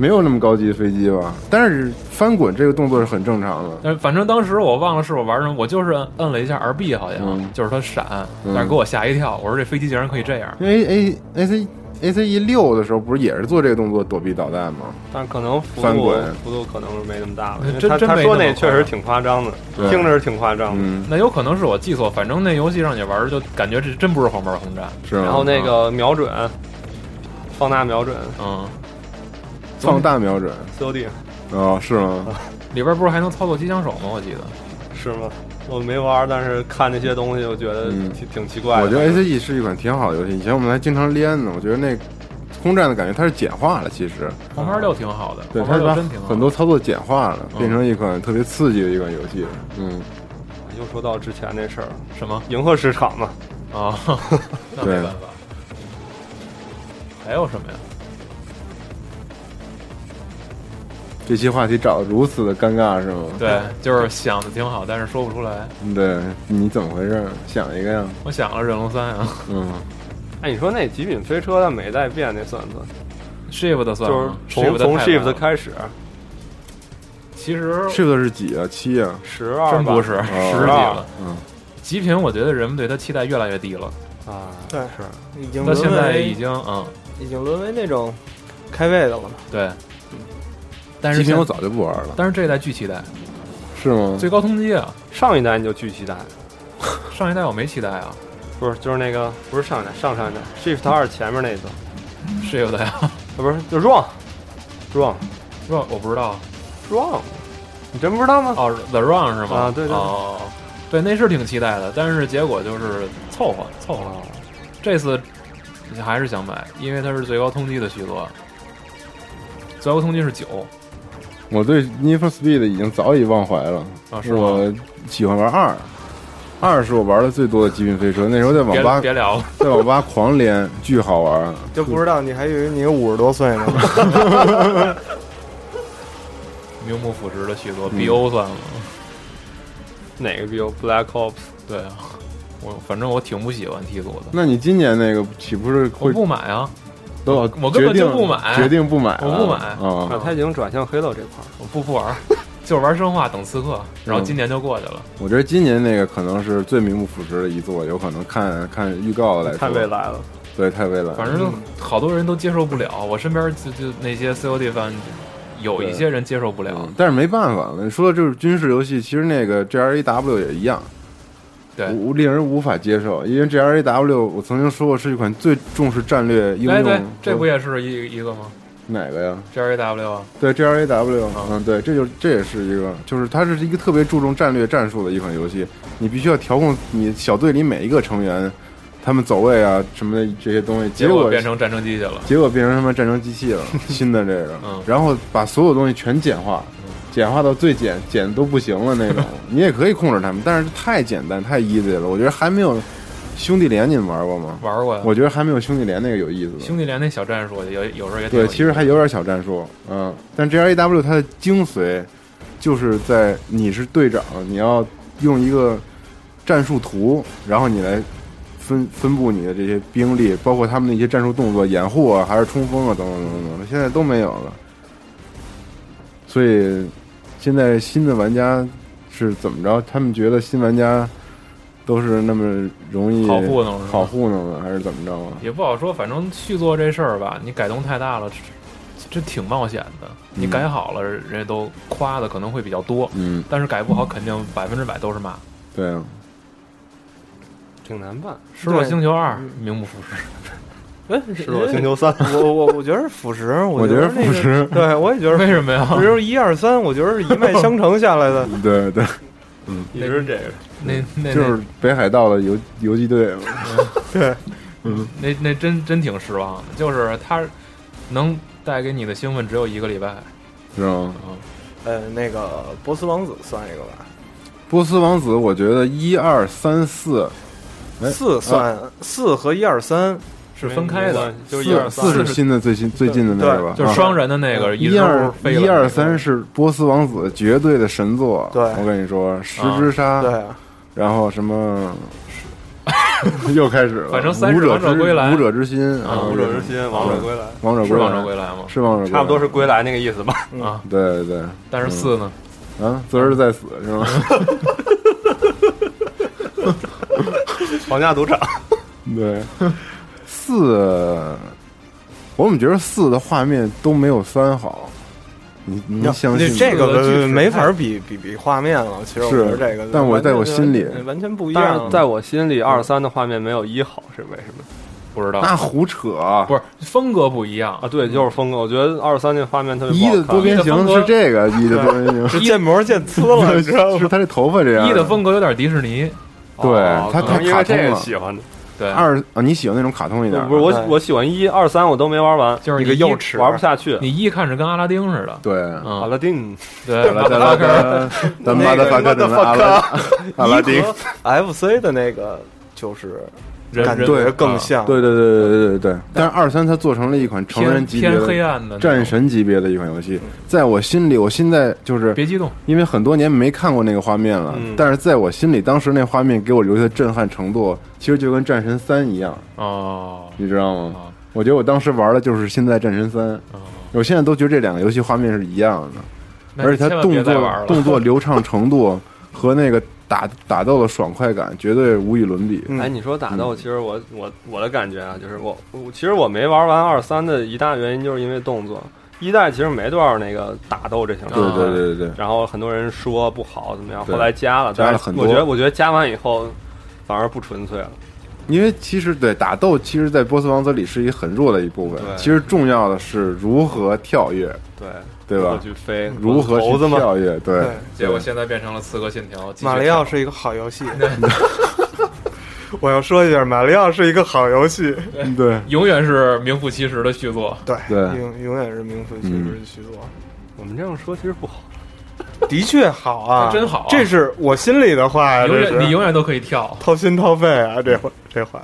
[SPEAKER 2] 没有那么高级的飞机吧？但是翻滚这个动作是很正常的。
[SPEAKER 4] 但反正当时我忘了是我玩什么，我就是摁摁了一下 RB，好像、
[SPEAKER 2] 嗯
[SPEAKER 4] 就是它闪，
[SPEAKER 2] 嗯
[SPEAKER 4] 但是给我吓一跳。我说这飞机竟然可以这样，
[SPEAKER 2] 因为 A A C A C E 六的时候不是也是做这个动作躲避导弹吗？
[SPEAKER 6] 但是可能幅
[SPEAKER 2] 翻
[SPEAKER 6] 度
[SPEAKER 2] 滚
[SPEAKER 6] 幅度可能是没那么大了。因
[SPEAKER 4] 真
[SPEAKER 6] 为他
[SPEAKER 4] 真
[SPEAKER 6] 他
[SPEAKER 4] 没
[SPEAKER 6] 说
[SPEAKER 4] 那么
[SPEAKER 6] 那确
[SPEAKER 4] 夸
[SPEAKER 6] 实
[SPEAKER 4] 张
[SPEAKER 6] 挺夸张的，
[SPEAKER 2] 对
[SPEAKER 6] 听着是挺夸张的。
[SPEAKER 2] 嗯，
[SPEAKER 4] 那有可能是我记错，反正那游戏让你玩儿就感觉这真不是黄牌轰炸，
[SPEAKER 2] 是吗？
[SPEAKER 6] 然后那
[SPEAKER 2] 嗯
[SPEAKER 6] 个瞄准，放大瞄准
[SPEAKER 4] 嗯，
[SPEAKER 2] 啊放大瞄准，
[SPEAKER 6] ，COD
[SPEAKER 2] 哦，是吗？
[SPEAKER 4] 里边不是还能操作机枪手吗？我记得
[SPEAKER 6] 是吗？我没玩，但是看那些东西，我觉得
[SPEAKER 2] 嗯
[SPEAKER 6] 挺挺奇怪的。
[SPEAKER 2] 我觉得 A C E 是一款挺好的游戏，以前我们还经常连呢。我觉得那空战的感觉它是简化了，其实
[SPEAKER 4] 黄牌六挺好的，
[SPEAKER 2] 对
[SPEAKER 4] 黄
[SPEAKER 2] 它
[SPEAKER 4] 牌
[SPEAKER 2] 是
[SPEAKER 4] 六
[SPEAKER 2] 把
[SPEAKER 4] 真挺好的。
[SPEAKER 2] 很多操作简化了，
[SPEAKER 4] 嗯
[SPEAKER 2] 变成一款特别刺激的一款游戏。嗯，
[SPEAKER 6] 又说到之前那事儿了，
[SPEAKER 4] 什么
[SPEAKER 6] 迎合市场嘛，
[SPEAKER 4] 啊？那没
[SPEAKER 2] 对
[SPEAKER 4] 办法。还有什么呀？
[SPEAKER 2] 这期话题找得如此的尴尬是吗？嗯
[SPEAKER 4] 对，就是想的挺好，但是说不出来。
[SPEAKER 2] 对，你怎么回事？想一个呀？
[SPEAKER 4] 我想了忍龙三啊
[SPEAKER 2] 嗯，
[SPEAKER 6] 哎，你说那极品飞车它每一代变，那算不算？
[SPEAKER 4] ，Shift 的算
[SPEAKER 6] 就是
[SPEAKER 4] 吗
[SPEAKER 6] 从
[SPEAKER 4] Shift 的
[SPEAKER 6] 从
[SPEAKER 4] 太
[SPEAKER 6] Shift
[SPEAKER 4] 晚了
[SPEAKER 6] 开始，
[SPEAKER 4] 其实
[SPEAKER 2] 是不是几啊？七啊？
[SPEAKER 6] 十二
[SPEAKER 4] 真
[SPEAKER 6] 吧
[SPEAKER 4] 不是
[SPEAKER 2] 哦
[SPEAKER 4] 十几了。
[SPEAKER 2] 嗯，
[SPEAKER 4] 极品，我觉得人们对它期待越来越低了。
[SPEAKER 6] 啊，
[SPEAKER 3] 对
[SPEAKER 6] 是
[SPEAKER 3] 已经
[SPEAKER 4] 到
[SPEAKER 3] 沦
[SPEAKER 4] 现在
[SPEAKER 2] 哎
[SPEAKER 3] 为
[SPEAKER 4] 已经嗯，
[SPEAKER 3] 已经沦为那种开胃的了。
[SPEAKER 4] 对。但是
[SPEAKER 2] 极品
[SPEAKER 4] 现
[SPEAKER 2] 我早就不玩了，
[SPEAKER 4] 但是这一代巨期待，
[SPEAKER 2] 是吗？
[SPEAKER 4] 最高通缉啊！
[SPEAKER 6] 上一代你就巨期待，
[SPEAKER 4] 上一代我没期待啊
[SPEAKER 6] 不是就是那个不是上一代上上一代 Shift 二前面那一个，啊
[SPEAKER 4] ，Shift 呀，
[SPEAKER 6] 不是就 Wrong Wrong
[SPEAKER 4] 不知道我不知道
[SPEAKER 6] Wrong，你真不知道吗？
[SPEAKER 4] 哦，The Run 是吗？
[SPEAKER 6] 啊对对对
[SPEAKER 4] 哦，对，那是挺期待的，但是结果就是凑合凑
[SPEAKER 6] 哦
[SPEAKER 4] 合。这次还是想买，因为它是最高通缉的续作，最高通缉是九
[SPEAKER 2] 我对 Need for Speed 已经早已忘怀了，
[SPEAKER 4] 啊，是
[SPEAKER 2] 是
[SPEAKER 4] 吗？
[SPEAKER 2] 我喜欢玩二，二是我玩的最多的极品飞车，那时候在网
[SPEAKER 4] 别
[SPEAKER 2] 吧
[SPEAKER 4] 别聊了，
[SPEAKER 2] 在网吧狂连，巨好玩。
[SPEAKER 3] 就不知道你还以为你五十多岁呢，
[SPEAKER 4] 名目腐蚀的续作
[SPEAKER 2] 嗯
[SPEAKER 4] ，BO 算吗？
[SPEAKER 6] 哪个 BO Black Ops？
[SPEAKER 4] 对啊，我反正我挺不喜欢 T 组的，
[SPEAKER 2] 那你今年那个岂不是
[SPEAKER 4] 我
[SPEAKER 2] 会
[SPEAKER 4] 不买啊，
[SPEAKER 2] 都
[SPEAKER 4] 我我根本就不买
[SPEAKER 2] 决定不买了，
[SPEAKER 4] 我不买
[SPEAKER 2] 啊！
[SPEAKER 6] 啊，它已经转向黑 a 这块儿了。
[SPEAKER 4] 我不不玩儿， 就是玩生化等刺客，然后
[SPEAKER 2] 嗯
[SPEAKER 4] 今年就过去了。
[SPEAKER 2] 我觉得今年那个可能是最名不副实的一座，有可能看 看预告来说，
[SPEAKER 6] 太未，来了，
[SPEAKER 2] 对，太未来。
[SPEAKER 4] 反正好多人都接受不了，我身边就就那些 COD 范，有一些人接受不了
[SPEAKER 2] 嗯。但是没办法了，你说的就是军事游戏，其实那个 G R A W 也一样，
[SPEAKER 4] 对
[SPEAKER 2] 无令人无法接受，因为 G R A W 我曾经说过是一款最重视战略应用，
[SPEAKER 4] 哎，对，这不也是一一个吗
[SPEAKER 2] 哪个呀？
[SPEAKER 4] ？G R A W 啊，
[SPEAKER 2] 对 G R A W，
[SPEAKER 4] 啊
[SPEAKER 2] 嗯，对，这就这也是一个，就是它是一个特别注重战略战术的一款游戏，你必须要调控你小队里每一个成员，他们走位啊什么的这些东西，结
[SPEAKER 4] 结
[SPEAKER 2] 果
[SPEAKER 4] 果变成战争机去了。
[SPEAKER 2] 结果变成他妈战争机器 了，新的这个
[SPEAKER 4] 嗯，
[SPEAKER 2] 然后把所有东西全简化，简化到最简简都不行了那 种，你也可以控制他们，但是太简单太 easy 了，我觉得还没有兄弟连你们玩过 吗？
[SPEAKER 4] 玩过呀，
[SPEAKER 2] 我觉得还没有兄弟连那个有意思呢。
[SPEAKER 4] 兄弟连那小战术有有时候也挺
[SPEAKER 2] 对，
[SPEAKER 4] 有意思
[SPEAKER 2] 其实还有点小战术，嗯，但 G R A W 它的精髓就是在你是队长，你要用一个战术图，然后你来分分布你的这些兵力，包括他们的一些战术动作、掩护啊，还是冲锋啊，等等等等等，现在都没有了。所以现在新的玩家是怎么着？他们觉得新玩家都是那么容易
[SPEAKER 4] 好糊弄是吧
[SPEAKER 2] 好糊弄的，还是怎么着啊？
[SPEAKER 4] 也不好说，反正续作这事儿吧，你改动太大了，这这挺冒险的。你
[SPEAKER 2] 嗯
[SPEAKER 4] 改好了，人家都夸的可能会比较多，
[SPEAKER 2] 嗯，
[SPEAKER 4] 但是改不好肯定百分之百都是骂。
[SPEAKER 2] 对啊，
[SPEAKER 6] 挺难办。
[SPEAKER 4] 《失落
[SPEAKER 3] 对
[SPEAKER 4] 星球二》名不副实，
[SPEAKER 3] 哎，
[SPEAKER 8] 是我星球三，
[SPEAKER 3] 我我我觉得是腐蚀，
[SPEAKER 2] 我
[SPEAKER 3] 觉
[SPEAKER 2] 觉得
[SPEAKER 3] 那
[SPEAKER 2] 不
[SPEAKER 3] 个，
[SPEAKER 2] 是，
[SPEAKER 3] 对我也觉得
[SPEAKER 4] 为什么呀？
[SPEAKER 3] 只有一二三，我觉得是一脉相承下来的。
[SPEAKER 2] 对对。
[SPEAKER 6] 一直是这个，
[SPEAKER 4] 那那
[SPEAKER 2] 就是北海道的游游击队嘛，
[SPEAKER 4] 那那真真挺失望的，就是它能带给你的兴奋只有一个礼拜，嗯
[SPEAKER 2] 是吗？
[SPEAKER 3] 呃，那个波斯王子算一个吧，
[SPEAKER 2] 波斯王子，我觉得一二三四哎
[SPEAKER 3] 四算四和一二三，
[SPEAKER 4] 是分开的，
[SPEAKER 6] 就一
[SPEAKER 2] 四
[SPEAKER 6] 二三
[SPEAKER 2] 四是新的最新最近的那个吧，
[SPEAKER 4] 就是
[SPEAKER 2] 啊
[SPEAKER 4] 双人的那个
[SPEAKER 2] 一
[SPEAKER 4] 溜
[SPEAKER 2] 二
[SPEAKER 4] 儿飞了
[SPEAKER 2] 一二三是波斯王子绝对的神作，
[SPEAKER 3] 对
[SPEAKER 2] 我跟你说，十之沙，
[SPEAKER 3] 对，啊
[SPEAKER 2] 然后什么。又开始了，
[SPEAKER 4] 反正三十
[SPEAKER 2] 武者
[SPEAKER 4] 王者
[SPEAKER 2] 之
[SPEAKER 4] 归来
[SPEAKER 2] 舞者之心
[SPEAKER 4] 啊
[SPEAKER 6] 王
[SPEAKER 2] 舞
[SPEAKER 6] 者之
[SPEAKER 2] 者，
[SPEAKER 6] 心，王者归来，
[SPEAKER 2] 王者
[SPEAKER 4] 是
[SPEAKER 2] 归
[SPEAKER 4] 王者
[SPEAKER 2] 来
[SPEAKER 4] 归来吗？
[SPEAKER 2] 是王者归来，
[SPEAKER 6] 差不多是归来那个意思吧。
[SPEAKER 4] 啊，
[SPEAKER 2] 对对
[SPEAKER 4] 但是四呢？
[SPEAKER 2] 对啊，择日再死是吗？嗯
[SPEAKER 6] 皇家赌场，
[SPEAKER 2] 对，四，我怎么觉得四的画面都没有三好？你你相信
[SPEAKER 3] 这
[SPEAKER 2] 吗
[SPEAKER 3] 这
[SPEAKER 4] 这个剧
[SPEAKER 3] 个
[SPEAKER 4] 是
[SPEAKER 3] 没法比比比画面了。其实我觉得
[SPEAKER 2] 是
[SPEAKER 3] 这个，
[SPEAKER 2] 但我在我心里
[SPEAKER 3] 完全不一
[SPEAKER 6] 但
[SPEAKER 3] 样
[SPEAKER 2] 嗯
[SPEAKER 6] 是。在我心里，二三的画面没有一好是为什么？
[SPEAKER 4] 不知道，
[SPEAKER 2] 那胡扯。啊
[SPEAKER 4] 不是风格不一样
[SPEAKER 6] 啊，。对，就是风格。我觉得二十三那画面特别
[SPEAKER 2] 一的
[SPEAKER 6] 不好
[SPEAKER 2] 多
[SPEAKER 6] 看。啊
[SPEAKER 2] 边形是这个，一的多边形
[SPEAKER 3] 是建模建呲了，你知道
[SPEAKER 2] 是
[SPEAKER 3] 吗？
[SPEAKER 2] 他这头发这样。
[SPEAKER 4] 一的，风格有点迪士尼，
[SPEAKER 2] 对他
[SPEAKER 6] 哦可能
[SPEAKER 2] 太
[SPEAKER 6] 因
[SPEAKER 2] 卡
[SPEAKER 6] 为
[SPEAKER 2] 通
[SPEAKER 6] 这个
[SPEAKER 2] 了。
[SPEAKER 6] 喜欢的，
[SPEAKER 4] 对，
[SPEAKER 2] 二啊，你喜欢那种卡通一点啊的？
[SPEAKER 6] 不是我
[SPEAKER 3] 对
[SPEAKER 6] 我喜欢一二三我都没玩完，
[SPEAKER 4] 就是
[SPEAKER 3] 一
[SPEAKER 4] 你
[SPEAKER 3] 个
[SPEAKER 4] 一
[SPEAKER 3] 幼齿，
[SPEAKER 6] 玩不下去。
[SPEAKER 4] 你一看着跟阿拉丁似的，
[SPEAKER 2] 对。
[SPEAKER 6] 阿
[SPEAKER 4] 嗯，
[SPEAKER 6] 拉丁
[SPEAKER 4] 对，
[SPEAKER 2] 来来来来，咱们
[SPEAKER 3] 那
[SPEAKER 2] 拉
[SPEAKER 3] 个
[SPEAKER 2] 德法克，咱们阿拉 阿拉丁，
[SPEAKER 3] FC 的那个就是
[SPEAKER 4] 人
[SPEAKER 3] 感
[SPEAKER 4] 人
[SPEAKER 3] 觉
[SPEAKER 4] 人
[SPEAKER 3] 更
[SPEAKER 4] 啊
[SPEAKER 3] 像，
[SPEAKER 2] 对对对对对对对。但是二三它做成了一款成人
[SPEAKER 4] 偏
[SPEAKER 2] 级别
[SPEAKER 4] 啊偏黑
[SPEAKER 2] 的
[SPEAKER 4] 暗的那种
[SPEAKER 2] 战。神级别的一款游戏，在我心里，我现在就是
[SPEAKER 4] 别激动，
[SPEAKER 2] 因为很多年没看过那个画面了，
[SPEAKER 6] 嗯
[SPEAKER 2] 但是在我心里，当时那画面给我留下的震撼程度，其实就跟《战神三》一样，
[SPEAKER 4] 哦，
[SPEAKER 2] 你知道吗？
[SPEAKER 4] 啊
[SPEAKER 2] 我觉得我当时玩的就是现在《战神三》我现在都觉得这两个游戏画面是一样的，
[SPEAKER 4] 那
[SPEAKER 2] 而且它
[SPEAKER 4] 你千万
[SPEAKER 2] 动
[SPEAKER 4] 别再
[SPEAKER 2] 作
[SPEAKER 4] 玩了
[SPEAKER 2] 动作流畅程度和那个打打斗的爽快感绝对无与伦比。
[SPEAKER 3] 嗯
[SPEAKER 6] 哎，你说打斗，其实我我我的感觉啊，就是我我其实我没玩完二三的一大原因就是因为动作，一代其实没多少那个打斗这项目，
[SPEAKER 2] 对对对对对，
[SPEAKER 6] 然后很多人说不好怎么样，
[SPEAKER 2] 对
[SPEAKER 6] 后来加了，
[SPEAKER 2] 加了很多
[SPEAKER 6] 但是我觉得我觉得加完以后反而不纯粹了，
[SPEAKER 2] 因为其实对打斗，其实，在《波斯王子》里是一个很弱的一部分，其实重要的是如何跳跃，
[SPEAKER 6] 对
[SPEAKER 2] 对吧
[SPEAKER 6] 如何去飞，
[SPEAKER 2] 如何
[SPEAKER 6] 猴子
[SPEAKER 2] 去
[SPEAKER 6] 嘛，
[SPEAKER 2] 跳跃，对
[SPEAKER 3] 对
[SPEAKER 4] 结果现在变成了《刺客信条》。
[SPEAKER 3] 马里奥是一个好 游戏。 我要说一下，马里奥是一个好游戏，
[SPEAKER 2] 对
[SPEAKER 4] 永远是名副其实的续作。
[SPEAKER 3] 对，
[SPEAKER 2] 对嗯
[SPEAKER 3] 永永远是名副其实的续作，
[SPEAKER 6] 我们这样说其实不好，
[SPEAKER 3] 的确好啊，
[SPEAKER 4] 真好啊
[SPEAKER 3] 这是我心里的
[SPEAKER 2] 啊
[SPEAKER 3] 话呀，
[SPEAKER 4] 永
[SPEAKER 3] 这
[SPEAKER 4] 远你
[SPEAKER 3] 是
[SPEAKER 4] 永远都可以跳。
[SPEAKER 3] 掏心掏肺啊，这话这话，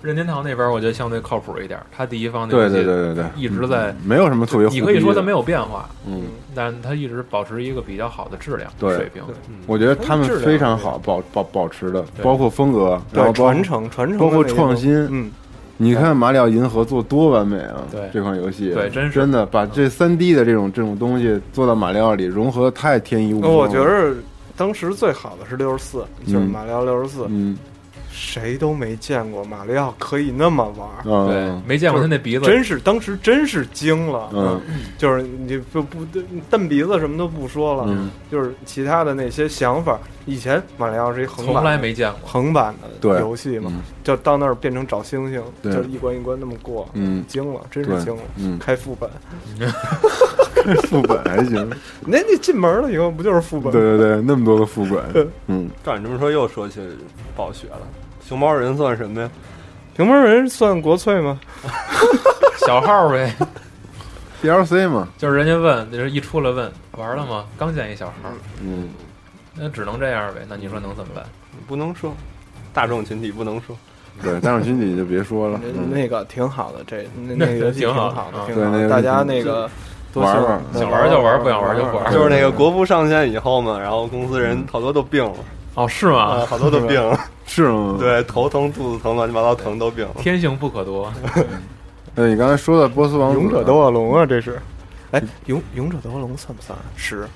[SPEAKER 4] 任天堂那边我觉得相对靠谱一点，他第一方的游
[SPEAKER 2] 对
[SPEAKER 4] 戏
[SPEAKER 2] 对对对对，
[SPEAKER 4] 一直在，
[SPEAKER 2] 没有什么特别虎逼
[SPEAKER 4] 你
[SPEAKER 2] 的。
[SPEAKER 4] 可以说它没有变化，
[SPEAKER 2] 嗯，
[SPEAKER 4] 但它一直保持一个比较好的质量
[SPEAKER 2] 对
[SPEAKER 4] 水平。
[SPEAKER 2] 我觉得他们
[SPEAKER 4] 质量
[SPEAKER 2] 非常好，保保保持的，
[SPEAKER 4] 对
[SPEAKER 2] 包括风格，然后包括
[SPEAKER 3] 对传。承传承的
[SPEAKER 2] 包括
[SPEAKER 3] 那个
[SPEAKER 2] 创新
[SPEAKER 3] 嗯，
[SPEAKER 2] 你看《马里奥银河》做多完美啊！
[SPEAKER 4] 对
[SPEAKER 2] 这款游戏，
[SPEAKER 4] 对真是嗯
[SPEAKER 2] 真的把这三 D 的这种这种东西做到马里奥里，融合得太天衣无缝
[SPEAKER 4] 哦
[SPEAKER 2] 了。
[SPEAKER 3] 我觉得当时最好的是六十四，就是
[SPEAKER 2] 嗯
[SPEAKER 3] 马里奥六十四，
[SPEAKER 2] 嗯
[SPEAKER 3] 谁都没见过马里奥可以那么玩儿，
[SPEAKER 4] 对
[SPEAKER 2] 嗯，
[SPEAKER 4] 没见过他那鼻子，
[SPEAKER 3] 真是当时真是惊了，
[SPEAKER 2] 嗯，
[SPEAKER 3] 就是你不不蹬鼻子什么都不说了，
[SPEAKER 2] 嗯
[SPEAKER 3] 就是其他的那些想法，以前马里奥是一横版，
[SPEAKER 4] 从来没见过。
[SPEAKER 3] 横版
[SPEAKER 2] 对
[SPEAKER 3] 的游戏嘛
[SPEAKER 2] 嗯，
[SPEAKER 3] 就到那儿变成找星星，
[SPEAKER 2] 对
[SPEAKER 3] 就是一关一关那么过，
[SPEAKER 2] 嗯
[SPEAKER 3] 惊了，真
[SPEAKER 2] 对
[SPEAKER 3] 是惊了，
[SPEAKER 2] 嗯
[SPEAKER 3] 开副本，
[SPEAKER 2] 副本还行，
[SPEAKER 3] 那你进门了以后不就是副本
[SPEAKER 2] 对
[SPEAKER 3] 吗？
[SPEAKER 2] 对对，那么多个副 本，嗯，
[SPEAKER 6] 照你这么说又说起暴雪了，熊猫人算什么呀？
[SPEAKER 3] 平门人算国粹吗？
[SPEAKER 4] 小号呗，
[SPEAKER 2] DLC 嘛，
[SPEAKER 4] 就是人家问，就是一出来问玩了吗？刚建一小号，
[SPEAKER 2] 嗯，
[SPEAKER 4] 那只能这样呗。那你说能怎么办？
[SPEAKER 6] 不能说，大众群体不能说，
[SPEAKER 2] 对，大众群体就别说了，
[SPEAKER 3] 那
[SPEAKER 2] 嗯
[SPEAKER 3] 那个挺好的，这那那个游戏
[SPEAKER 4] 挺好
[SPEAKER 3] 好
[SPEAKER 4] 的
[SPEAKER 3] 的，
[SPEAKER 4] 啊
[SPEAKER 3] 挺
[SPEAKER 2] 对
[SPEAKER 3] 好
[SPEAKER 2] 那个
[SPEAKER 3] 的，大家那个多
[SPEAKER 2] 玩
[SPEAKER 3] 想
[SPEAKER 2] 玩
[SPEAKER 3] 对
[SPEAKER 4] 想玩就玩不想玩就不玩
[SPEAKER 6] 就是那个国服上线以后嘛，然后公
[SPEAKER 2] 嗯
[SPEAKER 6] 司人好多都病了，
[SPEAKER 4] 哦，是吗
[SPEAKER 6] 啊，？好多都病了，
[SPEAKER 2] 是吗？。
[SPEAKER 6] 对，头疼、肚子疼、乱七八糟疼都病了。
[SPEAKER 4] 天性不可夺，
[SPEAKER 3] 嗯
[SPEAKER 2] 对哎你刚才说的波斯王子，
[SPEAKER 3] 勇者斗恶龙啊，这是。哎，勇勇者斗恶龙算不算十？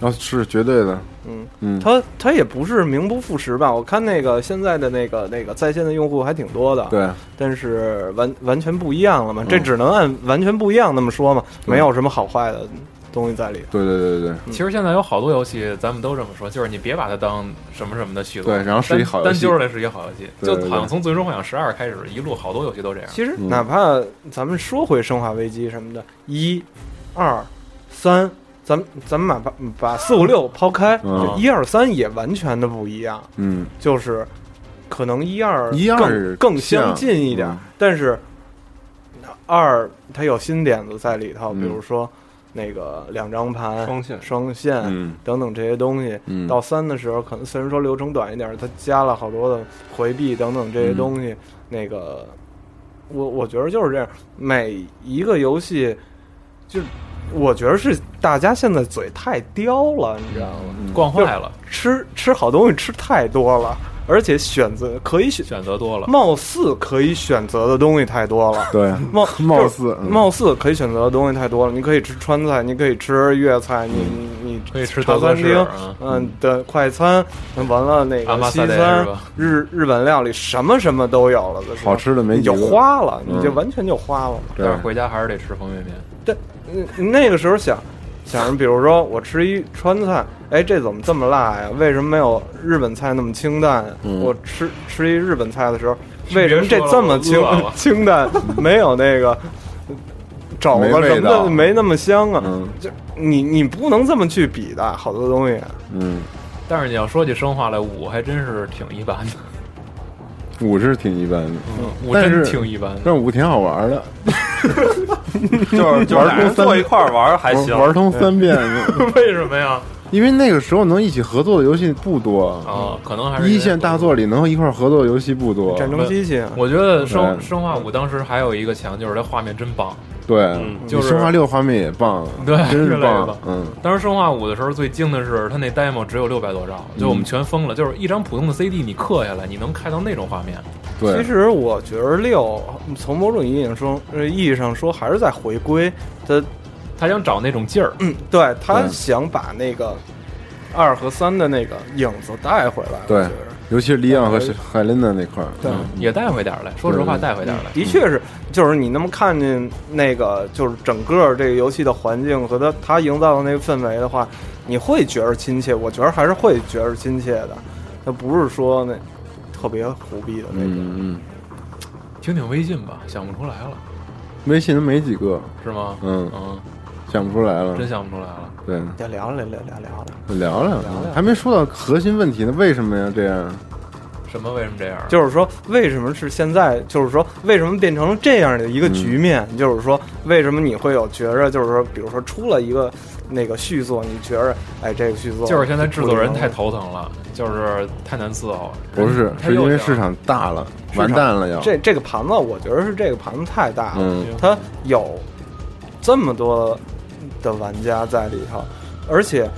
[SPEAKER 2] 啊是绝对的，
[SPEAKER 3] 嗯，
[SPEAKER 2] 嗯，
[SPEAKER 3] 它它也不是名不副实吧？我看那个现在的那个那个在线的用户还挺多的，，
[SPEAKER 2] 对，嗯
[SPEAKER 3] 但是完完全不一样了嘛，这只能按完全不一样那么说嘛，
[SPEAKER 2] 对
[SPEAKER 3] 没有什么好坏的东西在里头。
[SPEAKER 2] 对对对对对，
[SPEAKER 4] 其实现在有好多游戏，咱们都这么说，就是你别把它当什么什么的续作，
[SPEAKER 2] 对然后是一好游戏
[SPEAKER 4] 单单揪出来是一好游戏，
[SPEAKER 2] 对对
[SPEAKER 4] 就
[SPEAKER 2] 对
[SPEAKER 4] 好像从《最终幻想十二》开始，一路好多游戏都这样。
[SPEAKER 3] 其实
[SPEAKER 2] 嗯
[SPEAKER 3] 哪怕咱们说回《生化危机》什么的，一、二、三，咱们咱们把把把四五六抛开，
[SPEAKER 2] 嗯
[SPEAKER 3] 就一二三也完全的不一样，
[SPEAKER 2] 嗯，
[SPEAKER 3] 就是可能一二
[SPEAKER 2] 一二
[SPEAKER 3] 更更相近一点
[SPEAKER 2] 像嗯，
[SPEAKER 3] 但是二它有新点子在里头，
[SPEAKER 2] 嗯
[SPEAKER 3] 比如说那个两张盘、
[SPEAKER 6] 双线
[SPEAKER 3] 双线
[SPEAKER 2] 嗯
[SPEAKER 3] 等等这些东西。
[SPEAKER 2] 嗯
[SPEAKER 3] 到三的时候，可能虽然说流程短一点，它加了好多的回避等等这些东西。那个，我我觉得就是这样，每一个游戏就。我觉得是大家现在嘴太刁了，你知道吗？
[SPEAKER 2] 嗯
[SPEAKER 4] 逛坏了，
[SPEAKER 3] 吃吃好东西吃太多了，而且选择可以选，
[SPEAKER 4] 选择多了。
[SPEAKER 3] 貌似可以选择的东西太多了。
[SPEAKER 2] 对，
[SPEAKER 3] 貌
[SPEAKER 2] 貌
[SPEAKER 3] 就是
[SPEAKER 2] 似嗯
[SPEAKER 3] 貌似可以选择的东西太多了，你可以吃川菜，你可以吃粤菜，你你你
[SPEAKER 4] 可以吃
[SPEAKER 3] 茶
[SPEAKER 4] 德国
[SPEAKER 3] 餐
[SPEAKER 4] 式
[SPEAKER 3] 厅
[SPEAKER 4] 啊，
[SPEAKER 3] 嗯的快餐，完了那
[SPEAKER 4] 阿
[SPEAKER 3] 个
[SPEAKER 4] 玛
[SPEAKER 3] 西
[SPEAKER 4] 萨德
[SPEAKER 3] 餐
[SPEAKER 4] 是吧、
[SPEAKER 3] 日日本料理，什么什么都有了，就是
[SPEAKER 2] 好吃的没
[SPEAKER 3] 你就
[SPEAKER 2] 几个
[SPEAKER 3] 花了，你就
[SPEAKER 2] 嗯
[SPEAKER 3] 完全就花了嘛。
[SPEAKER 2] 对
[SPEAKER 4] 但是回家还是得吃方便面。
[SPEAKER 3] 但嗯那个时候想想着，比如说我吃一川菜，哎，这怎么
[SPEAKER 2] 嗯
[SPEAKER 3] 这么辣呀？为什么没有日本菜那么清淡呀？我吃吃一日本菜的时候，为什么这这么清
[SPEAKER 4] 别说了我饿 了
[SPEAKER 3] 清淡，没有那个肘
[SPEAKER 2] 没
[SPEAKER 3] 子
[SPEAKER 2] 味
[SPEAKER 3] 什么
[SPEAKER 2] 道
[SPEAKER 3] 的没那么香啊？
[SPEAKER 2] 嗯
[SPEAKER 3] 就你你不能这么去比的，好多东西。
[SPEAKER 2] 嗯，
[SPEAKER 4] 但是你要说起生化来，五还真是挺 一般的，
[SPEAKER 2] 五是挺一般的，
[SPEAKER 4] 五
[SPEAKER 2] 但是
[SPEAKER 4] 真挺一般的。
[SPEAKER 2] 但是五挺好玩的，
[SPEAKER 6] 就是就是俩人坐一块儿玩儿还行
[SPEAKER 2] 玩，玩通三遍，
[SPEAKER 4] 为什么呀？
[SPEAKER 2] 因为那个时候能一起合作的游戏不多，
[SPEAKER 4] 啊，可能还是
[SPEAKER 2] 一线大作里能一块儿合作的游戏不多，
[SPEAKER 3] 战争机器啊，
[SPEAKER 4] 我觉得生
[SPEAKER 2] 对
[SPEAKER 4] 生化五当时还有一个强，就是它画面真棒。
[SPEAKER 2] 对，
[SPEAKER 4] 就是
[SPEAKER 2] 你生化六画面也棒，
[SPEAKER 4] 对
[SPEAKER 2] 真是
[SPEAKER 4] 越来越棒
[SPEAKER 2] 嗯，
[SPEAKER 4] 当时生化五的时候最惊的是，它那 demo 只有六百多兆，
[SPEAKER 2] 嗯
[SPEAKER 4] 就我们全疯了。就是一张普通的 CD，你刻下来，你能看到那种画面。
[SPEAKER 2] 对，
[SPEAKER 3] 其实我觉得六从某种意义上说，呃意义上说还是在回归他，
[SPEAKER 4] 他想找那种劲儿，
[SPEAKER 3] 嗯对他
[SPEAKER 2] 对
[SPEAKER 3] 想把那个二和三的那个影子带回来。我
[SPEAKER 2] 对
[SPEAKER 3] 觉得，
[SPEAKER 2] 尤其是李昂和海琳娜那块儿，
[SPEAKER 3] 对。
[SPEAKER 4] 也带回点儿来。说实话，
[SPEAKER 2] 对
[SPEAKER 4] 带回点儿来。
[SPEAKER 3] 的确是，就是你能看见那个，就是整个这个游戏的环境和它它营造的那个氛围的话，你会觉着亲切。我觉得还是会觉着亲切的，那不是说那特别胡逼的那种。
[SPEAKER 2] 嗯嗯，
[SPEAKER 4] 听听微信吧，想不出来了，
[SPEAKER 2] 微信都没几个，
[SPEAKER 4] 是吗？
[SPEAKER 2] 嗯
[SPEAKER 4] 嗯，
[SPEAKER 2] 想不出来了
[SPEAKER 4] 真，想不出来了。
[SPEAKER 2] 对，
[SPEAKER 3] 再聊聊聊聊聊聊，
[SPEAKER 2] 聊聊，还没说到核心问题呢，为什么呀？这样，
[SPEAKER 4] 什么？为什么这样？
[SPEAKER 3] 就是说为什么是现在？就是说为什么变成了这样的一个局面？
[SPEAKER 4] 嗯
[SPEAKER 3] 就是说为什么你会有觉着，就是说，比如说出了一个那个续作，你觉着，哎，这个续作
[SPEAKER 4] 就是现在制作人太
[SPEAKER 3] 不
[SPEAKER 4] 头疼了，就是太难伺候。
[SPEAKER 2] 不是，
[SPEAKER 4] 他
[SPEAKER 2] 是
[SPEAKER 4] 又
[SPEAKER 2] 因为
[SPEAKER 4] 想
[SPEAKER 2] 市场大了，
[SPEAKER 3] 市场
[SPEAKER 2] 完蛋了要，
[SPEAKER 3] 这这个盘子，我觉得是这个盘子太大了。
[SPEAKER 2] 嗯
[SPEAKER 3] 它有这么多的玩家在里头，而且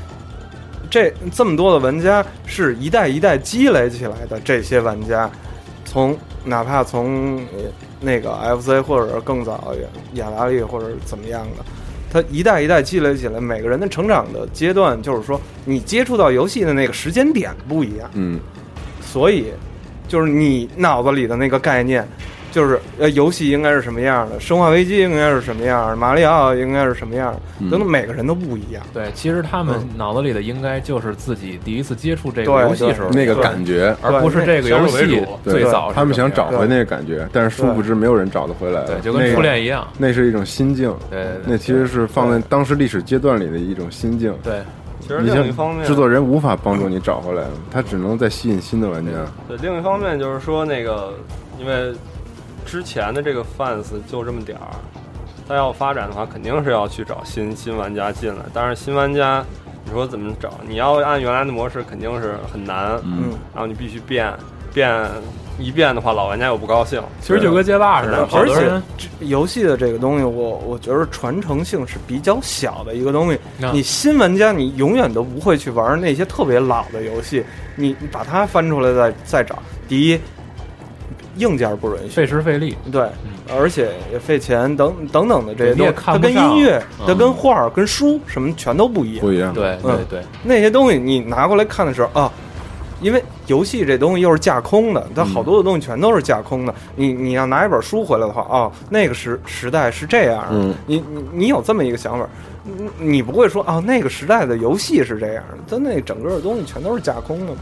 [SPEAKER 3] 这这么多的玩家是一代一代积累起来的。这些玩家从哪怕从呃那个 FC 或者更早雅达利或者怎么样的。他一代一代积累起来，每个人的成长的阶段，就是说你接触到游戏的那个时间点不一样，
[SPEAKER 2] 嗯，
[SPEAKER 3] 所以就是你脑子里的那个概念，就是呃，游戏应该是什么样的，生化危机应该是什么样的，马里奥应该是什么样的，
[SPEAKER 4] 嗯
[SPEAKER 3] 等等，每个人都不一样。
[SPEAKER 4] 对，其实他们脑子里的应该就是自己第一次接触这
[SPEAKER 3] 嗯
[SPEAKER 4] 个
[SPEAKER 3] 对
[SPEAKER 4] 游戏时候
[SPEAKER 2] 那个感觉，
[SPEAKER 4] 而不是这个游
[SPEAKER 6] 对
[SPEAKER 4] 戏
[SPEAKER 6] 对
[SPEAKER 4] 最早是
[SPEAKER 2] 他们想找
[SPEAKER 4] 什么
[SPEAKER 2] 回那个感觉，但是殊不知没有人找得回来
[SPEAKER 4] 样
[SPEAKER 2] 了，
[SPEAKER 4] 对，就跟初恋一样，
[SPEAKER 2] 那个，那是一种心境，
[SPEAKER 4] 对对对
[SPEAKER 2] 那其实是放在当时历史阶段里的一种心境，
[SPEAKER 4] 对，
[SPEAKER 6] 其实
[SPEAKER 2] 你
[SPEAKER 6] 另一方
[SPEAKER 2] 像
[SPEAKER 6] 面
[SPEAKER 2] 制作人无法帮助你找回来，他只能再吸引新的玩家。
[SPEAKER 6] 对，另一方面就是说，那个因为之前的这个 fans 就这么点儿，他要发展的话，肯定是要去找新新玩家进来。但是新玩家，你说怎么找？你要按原来的模式，肯定是很难。
[SPEAKER 3] 嗯，
[SPEAKER 6] 然后你必须变，变一变的话，老玩家又不高兴。
[SPEAKER 4] 其实就跟街霸似的，好
[SPEAKER 3] 嗯而
[SPEAKER 4] 多人
[SPEAKER 3] 且这游戏的这个东西，我我觉得传承性是比较小的一个东西。
[SPEAKER 4] 那
[SPEAKER 3] 你新玩家，你永远都不会去玩那些特别老的游戏，你你把它翻出来再再找。第一，硬件不允许，
[SPEAKER 4] 费时费力，
[SPEAKER 3] 对，而且也费钱等等等的这些
[SPEAKER 4] 嗯对你
[SPEAKER 3] 东
[SPEAKER 4] 也
[SPEAKER 3] 西，
[SPEAKER 4] 看
[SPEAKER 3] 它
[SPEAKER 4] 不
[SPEAKER 3] 跟
[SPEAKER 4] 上
[SPEAKER 3] 音乐、
[SPEAKER 4] 嗯
[SPEAKER 3] 它跟画儿、跟书什么全都不一样
[SPEAKER 2] 不。一样，
[SPEAKER 4] 对
[SPEAKER 3] 嗯
[SPEAKER 4] 对对，
[SPEAKER 3] 那些东西你拿过来看的时候啊，因为游戏这东西又是架空的，它
[SPEAKER 4] 嗯
[SPEAKER 3] 好多的东西全都是架空的。你你要拿一本书回来的话，哦，那个时时代是这样的，
[SPEAKER 2] 嗯
[SPEAKER 3] 你你你有这么一个想法，你你不会说哦，那个时代的游戏是这样的，它那整个的东西全都是架空的嘛。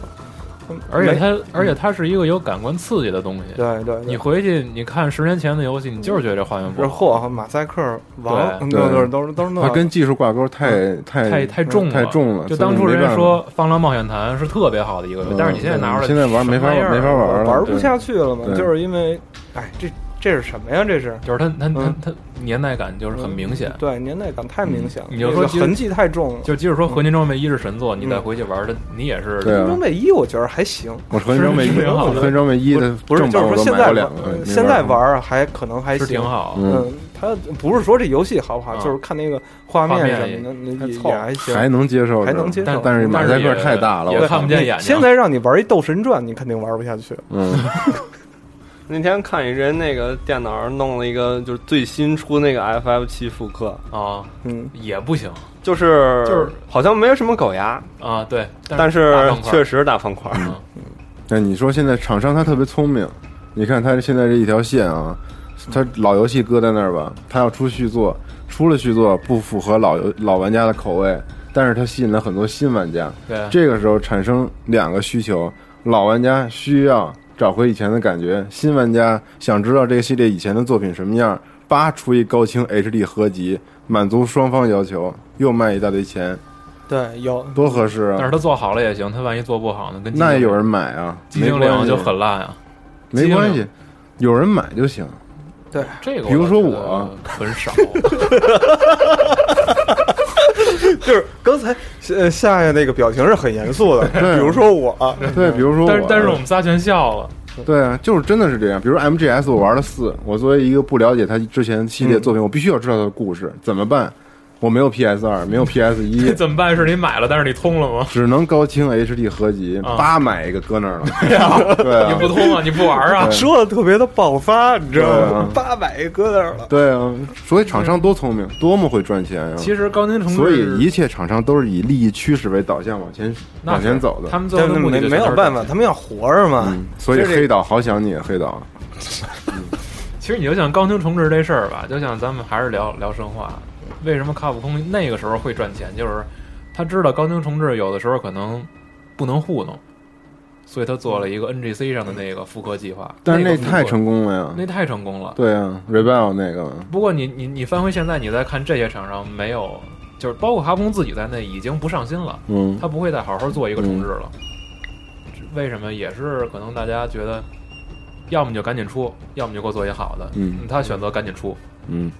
[SPEAKER 3] 嗯
[SPEAKER 4] 而且
[SPEAKER 3] 没
[SPEAKER 4] 它而且它是一个有感官刺激的东西。
[SPEAKER 3] 对对对
[SPEAKER 4] 你回去你看十年前的游戏，你就是觉得这画面不
[SPEAKER 3] 是
[SPEAKER 4] 好，
[SPEAKER 3] 霍马赛克王，
[SPEAKER 4] 对
[SPEAKER 3] 嗯都都都是都是那嗯
[SPEAKER 2] 它跟技术挂钩太太太
[SPEAKER 4] 太太重了，
[SPEAKER 2] 太重了，
[SPEAKER 4] 就
[SPEAKER 2] 所以
[SPEAKER 4] 当初
[SPEAKER 2] 没
[SPEAKER 4] 人家
[SPEAKER 2] 办法
[SPEAKER 4] 说《放浪冒险谭》是特别好的一个游戏
[SPEAKER 2] 嗯，
[SPEAKER 4] 但是你现在拿出来，
[SPEAKER 2] 现在玩没法
[SPEAKER 4] 什么玩意
[SPEAKER 2] 没
[SPEAKER 4] 儿
[SPEAKER 2] 法玩了，
[SPEAKER 3] 玩不下去了嘛，
[SPEAKER 2] 对
[SPEAKER 3] 就是因为，哎，这这是什么呀？这是
[SPEAKER 4] 就是它它它
[SPEAKER 3] 嗯
[SPEAKER 4] 它年代感就是很明显。
[SPEAKER 3] 对年代感太明显了，
[SPEAKER 2] 嗯
[SPEAKER 4] 你就
[SPEAKER 3] 那
[SPEAKER 4] 说
[SPEAKER 3] 个
[SPEAKER 4] 其实
[SPEAKER 3] 痕迹太重了。
[SPEAKER 4] 就即使说《合金装备一》是神作，你再
[SPEAKER 3] 嗯
[SPEAKER 4] 回去玩它，你也是
[SPEAKER 2] 对啊
[SPEAKER 3] 装备一我觉得还行，
[SPEAKER 2] 我合金装备一
[SPEAKER 4] 是挺好的
[SPEAKER 2] 合金装备一的
[SPEAKER 3] 不是
[SPEAKER 2] 正
[SPEAKER 3] 就
[SPEAKER 2] 版
[SPEAKER 3] 是
[SPEAKER 2] 我都
[SPEAKER 3] 说现
[SPEAKER 2] 买
[SPEAKER 3] 在
[SPEAKER 2] 过两个，
[SPEAKER 3] 玩
[SPEAKER 2] 嗯没
[SPEAKER 3] 现在
[SPEAKER 2] 过
[SPEAKER 3] 玩儿还可能还
[SPEAKER 4] 是
[SPEAKER 3] 行
[SPEAKER 4] 挺。好。
[SPEAKER 3] 嗯，它不是说这游戏好不好，
[SPEAKER 4] 嗯
[SPEAKER 3] 就是看那个画
[SPEAKER 4] 画面
[SPEAKER 3] 什么的，那也
[SPEAKER 4] 还凑
[SPEAKER 3] 也还行。
[SPEAKER 2] 还能接受，
[SPEAKER 3] 还能接受
[SPEAKER 2] 但是
[SPEAKER 4] 但
[SPEAKER 2] 马
[SPEAKER 4] 是
[SPEAKER 2] 赛
[SPEAKER 4] 也
[SPEAKER 2] 克太大了，
[SPEAKER 4] 也
[SPEAKER 2] 我
[SPEAKER 4] 看不见眼睛。
[SPEAKER 3] 现在让你玩一《斗神传》，你肯定玩不下去。
[SPEAKER 2] 嗯，
[SPEAKER 6] 那天看一人那个电脑上弄了一个，就是最新出那个 FF 七复刻，
[SPEAKER 4] 啊
[SPEAKER 3] 嗯，
[SPEAKER 4] 也不行
[SPEAKER 6] 就是
[SPEAKER 4] 就是
[SPEAKER 6] 好像没有什么狗牙，
[SPEAKER 4] 啊，对，
[SPEAKER 6] 但
[SPEAKER 4] 大
[SPEAKER 6] 是
[SPEAKER 4] 方块嗯
[SPEAKER 6] 确实大方块。
[SPEAKER 2] 那你说现在厂商他特别聪明，你看他现在这一条线啊，他老游戏搁在那儿吧，他要出续作，出了续作不符合老游老玩家的口味，但是他吸引了很多新玩家，
[SPEAKER 4] 对
[SPEAKER 2] 这个时候产生两个需求，老玩家需要找回以前的感觉。新玩家想知道这个系列以前的作品什么样，八出一高清 HD 合集，满足双方要求，又卖一大堆钱，
[SPEAKER 3] 对，有
[SPEAKER 2] 多合适
[SPEAKER 4] 但
[SPEAKER 2] 啊
[SPEAKER 4] 是！他做好了也行，他万一做不好呢？跟
[SPEAKER 2] 那也有
[SPEAKER 4] 人
[SPEAKER 2] 人买啊，
[SPEAKER 4] 寂
[SPEAKER 2] 没
[SPEAKER 4] 静
[SPEAKER 2] 关
[SPEAKER 4] 岭
[SPEAKER 2] 系
[SPEAKER 4] 就很烂啊。
[SPEAKER 2] 没关
[SPEAKER 4] 寂静
[SPEAKER 2] 系
[SPEAKER 4] 岭，
[SPEAKER 2] 有人买就行。
[SPEAKER 4] 这个
[SPEAKER 2] 比如说
[SPEAKER 4] 我倒
[SPEAKER 2] 我
[SPEAKER 4] 觉得很少，
[SPEAKER 3] 就是刚才呃夏夏那个表情是很严肃的，比如说我，啊
[SPEAKER 2] 对，比如说我，
[SPEAKER 4] 但是但是我们仨全笑了。，
[SPEAKER 2] 对啊，就是真的是这样。比如 MGS，我玩了四，我作为一个不了解他之前系列作品，我必须要知道他的故事，怎么办？我没有 PS 二，没有 PS 一
[SPEAKER 4] 怎么办？是你买了，但是你通了吗？
[SPEAKER 2] 只能高清 HD 合集，
[SPEAKER 4] 啊
[SPEAKER 2] 叭、买一个搁 那儿了。对
[SPEAKER 4] 你
[SPEAKER 2] 啊，
[SPEAKER 4] 不通啊，你不玩啊？
[SPEAKER 3] 说的特别的爆发，你知道
[SPEAKER 2] 对
[SPEAKER 3] 吗
[SPEAKER 2] 啊？
[SPEAKER 3] 八百搁那儿了，
[SPEAKER 2] 对啊，所以厂商多聪明，多么会赚钱啊！
[SPEAKER 4] 其实高清重置，
[SPEAKER 2] 所以一切厂商都是以利益驱使为导向往前
[SPEAKER 4] 那
[SPEAKER 2] 往
[SPEAKER 4] 是
[SPEAKER 2] 前走的。
[SPEAKER 4] 他们最
[SPEAKER 3] 但
[SPEAKER 4] 后
[SPEAKER 3] 是
[SPEAKER 4] 的目
[SPEAKER 3] 没
[SPEAKER 4] 的就
[SPEAKER 3] 没有
[SPEAKER 4] 是
[SPEAKER 3] 办法，。他们要活着嘛。
[SPEAKER 2] 嗯，所以黑岛好想你，啊黑岛。
[SPEAKER 4] 其实你就像高清重置这事儿吧，就像咱们还是聊聊生化，为什么卡普空那个时候会赚钱？就是他知道高清重置有的时候可能不能糊弄，所以他做了一个 NGC 上的那个复刻计划。
[SPEAKER 2] 但是
[SPEAKER 4] 那
[SPEAKER 2] 那
[SPEAKER 4] 个
[SPEAKER 2] 太成
[SPEAKER 4] 功，
[SPEAKER 2] 功了
[SPEAKER 4] 那
[SPEAKER 2] 呀！
[SPEAKER 4] 太成功了。
[SPEAKER 2] 对啊，Rebel 那个嘛
[SPEAKER 4] 不过你你你翻回现在，你再看这些厂商没有，就是包括哈工自己在内，已经不上心了，
[SPEAKER 2] 嗯
[SPEAKER 4] 他不会再好好做一个重置了。这为什么？也是可能大家觉得，要么就赶紧出，要么就给我做一好的。
[SPEAKER 2] 嗯
[SPEAKER 4] 他选择赶紧出。
[SPEAKER 2] 嗯，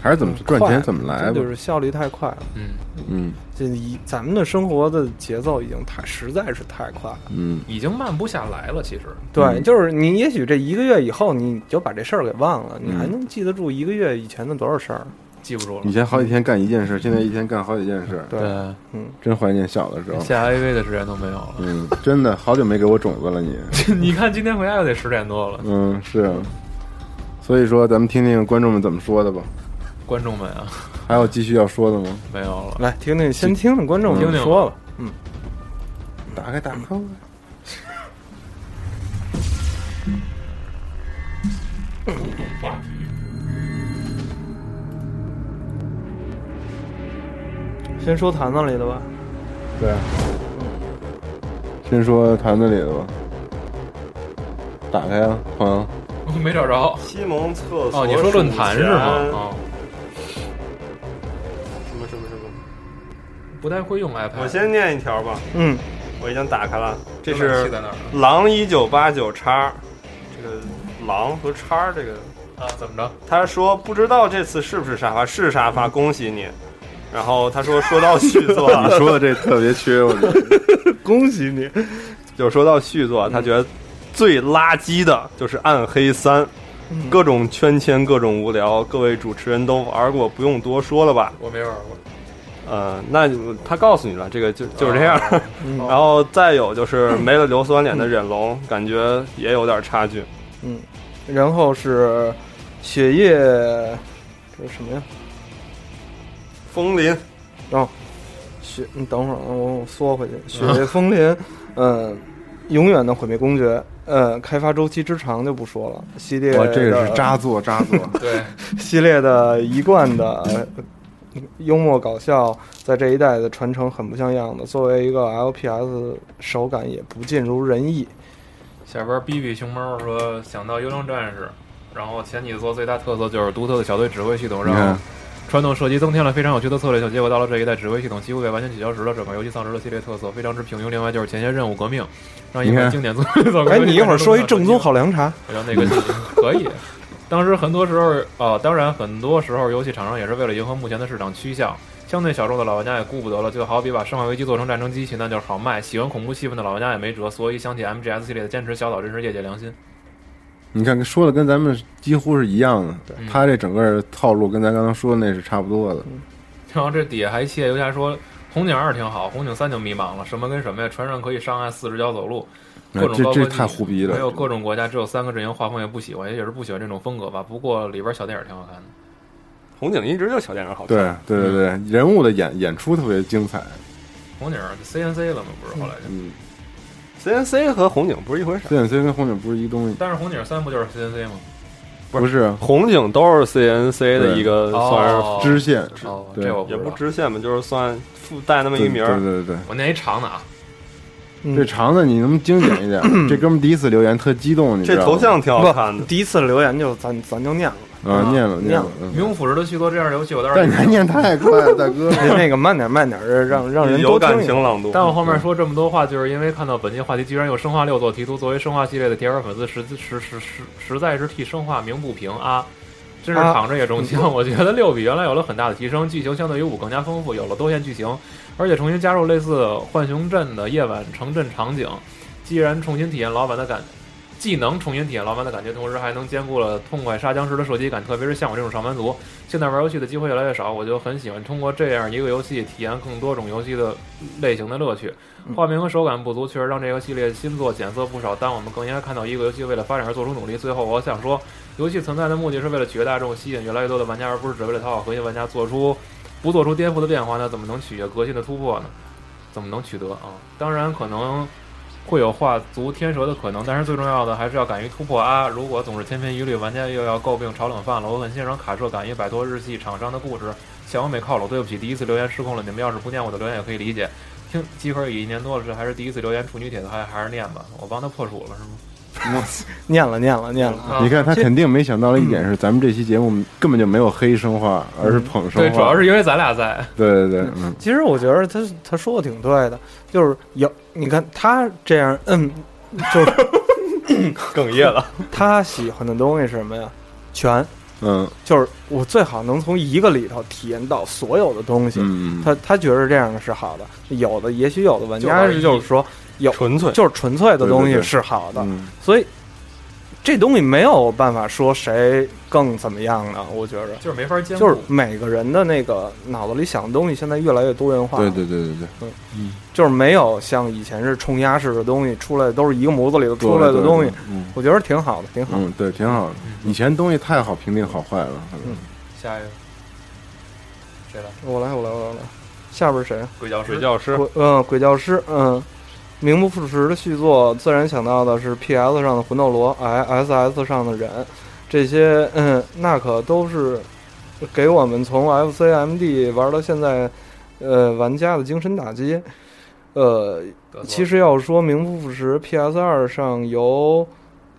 [SPEAKER 2] 还是怎么赚
[SPEAKER 3] 快
[SPEAKER 2] 钱怎么来
[SPEAKER 3] 真
[SPEAKER 2] 吧
[SPEAKER 3] 就。是效率太快了。
[SPEAKER 4] 嗯，
[SPEAKER 2] 嗯
[SPEAKER 3] 这一咱们的生活的节奏已经太实在是太快了。
[SPEAKER 2] 嗯，
[SPEAKER 4] 已经慢不下来了。其实，
[SPEAKER 3] 对，
[SPEAKER 2] 嗯
[SPEAKER 3] 就是你也许这一个月以后，你就把这事儿给忘了，你
[SPEAKER 2] 嗯
[SPEAKER 3] 还能记得住一个月以前的多少事儿？
[SPEAKER 4] 记不住了
[SPEAKER 2] 以。前好几天干一件事，现在一天干好几件事，
[SPEAKER 3] 对，
[SPEAKER 2] 真怀念小的时候。
[SPEAKER 4] 下 AV 的时间都没有了。
[SPEAKER 2] 嗯，真的好久没给我种子了你。
[SPEAKER 4] 你看今天回家又得十点多了，
[SPEAKER 2] 嗯，是啊。所以说，咱们听听观众们怎么说的吧。
[SPEAKER 4] 观众们啊，
[SPEAKER 2] 还有继续要说的吗？
[SPEAKER 4] 没有了。
[SPEAKER 3] 来听听，先听听观众
[SPEAKER 4] 听听
[SPEAKER 2] 嗯
[SPEAKER 3] 怎么说吧。
[SPEAKER 2] 打开打开。
[SPEAKER 3] 先说坛子里的吧。
[SPEAKER 2] 对啊。先说坛子里的吧。打开啊，朋友。
[SPEAKER 4] 没找着。
[SPEAKER 6] 西蒙厕所
[SPEAKER 4] 哦，你说论坛是吗？
[SPEAKER 6] 数
[SPEAKER 4] 哦，
[SPEAKER 6] 钱什么什么什么？
[SPEAKER 4] 不太会用 iPad。
[SPEAKER 6] 我先念一条吧，
[SPEAKER 3] 嗯，
[SPEAKER 6] 我已经打开了，这
[SPEAKER 4] 浏览
[SPEAKER 6] 是
[SPEAKER 4] 器在哪儿呢
[SPEAKER 6] 狼一九八九叉，这个狼和叉这个。
[SPEAKER 4] 啊，怎么着？
[SPEAKER 6] 他说不知道这次是不是沙发，是沙发，恭喜你。然后他说说到续作，
[SPEAKER 2] 你说的这特别缺，我觉得。
[SPEAKER 3] 恭喜你。
[SPEAKER 6] 就说到续作，他觉得最垃圾的就是《暗黑三》，各种圈签，各种无聊，各位主持人都玩过，不用多说了吧？
[SPEAKER 4] 我没玩过。
[SPEAKER 6] 呃，那就他告诉你了，这个就就是这样。
[SPEAKER 3] 嗯
[SPEAKER 6] 然后再有就是没了硫酸脸的忍龙，感觉也有点差距。
[SPEAKER 3] 然后是雪夜，这是什么呀？
[SPEAKER 6] 风林
[SPEAKER 3] 雪，你等会儿啊，我我缩回去。雪夜风林，嗯，永远的毁灭公爵。呃，开发周期之长就不说了，系列
[SPEAKER 2] 哇，这个是
[SPEAKER 3] 的
[SPEAKER 2] 渣作，渣作。
[SPEAKER 4] 对，
[SPEAKER 3] 系列的一贯的呃幽默搞笑，在这一代的传承很不像样的。作为一个 LPS 手感也不尽如人意。
[SPEAKER 4] 下边逼逼熊猫说想到《幽灵战士》，然后前几座最大特色就是独特的小队指挥系统，
[SPEAKER 2] 你
[SPEAKER 4] 让
[SPEAKER 2] 看
[SPEAKER 4] 传统射击增添了非常有趣的策略性。结果到了这一代，指挥系统几乎被完全取消时了，整个游戏丧失了系列特色，非常之平庸。另外就是前些任务革命，让一
[SPEAKER 2] 你
[SPEAKER 4] 款
[SPEAKER 2] 看
[SPEAKER 4] 经典作品 走
[SPEAKER 3] 哎，你一会儿说一正宗好凉茶，
[SPEAKER 4] 然后那个就可以。当时很多时候，呃，当然很多时候，游戏厂商也是为了迎合目前的市场趋向，相对小众的老玩家也顾不得了。就好比把《生化危机》做成战争机器，那就是好卖；喜欢恐怖气氛的老玩家也没辙。所以想起 MGS 系列的坚持，小岛真是业界良心。
[SPEAKER 2] 你看，说的跟咱们几乎是一样的。
[SPEAKER 4] 嗯
[SPEAKER 2] 他这整个套路跟咱刚刚说的那是差不多的。
[SPEAKER 4] 然后这底下还谢游侠说，《红警二》挺好，《红警三》就迷茫了，什么跟什么呀？船上可以上岸四只脚走路，各
[SPEAKER 2] 哎
[SPEAKER 4] 种
[SPEAKER 2] 这
[SPEAKER 4] 高
[SPEAKER 2] 这
[SPEAKER 4] 科技
[SPEAKER 2] 太胡逼了
[SPEAKER 4] 没有各种国家，只有三个阵营，画风也不喜欢，也许是不喜欢这种风格吧。不过里边小电影挺好看的。
[SPEAKER 6] 红警一直就小电影好看。
[SPEAKER 2] 对对对对，人物的
[SPEAKER 4] 嗯
[SPEAKER 2] 演演出特别精彩。
[SPEAKER 4] 红警 CNC 了嘛，不是后来就。
[SPEAKER 2] 嗯，
[SPEAKER 6] ，CNC 和红警不是一回事儿。
[SPEAKER 2] C N C 跟红警不是一东西，
[SPEAKER 4] 但是红警三不就是 CNC 吗？
[SPEAKER 2] 不是啊
[SPEAKER 6] 红警都是 CNC 的一个算是
[SPEAKER 4] 哦
[SPEAKER 2] 支线，
[SPEAKER 4] 哦，
[SPEAKER 2] 对
[SPEAKER 4] 这我
[SPEAKER 6] 也
[SPEAKER 4] 知
[SPEAKER 6] 不
[SPEAKER 4] 道。
[SPEAKER 6] 支线吧，就是算附带那么一
[SPEAKER 2] 对
[SPEAKER 6] 名儿
[SPEAKER 2] 对对对，
[SPEAKER 4] 我念一长的啊，
[SPEAKER 3] 嗯
[SPEAKER 2] 这长的你能不能精简一 点？这哥们儿第一次留言特激动，你知
[SPEAKER 6] 这
[SPEAKER 2] 道吗
[SPEAKER 6] 头像挺好看的
[SPEAKER 3] 不，，第一次留言就咱咱就念 了，
[SPEAKER 2] 啊，念了
[SPEAKER 3] 念
[SPEAKER 2] 念
[SPEAKER 3] 了
[SPEAKER 2] 了，嗯
[SPEAKER 4] 永腐蚀的续作这样的游戏，我倒
[SPEAKER 2] 但
[SPEAKER 4] 是
[SPEAKER 2] 你 还念太快 了，大哥。
[SPEAKER 3] 那
[SPEAKER 4] 嗯
[SPEAKER 3] 那个慢点慢点，让让人多
[SPEAKER 6] 有
[SPEAKER 3] 听
[SPEAKER 6] 感
[SPEAKER 3] 一
[SPEAKER 6] 情
[SPEAKER 3] 听。
[SPEAKER 6] 朗读。
[SPEAKER 4] 但我后面说这么多话，就是因为看到本期话题居然有《生化六》做题图，作为《生化》系列的铁杆粉丝，实实实实实在是替《生化》鸣不平啊！真是
[SPEAKER 3] 啊
[SPEAKER 4] 躺着也中枪。我觉得六比原来有了很大的提升，剧情相对于五更加丰富，有了多线剧情，而且重新加入类似浣熊镇的夜晚城镇场景，既然重新体验老板的感。既能重新体验老板的感觉，同时还能兼顾了痛快杀僵尸的射击感，特别是像我这种上班族，现在玩游戏的机会越来越少，我就很喜欢通过这样一个游戏体验更多种游戏的类型的乐趣。画面和手感不足，确实让这个系列新作减色不少，但我们更应该看到一个游戏为了发展而做出努力。最后，我想说，游戏存在的目的是为了取悦大众，吸引越来越多的玩家，而不是只为了讨好核心玩家做出不做出颠覆的变化，那怎么能取悦革新的突破呢？怎么能取得啊？当然可能。会有画足天蛇的可能，但是最重要的还是要敢于突破啊！如果总是千篇一律，玩家又要诟病炒冷饭了。我很欣赏卡社敢于摆脱日系厂商的固执，小美靠拢。对不起，第一次留言失控了，你们要是不念我的留言也可以理解。听集合已一年多了，这还是第一次留言处女帖子，还还是念吧。我帮他破处了是吗？
[SPEAKER 3] 念了念了念了，
[SPEAKER 4] 啊
[SPEAKER 2] 你看，他肯定没想到的一
[SPEAKER 4] 嗯
[SPEAKER 2] 点是，咱们这期节目根本就没有黑生化，而是捧生化。
[SPEAKER 4] 对，主要是因为咱俩在。
[SPEAKER 2] 对对对，嗯，
[SPEAKER 3] 其实我觉得他他说的挺对的，就是有你看他这样，嗯，就是
[SPEAKER 6] 哽咽 了，
[SPEAKER 3] 他喜欢的东西是什么呀？全
[SPEAKER 2] 嗯
[SPEAKER 3] 就是我最好能从一个里头体验到所有的东西。
[SPEAKER 2] 嗯，
[SPEAKER 3] 他他觉得这样是好的，有的也许有的玩家
[SPEAKER 4] 就是
[SPEAKER 3] 是就是说有
[SPEAKER 6] 纯粹。
[SPEAKER 3] 就是纯粹的
[SPEAKER 2] 嗯对
[SPEAKER 3] 东
[SPEAKER 2] 对
[SPEAKER 3] 西
[SPEAKER 2] 对
[SPEAKER 3] 是好的，
[SPEAKER 2] 嗯
[SPEAKER 3] 所以这东西没有办法说谁更怎么样呢？我觉着
[SPEAKER 4] 就是没法兼顾，
[SPEAKER 3] 就是每个人的那个脑子里想的东西现在越来越多元化，
[SPEAKER 2] 对对对对对，
[SPEAKER 3] 就是没有像以前是冲压式的东西出来的都是一个模子里头
[SPEAKER 2] 对
[SPEAKER 3] 出来的东，西
[SPEAKER 2] 对，嗯
[SPEAKER 3] 我觉得挺好的，挺好的。
[SPEAKER 2] 嗯，对，挺好的。以前东西太好评定好坏了，嗯
[SPEAKER 4] 下一个谁来？
[SPEAKER 3] 我来，我来，我来，我来。下边谁啊？
[SPEAKER 4] 鬼教
[SPEAKER 6] 水
[SPEAKER 4] 师。
[SPEAKER 6] 教师
[SPEAKER 3] 鬼嗯，鬼教师，嗯，名不副实的续作，自然想到的是 PS 上的魂斗罗，SS 上的人，这些嗯，那可都是给我们从 FCMD 玩到现在，呃，玩家的精神打击。呃，其实要说名不副实，PS 二上由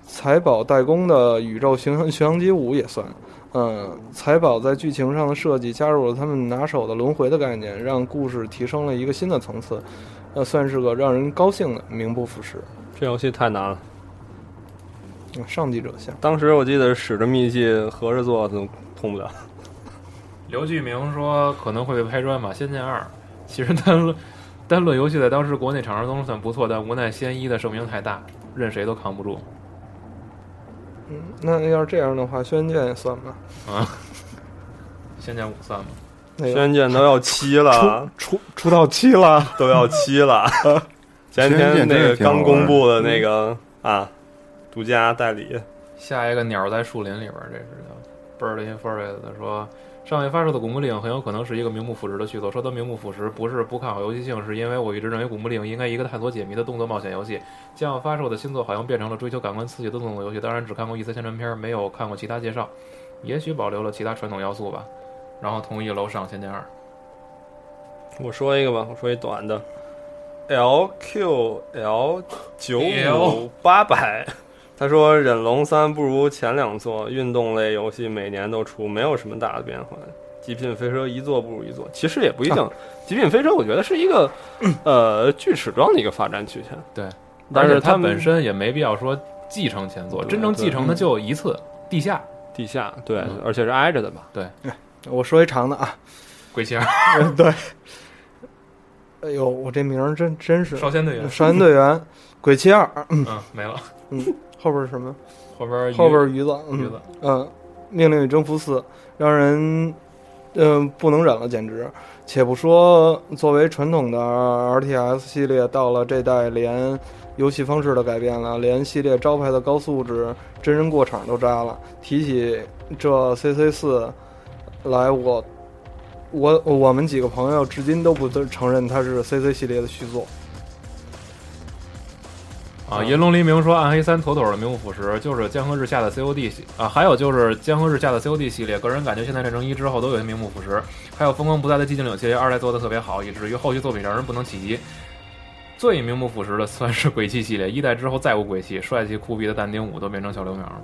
[SPEAKER 3] 财宝代工的《宇宙巡航巡航机五》也算。嗯，财宝在剧情上的设计加入了他们拿手的轮回的概念，让故事提升了一个新的层次，那算是个让人高兴的名不副实。
[SPEAKER 6] 这游戏太难了。
[SPEAKER 3] 嗯上帝者像，
[SPEAKER 6] 当时我记得使着秘技合着做都通不了，
[SPEAKER 4] 刘巨明说可能会被拍砖吧，《仙剑二》 其实单论单论游戏在当时国内厂商中算不错，但无奈仙一的盛名太大，任谁都扛不住。
[SPEAKER 3] 嗯，那要是这样的话，《轩辕剑》也算吧。
[SPEAKER 4] 仙剑五算吗？
[SPEAKER 3] 那
[SPEAKER 6] 轩
[SPEAKER 3] 个
[SPEAKER 6] 辕剑都要七了，
[SPEAKER 3] 出出道期了，
[SPEAKER 6] 都要七了。前几天那个刚公布的那个啊，独家代理，
[SPEAKER 4] 下一个鸟在树林里边儿，这是叫 Bird in Forest 说，尚未发售的《古墓丽影》很有可能是一个名不副实的续作。说它名不副实，不是不看好游戏性，是因为我一直认为《古墓丽影》应该一个探索解谜的动作冒险游戏，将要发售的新作好像变成了追求感官刺激的动作游戏。当然，只看过一次宣传片儿，没有看过其他介绍，也许保留了其他传统要素吧。然后同意楼上《仙剑二》，
[SPEAKER 6] 我说一个吧，我说一短的，LQL 九五八百。 他说：“忍龙三不如前两座，运动类游戏每年都出，没有什么大的变化。极品飞车一座不如一座，其实也不一定。
[SPEAKER 4] 啊
[SPEAKER 6] 极品飞车我觉得是一 个，呃，锯齿状的一个发展曲线。
[SPEAKER 4] 对，
[SPEAKER 6] 但
[SPEAKER 4] 而且
[SPEAKER 6] 是
[SPEAKER 4] 它
[SPEAKER 6] 他们
[SPEAKER 4] 本身也没必要说继承前作，
[SPEAKER 6] 对
[SPEAKER 4] 真正
[SPEAKER 6] 对
[SPEAKER 4] 继承的就一次，地下
[SPEAKER 6] 地下对，
[SPEAKER 4] 嗯
[SPEAKER 6] 而且是挨着的吧？
[SPEAKER 3] 我说一长的啊，
[SPEAKER 4] 鬼泣二
[SPEAKER 3] 对， 哎呦，我这名儿真真是
[SPEAKER 4] 少 先队员，
[SPEAKER 3] 少先队员，鬼泣二，嗯，
[SPEAKER 4] 嗯，没了，
[SPEAKER 3] 后边是什么？
[SPEAKER 4] 后边儿呃鱼
[SPEAKER 3] 后边鱼子，嗯
[SPEAKER 4] 鱼子。
[SPEAKER 3] 嗯，《命令与征服四》让人嗯、不能忍了，简直。且不说作为传统的 RTS 系列，到了这代连游戏方式都改变了，连系列招牌的高素质真人过场都扎了。提起这 CC 四来，我我我们几个朋友至今都不承认它是 CC 系列的续作。
[SPEAKER 4] 啊，银龙黎明说《暗黑三》妥妥的名不副实，就是江河日下的 COD 系啊，还有就是江河日下的 COD 系列，个人感觉现在战争一之后都有些名不副实，还有风光不再的寂静岭系列二代做的特别好，以至于后续作品让人不能企及。最名不副实的算是鬼泣系列，一代之后再无鬼泣，帅气酷毙的但丁五都变成小流氓了。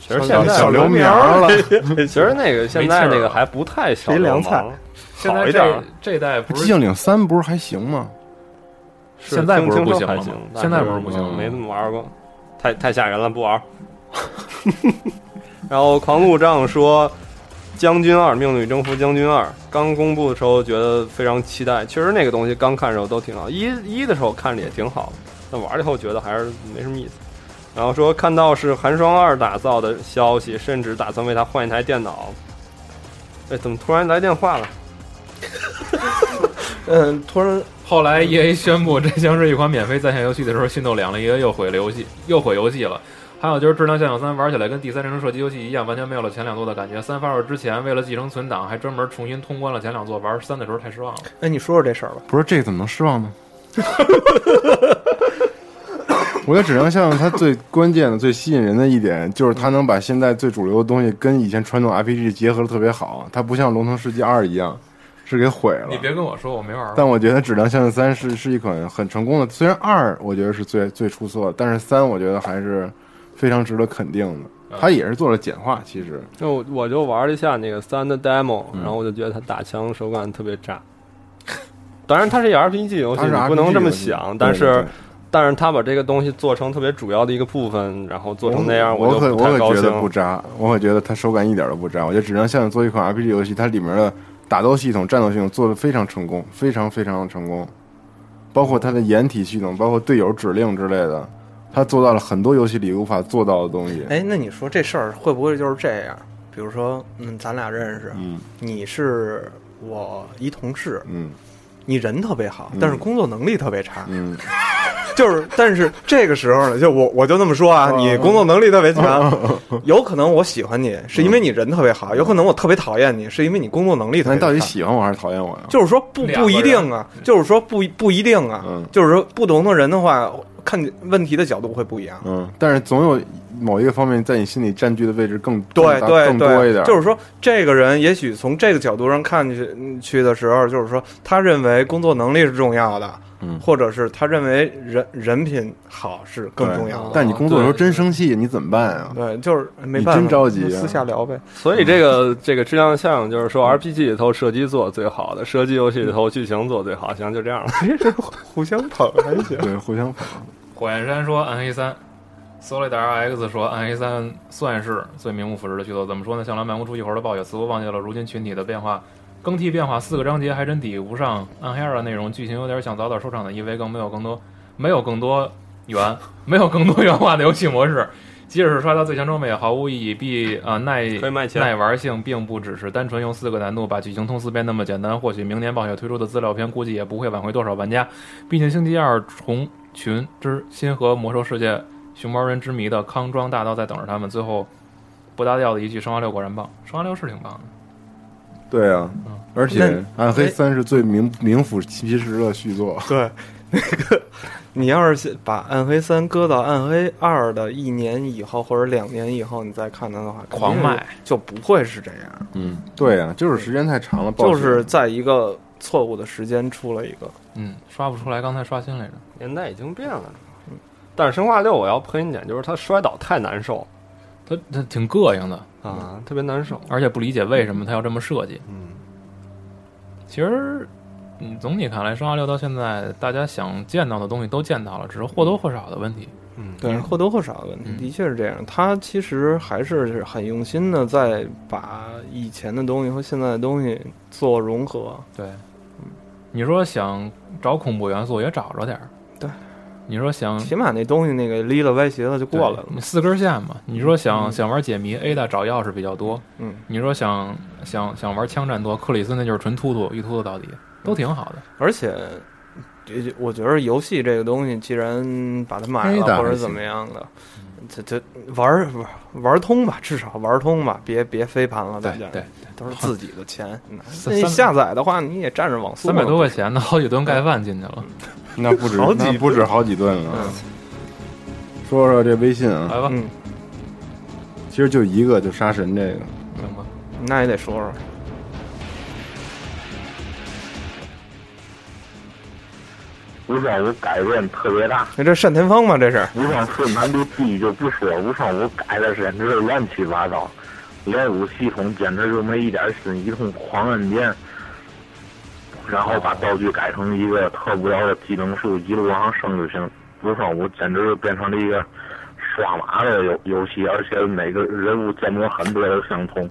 [SPEAKER 6] 其实现在
[SPEAKER 2] 小刘苗了，
[SPEAKER 6] 其实 那个现在那个还不太小流氓，
[SPEAKER 3] 没气儿了
[SPEAKER 4] 现在
[SPEAKER 6] 好一点儿啊
[SPEAKER 4] 这这代不是
[SPEAKER 2] 寂静岭三不是还行吗？
[SPEAKER 6] 是
[SPEAKER 4] 现在不是
[SPEAKER 6] 听
[SPEAKER 4] 不
[SPEAKER 6] 说
[SPEAKER 4] 行
[SPEAKER 6] 还
[SPEAKER 4] 了吗
[SPEAKER 6] 行，但
[SPEAKER 4] 现在不是不行了
[SPEAKER 6] 没怎么玩过，太太吓人了，不玩。 然后狂怒杖说，《将军二：命运征服将军二》刚公布的时候觉得非常期待，确实那个东西刚看的时候都挺好，一一的时候看着也挺好，但玩了以后觉得还是没什么意思。然后说看到是寒霜二打造的消息，甚至打算为它换一台电脑。哎，怎么突然来电话了？
[SPEAKER 3] 嗯，突然
[SPEAKER 4] 后来 E A 宣布这将是一款免费在线游戏的时候，心都凉了，E A 又毁了游戏，又毁游戏了。还有就是《质量效应三》玩起来跟第三人称射击游戏一样，完全没有了前两座的感觉。三发售之前，为了继承存档，还专门重新通关了前两座，玩三的时候太失望了。
[SPEAKER 3] 哎，你说说这事儿吧。
[SPEAKER 2] 不是这怎么能失望呢？ 我觉得质量效应它最关键的、最吸引人的一点，就是它能把现在最主流的东西跟以前传统 RPG 结合的特别好。它不像《龙腾世纪二》一样，是给毁了
[SPEAKER 4] 你。别跟我说我没玩过，
[SPEAKER 2] 但我觉得《质量效应三》是是一款很成功的，虽然二我觉得是最最出色的，但是三我觉得还是非常值得肯定
[SPEAKER 6] 嗯
[SPEAKER 2] 的。它也是做了简化，其实
[SPEAKER 6] 就我我就玩了一下那个三的 demo，、然后我就觉得它打枪手感特别炸。当然，它是一个 RPG 游戏，
[SPEAKER 2] 它是
[SPEAKER 6] 你
[SPEAKER 2] RPG
[SPEAKER 6] 不能这么
[SPEAKER 2] 游戏
[SPEAKER 6] 想。但
[SPEAKER 2] 对对
[SPEAKER 6] 是
[SPEAKER 2] 对，
[SPEAKER 6] 但是它把这个东西做成特别主要的一个部分，然后做成那样，
[SPEAKER 2] 我
[SPEAKER 6] 就
[SPEAKER 2] 可
[SPEAKER 6] 不
[SPEAKER 2] 我
[SPEAKER 6] 太
[SPEAKER 2] 可
[SPEAKER 6] 高
[SPEAKER 2] 觉
[SPEAKER 6] 兴
[SPEAKER 2] 得。不渣，我可觉得它手感一点都不渣。我觉得《质量效应》做一款 RPG 游戏，它里面的打斗系统、战斗系统做的非常成功，非常非常的成功，包括它的掩体系统，包括队友指令之类的，它做到了很多游戏里无法做到的东西。
[SPEAKER 3] 哎，那你说这事儿会不会就是这样？比如说，嗯，咱俩认识，
[SPEAKER 2] 嗯
[SPEAKER 3] 你是我一同事，
[SPEAKER 2] 嗯
[SPEAKER 3] 你人特别好，但是工作能力特别差。
[SPEAKER 2] 嗯，
[SPEAKER 3] 就是，但是这个时候呢，就我我就那么说啊，
[SPEAKER 2] 嗯
[SPEAKER 3] 你工作能力特别强， 有可能我喜欢你是因为你人特别好，有可能我特别讨厌你是因为你工作能力
[SPEAKER 2] 嗯
[SPEAKER 3] 特
[SPEAKER 2] 那
[SPEAKER 3] 别
[SPEAKER 2] 你到底
[SPEAKER 3] 差
[SPEAKER 2] 喜欢我还是讨厌我啊呀？
[SPEAKER 3] 就是说不
[SPEAKER 4] 两
[SPEAKER 3] 不
[SPEAKER 4] 个
[SPEAKER 3] 一
[SPEAKER 4] 人嗯
[SPEAKER 3] 定啊，就是说不不一定啊，
[SPEAKER 2] 嗯
[SPEAKER 3] 就是说不同的人的话，看问题的角度会不一样。
[SPEAKER 2] 嗯，但是总有某一个方面在你心里占据的位置更
[SPEAKER 3] 对
[SPEAKER 2] 更大
[SPEAKER 3] 对
[SPEAKER 2] 更多一
[SPEAKER 3] 对，
[SPEAKER 2] 点，
[SPEAKER 3] 就是说，这个人也许从这个角度上看去嗯去的时候，就是说，他认为工作能力是重要的，
[SPEAKER 2] 嗯
[SPEAKER 3] 或者是他认为人人品好是更
[SPEAKER 2] 对
[SPEAKER 3] 重要的。
[SPEAKER 2] 但你工作的时候真生气，你怎么办啊？
[SPEAKER 3] 对，就是没
[SPEAKER 2] 你
[SPEAKER 3] 办法，
[SPEAKER 2] 真着急啊
[SPEAKER 3] 私下聊呗。
[SPEAKER 6] 所以这个这个质量效应就是说，RPG 里头射击做最好的，射击游戏里头剧情做最好，行，就这样了。
[SPEAKER 3] 互相捧还行。
[SPEAKER 2] 对，互相捧。
[SPEAKER 4] 火焰山说暗黑三，Solid R X 说暗黑三算是最名不副实的续作。怎么说呢？向来漫无出一魂的暴雪似乎忘记了如今群体的变化。更替变化，四个章节还真抵不上暗黑二的内容，剧情有点想早点收场的意味，更没有更多没有更多元，没有更多元化的游戏模式。即使是刷到最强装备也毫无意义，必啊、呃耐
[SPEAKER 6] 可以卖钱
[SPEAKER 4] 耐玩性并不只是单纯用四个难度把剧情通四遍那么简单。或许明年暴雪推出的资料片估计也不会挽回多少玩家，毕竟星期二重群之新和魔兽世界熊猫人之谜的康庄大道在等着他们。最后不搭调的一句：生化六果然棒，生化六是挺棒的。
[SPEAKER 2] 对啊，而且《
[SPEAKER 3] 嗯那
[SPEAKER 2] 暗黑
[SPEAKER 3] 哎
[SPEAKER 2] 三》是最名名副其实的续作。
[SPEAKER 3] 对，那个你要是先把《暗黑三》搁到《暗黑二》的一年以后或者两年以后，你再看它的话，
[SPEAKER 4] 狂卖
[SPEAKER 3] 就不会是这样，
[SPEAKER 2] 嗯，对啊，就是时间太长了，暴
[SPEAKER 3] 就
[SPEAKER 2] 雪
[SPEAKER 3] 是在一个错误的时间出了一个。
[SPEAKER 4] 嗯，刷不出来，刚才刷新来着。
[SPEAKER 6] 年代已经变了。但是生化六我要喷一点，就是它摔倒太难受
[SPEAKER 4] 他他挺膈应的，
[SPEAKER 6] 啊，特别难受。
[SPEAKER 4] 而且不理解为什么他要这么设计。
[SPEAKER 6] 嗯，
[SPEAKER 4] 其实，嗯，总体看来，生化六到现在大家想见到的东西都见到了，只是或多或少的问题。
[SPEAKER 2] 嗯
[SPEAKER 3] 对，或多或少的问题，
[SPEAKER 4] 嗯
[SPEAKER 3] 的确是这样。他其实还是很用心的在把以前的东西和现在的东西做融合。
[SPEAKER 4] 对，你说想找恐怖元素也找着点儿。
[SPEAKER 3] 对，
[SPEAKER 4] 你说想
[SPEAKER 3] 起码那东西那个离了歪斜了就过来了
[SPEAKER 4] 嗯对。四根线嘛。你说想、想玩解谜，Ada 找钥匙比较多。
[SPEAKER 3] 嗯，
[SPEAKER 4] 你说想想想玩枪战多，克里斯那就是纯突突，一突突到底，都挺好的。
[SPEAKER 3] 而且，这我觉得游戏这个东西，既然把它买
[SPEAKER 2] 黑
[SPEAKER 3] 了
[SPEAKER 2] 的
[SPEAKER 3] 或者怎么样的，
[SPEAKER 4] 嗯
[SPEAKER 3] 这这玩儿玩儿玩儿通吧， 至少玩儿通吧，别别飞盘了，大家
[SPEAKER 4] 对对，
[SPEAKER 3] 都是自己的钱。那
[SPEAKER 4] 三
[SPEAKER 3] 你下载的话，你也占着网速
[SPEAKER 4] 三
[SPEAKER 3] 嘛，
[SPEAKER 4] 百多块钱呢，好几顿盖饭进去
[SPEAKER 3] 嗯
[SPEAKER 4] 了。
[SPEAKER 2] 那不止
[SPEAKER 3] 好几
[SPEAKER 2] 那不止好几顿了。说说这微信啊，
[SPEAKER 4] 来吧，
[SPEAKER 3] 嗯，
[SPEAKER 2] 其实就一个，就杀神这个。
[SPEAKER 4] 行吧。
[SPEAKER 3] 那也得说说。
[SPEAKER 10] 无上无改变特别大。
[SPEAKER 3] 那这单田芳吗？这是
[SPEAKER 10] 无上四难度地狱就不说，无上无改的简直是乱七八糟，练武系统简直就没一点心，一通狂按键，然后把道具改成一个特无聊的技能树，一路往上升就行。无上无简直就变成了一个刷马的游游戏，而且每个人物建模很多都相同，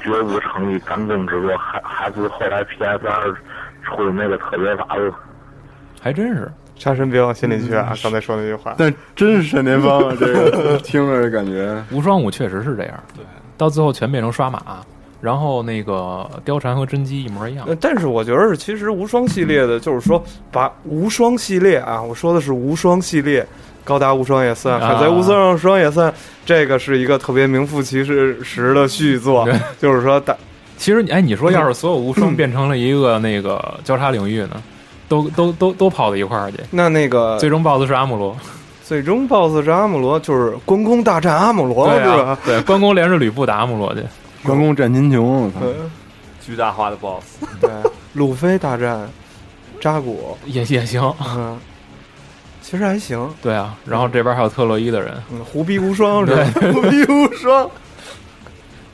[SPEAKER 10] 绝无诚意，干净之作，还还不如后来 PS 二出的那个特别法务。
[SPEAKER 4] 还真是。
[SPEAKER 3] 杀神别往心里去啊！刚才说那句话，
[SPEAKER 2] 但真是单田芳啊，这 个听着感觉
[SPEAKER 4] 无双五确实是这样，对，到最后全变成刷马，然后那个貂蝉和甄姬一模一样
[SPEAKER 3] 呃，但是我觉得是，其实无双系列的，就是说把无双系列啊，我说的是无双系列，高达无双也算，
[SPEAKER 4] 啊
[SPEAKER 3] 海贼无双无双也算，这个是一个特别名副其实实的续作
[SPEAKER 4] 对，
[SPEAKER 3] 就是说打
[SPEAKER 4] 其实你哎，你说要是所有无双变成了一个那个交叉领域呢，都都都都跑到一块儿去，
[SPEAKER 3] 那那个
[SPEAKER 4] 最终 BOSS 是阿姆罗，
[SPEAKER 3] 最终 BOSS 是阿姆罗，就是关公大战阿姆罗，哦
[SPEAKER 4] 对
[SPEAKER 3] 是
[SPEAKER 4] 啊
[SPEAKER 3] 吧？，
[SPEAKER 4] 对，关公连着吕布打阿姆罗去，
[SPEAKER 2] 关公战秦琼，我操
[SPEAKER 3] 嗯，
[SPEAKER 6] 巨大化的 BOSS，
[SPEAKER 3] 对，路飞大战扎古，
[SPEAKER 4] 也也行，
[SPEAKER 3] 嗯，其实还行，
[SPEAKER 4] 对啊，然后这边还有特洛伊的人，
[SPEAKER 3] 嗯，胡逼无双是吧？
[SPEAKER 8] 无比无双，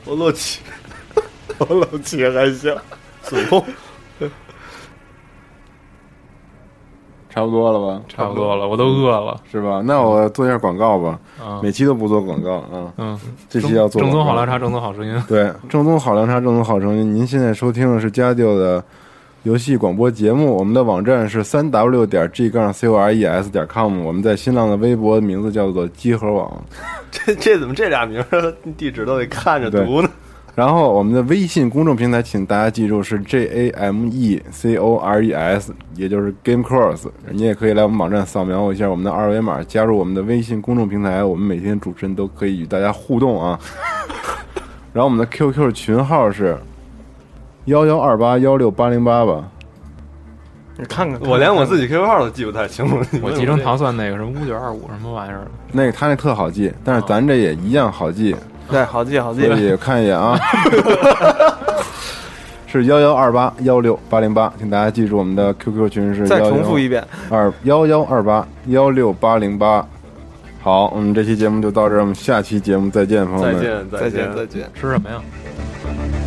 [SPEAKER 8] 我漏气，我漏气还行，损控。
[SPEAKER 2] 差不多了吧？
[SPEAKER 4] 差不多了，我都饿了，
[SPEAKER 2] 是吧？那我做一下广告吧，
[SPEAKER 4] 嗯啊，
[SPEAKER 2] 每期都不做广告啊，
[SPEAKER 4] 嗯，
[SPEAKER 2] 这期要做嗯
[SPEAKER 4] 正宗好
[SPEAKER 2] 广告
[SPEAKER 4] 凉茶，正宗好声音，
[SPEAKER 2] 对，正宗好凉茶，正宗好声音。您现在收听的是家调的游戏广播节目，我们的网站是三 w 点 g 杠 c o r e s 点 com，我们在新浪的微博名字叫做集合网，
[SPEAKER 6] 这 这怎么这俩名儿 地址都得看着读呢？
[SPEAKER 2] 然后我们的微信公众平台，请大家记住是 J A M E C O R E S，也就是 Game Cross。你也可以来我们网站扫描一下我们的二维码，加入我们的微信公众平台，我们每天主持人都可以与大家互动啊。 然后我们的 QQ 群号是幺幺二八幺六八零八吧。
[SPEAKER 3] 你看看，
[SPEAKER 6] 我连我自己 QQ 号都记不太清楚。你们
[SPEAKER 4] 我集成糖蒜那个什么乌九二五什么玩意儿的，
[SPEAKER 2] 那个他那特好记，但是咱这也一样好 记，
[SPEAKER 3] 对，好记好记
[SPEAKER 2] 所，以看一眼 啊，是幺幺二八幺六八零八，请大家记住我们的 QQ 群是
[SPEAKER 3] 再
[SPEAKER 2] 11
[SPEAKER 3] 重复一遍。
[SPEAKER 2] 二幺幺二八幺六八零八。好，我们嗯这期节目就到这儿，我们下期节目再见，朋友
[SPEAKER 6] 再
[SPEAKER 2] 们。
[SPEAKER 6] 见，
[SPEAKER 3] 再
[SPEAKER 6] 见，
[SPEAKER 3] 见，再见。
[SPEAKER 4] 吃什么呀？
[SPEAKER 6] 再